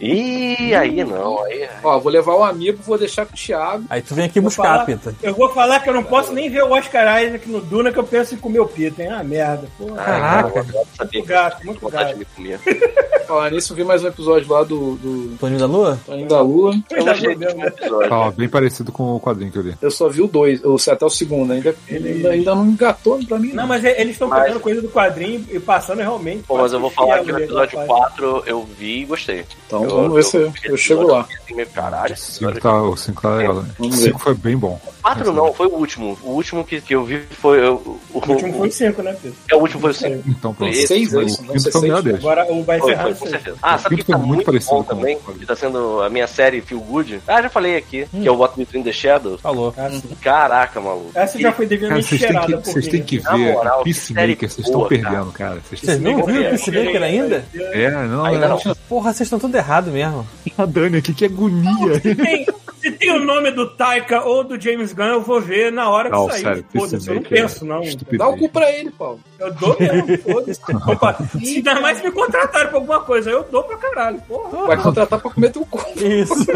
G: Ih, aí não. Aí,
H: Ó, vou levar o amigo, vou deixar com o Thiago.
E: Aí tu vem aqui buscar,
C: falar.
E: Pita.
C: Eu vou falar que eu não posso nem ver o Oscar Isaac no Duna que eu penso em comer o Peter, hein? Ah, merda. Pô,
E: Caraca.
G: eu adoro saber
C: muito
G: que eu
C: gato,
G: tô
C: muito
G: com Ah, vontade de
C: gato.
G: me comer.
H: Falar nisso, eu vi mais um episódio lá do, do
E: Toninho da Lua?
H: Toninho da Lua.
C: Eu
G: Tá
C: já
G: cheio
C: vi
G: de
C: mesmo.
G: episódio.
F: Tá, ó, bem parecido com o quadrinho que eu li.
H: Eu só vi o dois, ou se até o segundo, ainda, ainda, ainda não engatou pra mim.
C: Não, mas e- eles estão
G: Mas-
C: pegando coisa do quadrinho e passando realmente.
G: Bom, mas eu vou
C: Quase
G: falar que
C: fiel
G: no
C: ali,
G: episódio
C: rapaz.
G: 4 eu vi e gostei.
H: Então vamos ver se eu, eu chego lá.
G: Meio caralho.
F: O 5 tá, o cinco tá legal, né? O
H: Vamos ver.
F: 5 foi bem bom.
G: 4 não, foi o último. O último que, que eu vi foi. eu- o,
C: O último foi 5, né, Pedro?
G: É, o último foi o 5.
F: Então, pronto.
G: Esse,
H: seis,
F: o
H: esse, não,
F: quinto foi o
H: seis,
F: melhor deles.
C: Agora o vai
G: Foi,
C: encerrar
G: foi,
C: no
G: com
C: 6.
G: certeza. Ah, sabe
F: Aquilo
G: que tá
F: foi muito
G: muito
F: parecido
G: bom
F: com-
G: também? Que tá sendo a minha série Feel Good. Ah, já falei aqui, que é o What Between the Shadows.
E: Falou.
G: Caraca, maluco.
C: Essa já foi
F: Cara,
C: devidamente
F: vocês têm que,
C: cheirada por
F: vocês
C: mim.
F: têm que
G: Na
F: ver
G: moral,
F: a
G: que série
F: Peacemaker, vocês estão
G: boa,
F: perdendo, cara. Vocês têm
E: Vocês não viram o Peace Baker ainda?
F: É, não,
G: Ainda
F: é.
G: não.
E: Porra, vocês estão tudo errado mesmo.
F: A Dani aqui, que agonia.
C: Se tem, se tem o nome do Taika ou do James Gunn, eu vou ver na hora que
F: Não,
C: sair.
F: sério,
C: foda-se, eu não
F: Peacemaker é
C: penso, não.
F: estupidez.
H: Dá o cu pra ele, Paulo.
C: Eu dou mesmo, foda-se. Opa, Se ainda mais me contratarem pra alguma coisa, eu dou pra caralho, porra.
H: Vai contratar pra comer teu cu.
E: Isso.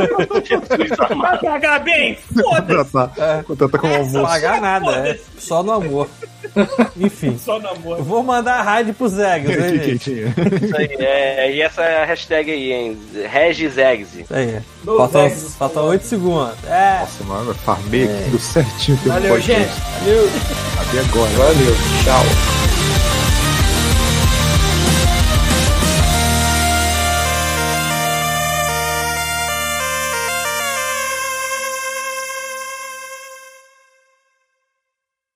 G: Tá
C: Vai pagar bem, foda-se.
F: Contratar, contratar como
E: Não
F: almoço.
E: pagar nada, é. Só no amor. Enfim.
C: Só namoro.
E: Vou mandar a rádio pro é Zegos, hein,
F: Que
E: gente?
F: quentinha.
G: Isso aí, é, e essa é a hashtag aí, hein? Regis Eggs.
E: Isso aí.
C: No
E: Faltam,
C: Zegos.
E: faltam 8 segundos. É.
F: Nossa, mano, eu farmei aqui, deu certinho.
C: Valeu, gente.
F: Até agora. Valeu, tchau.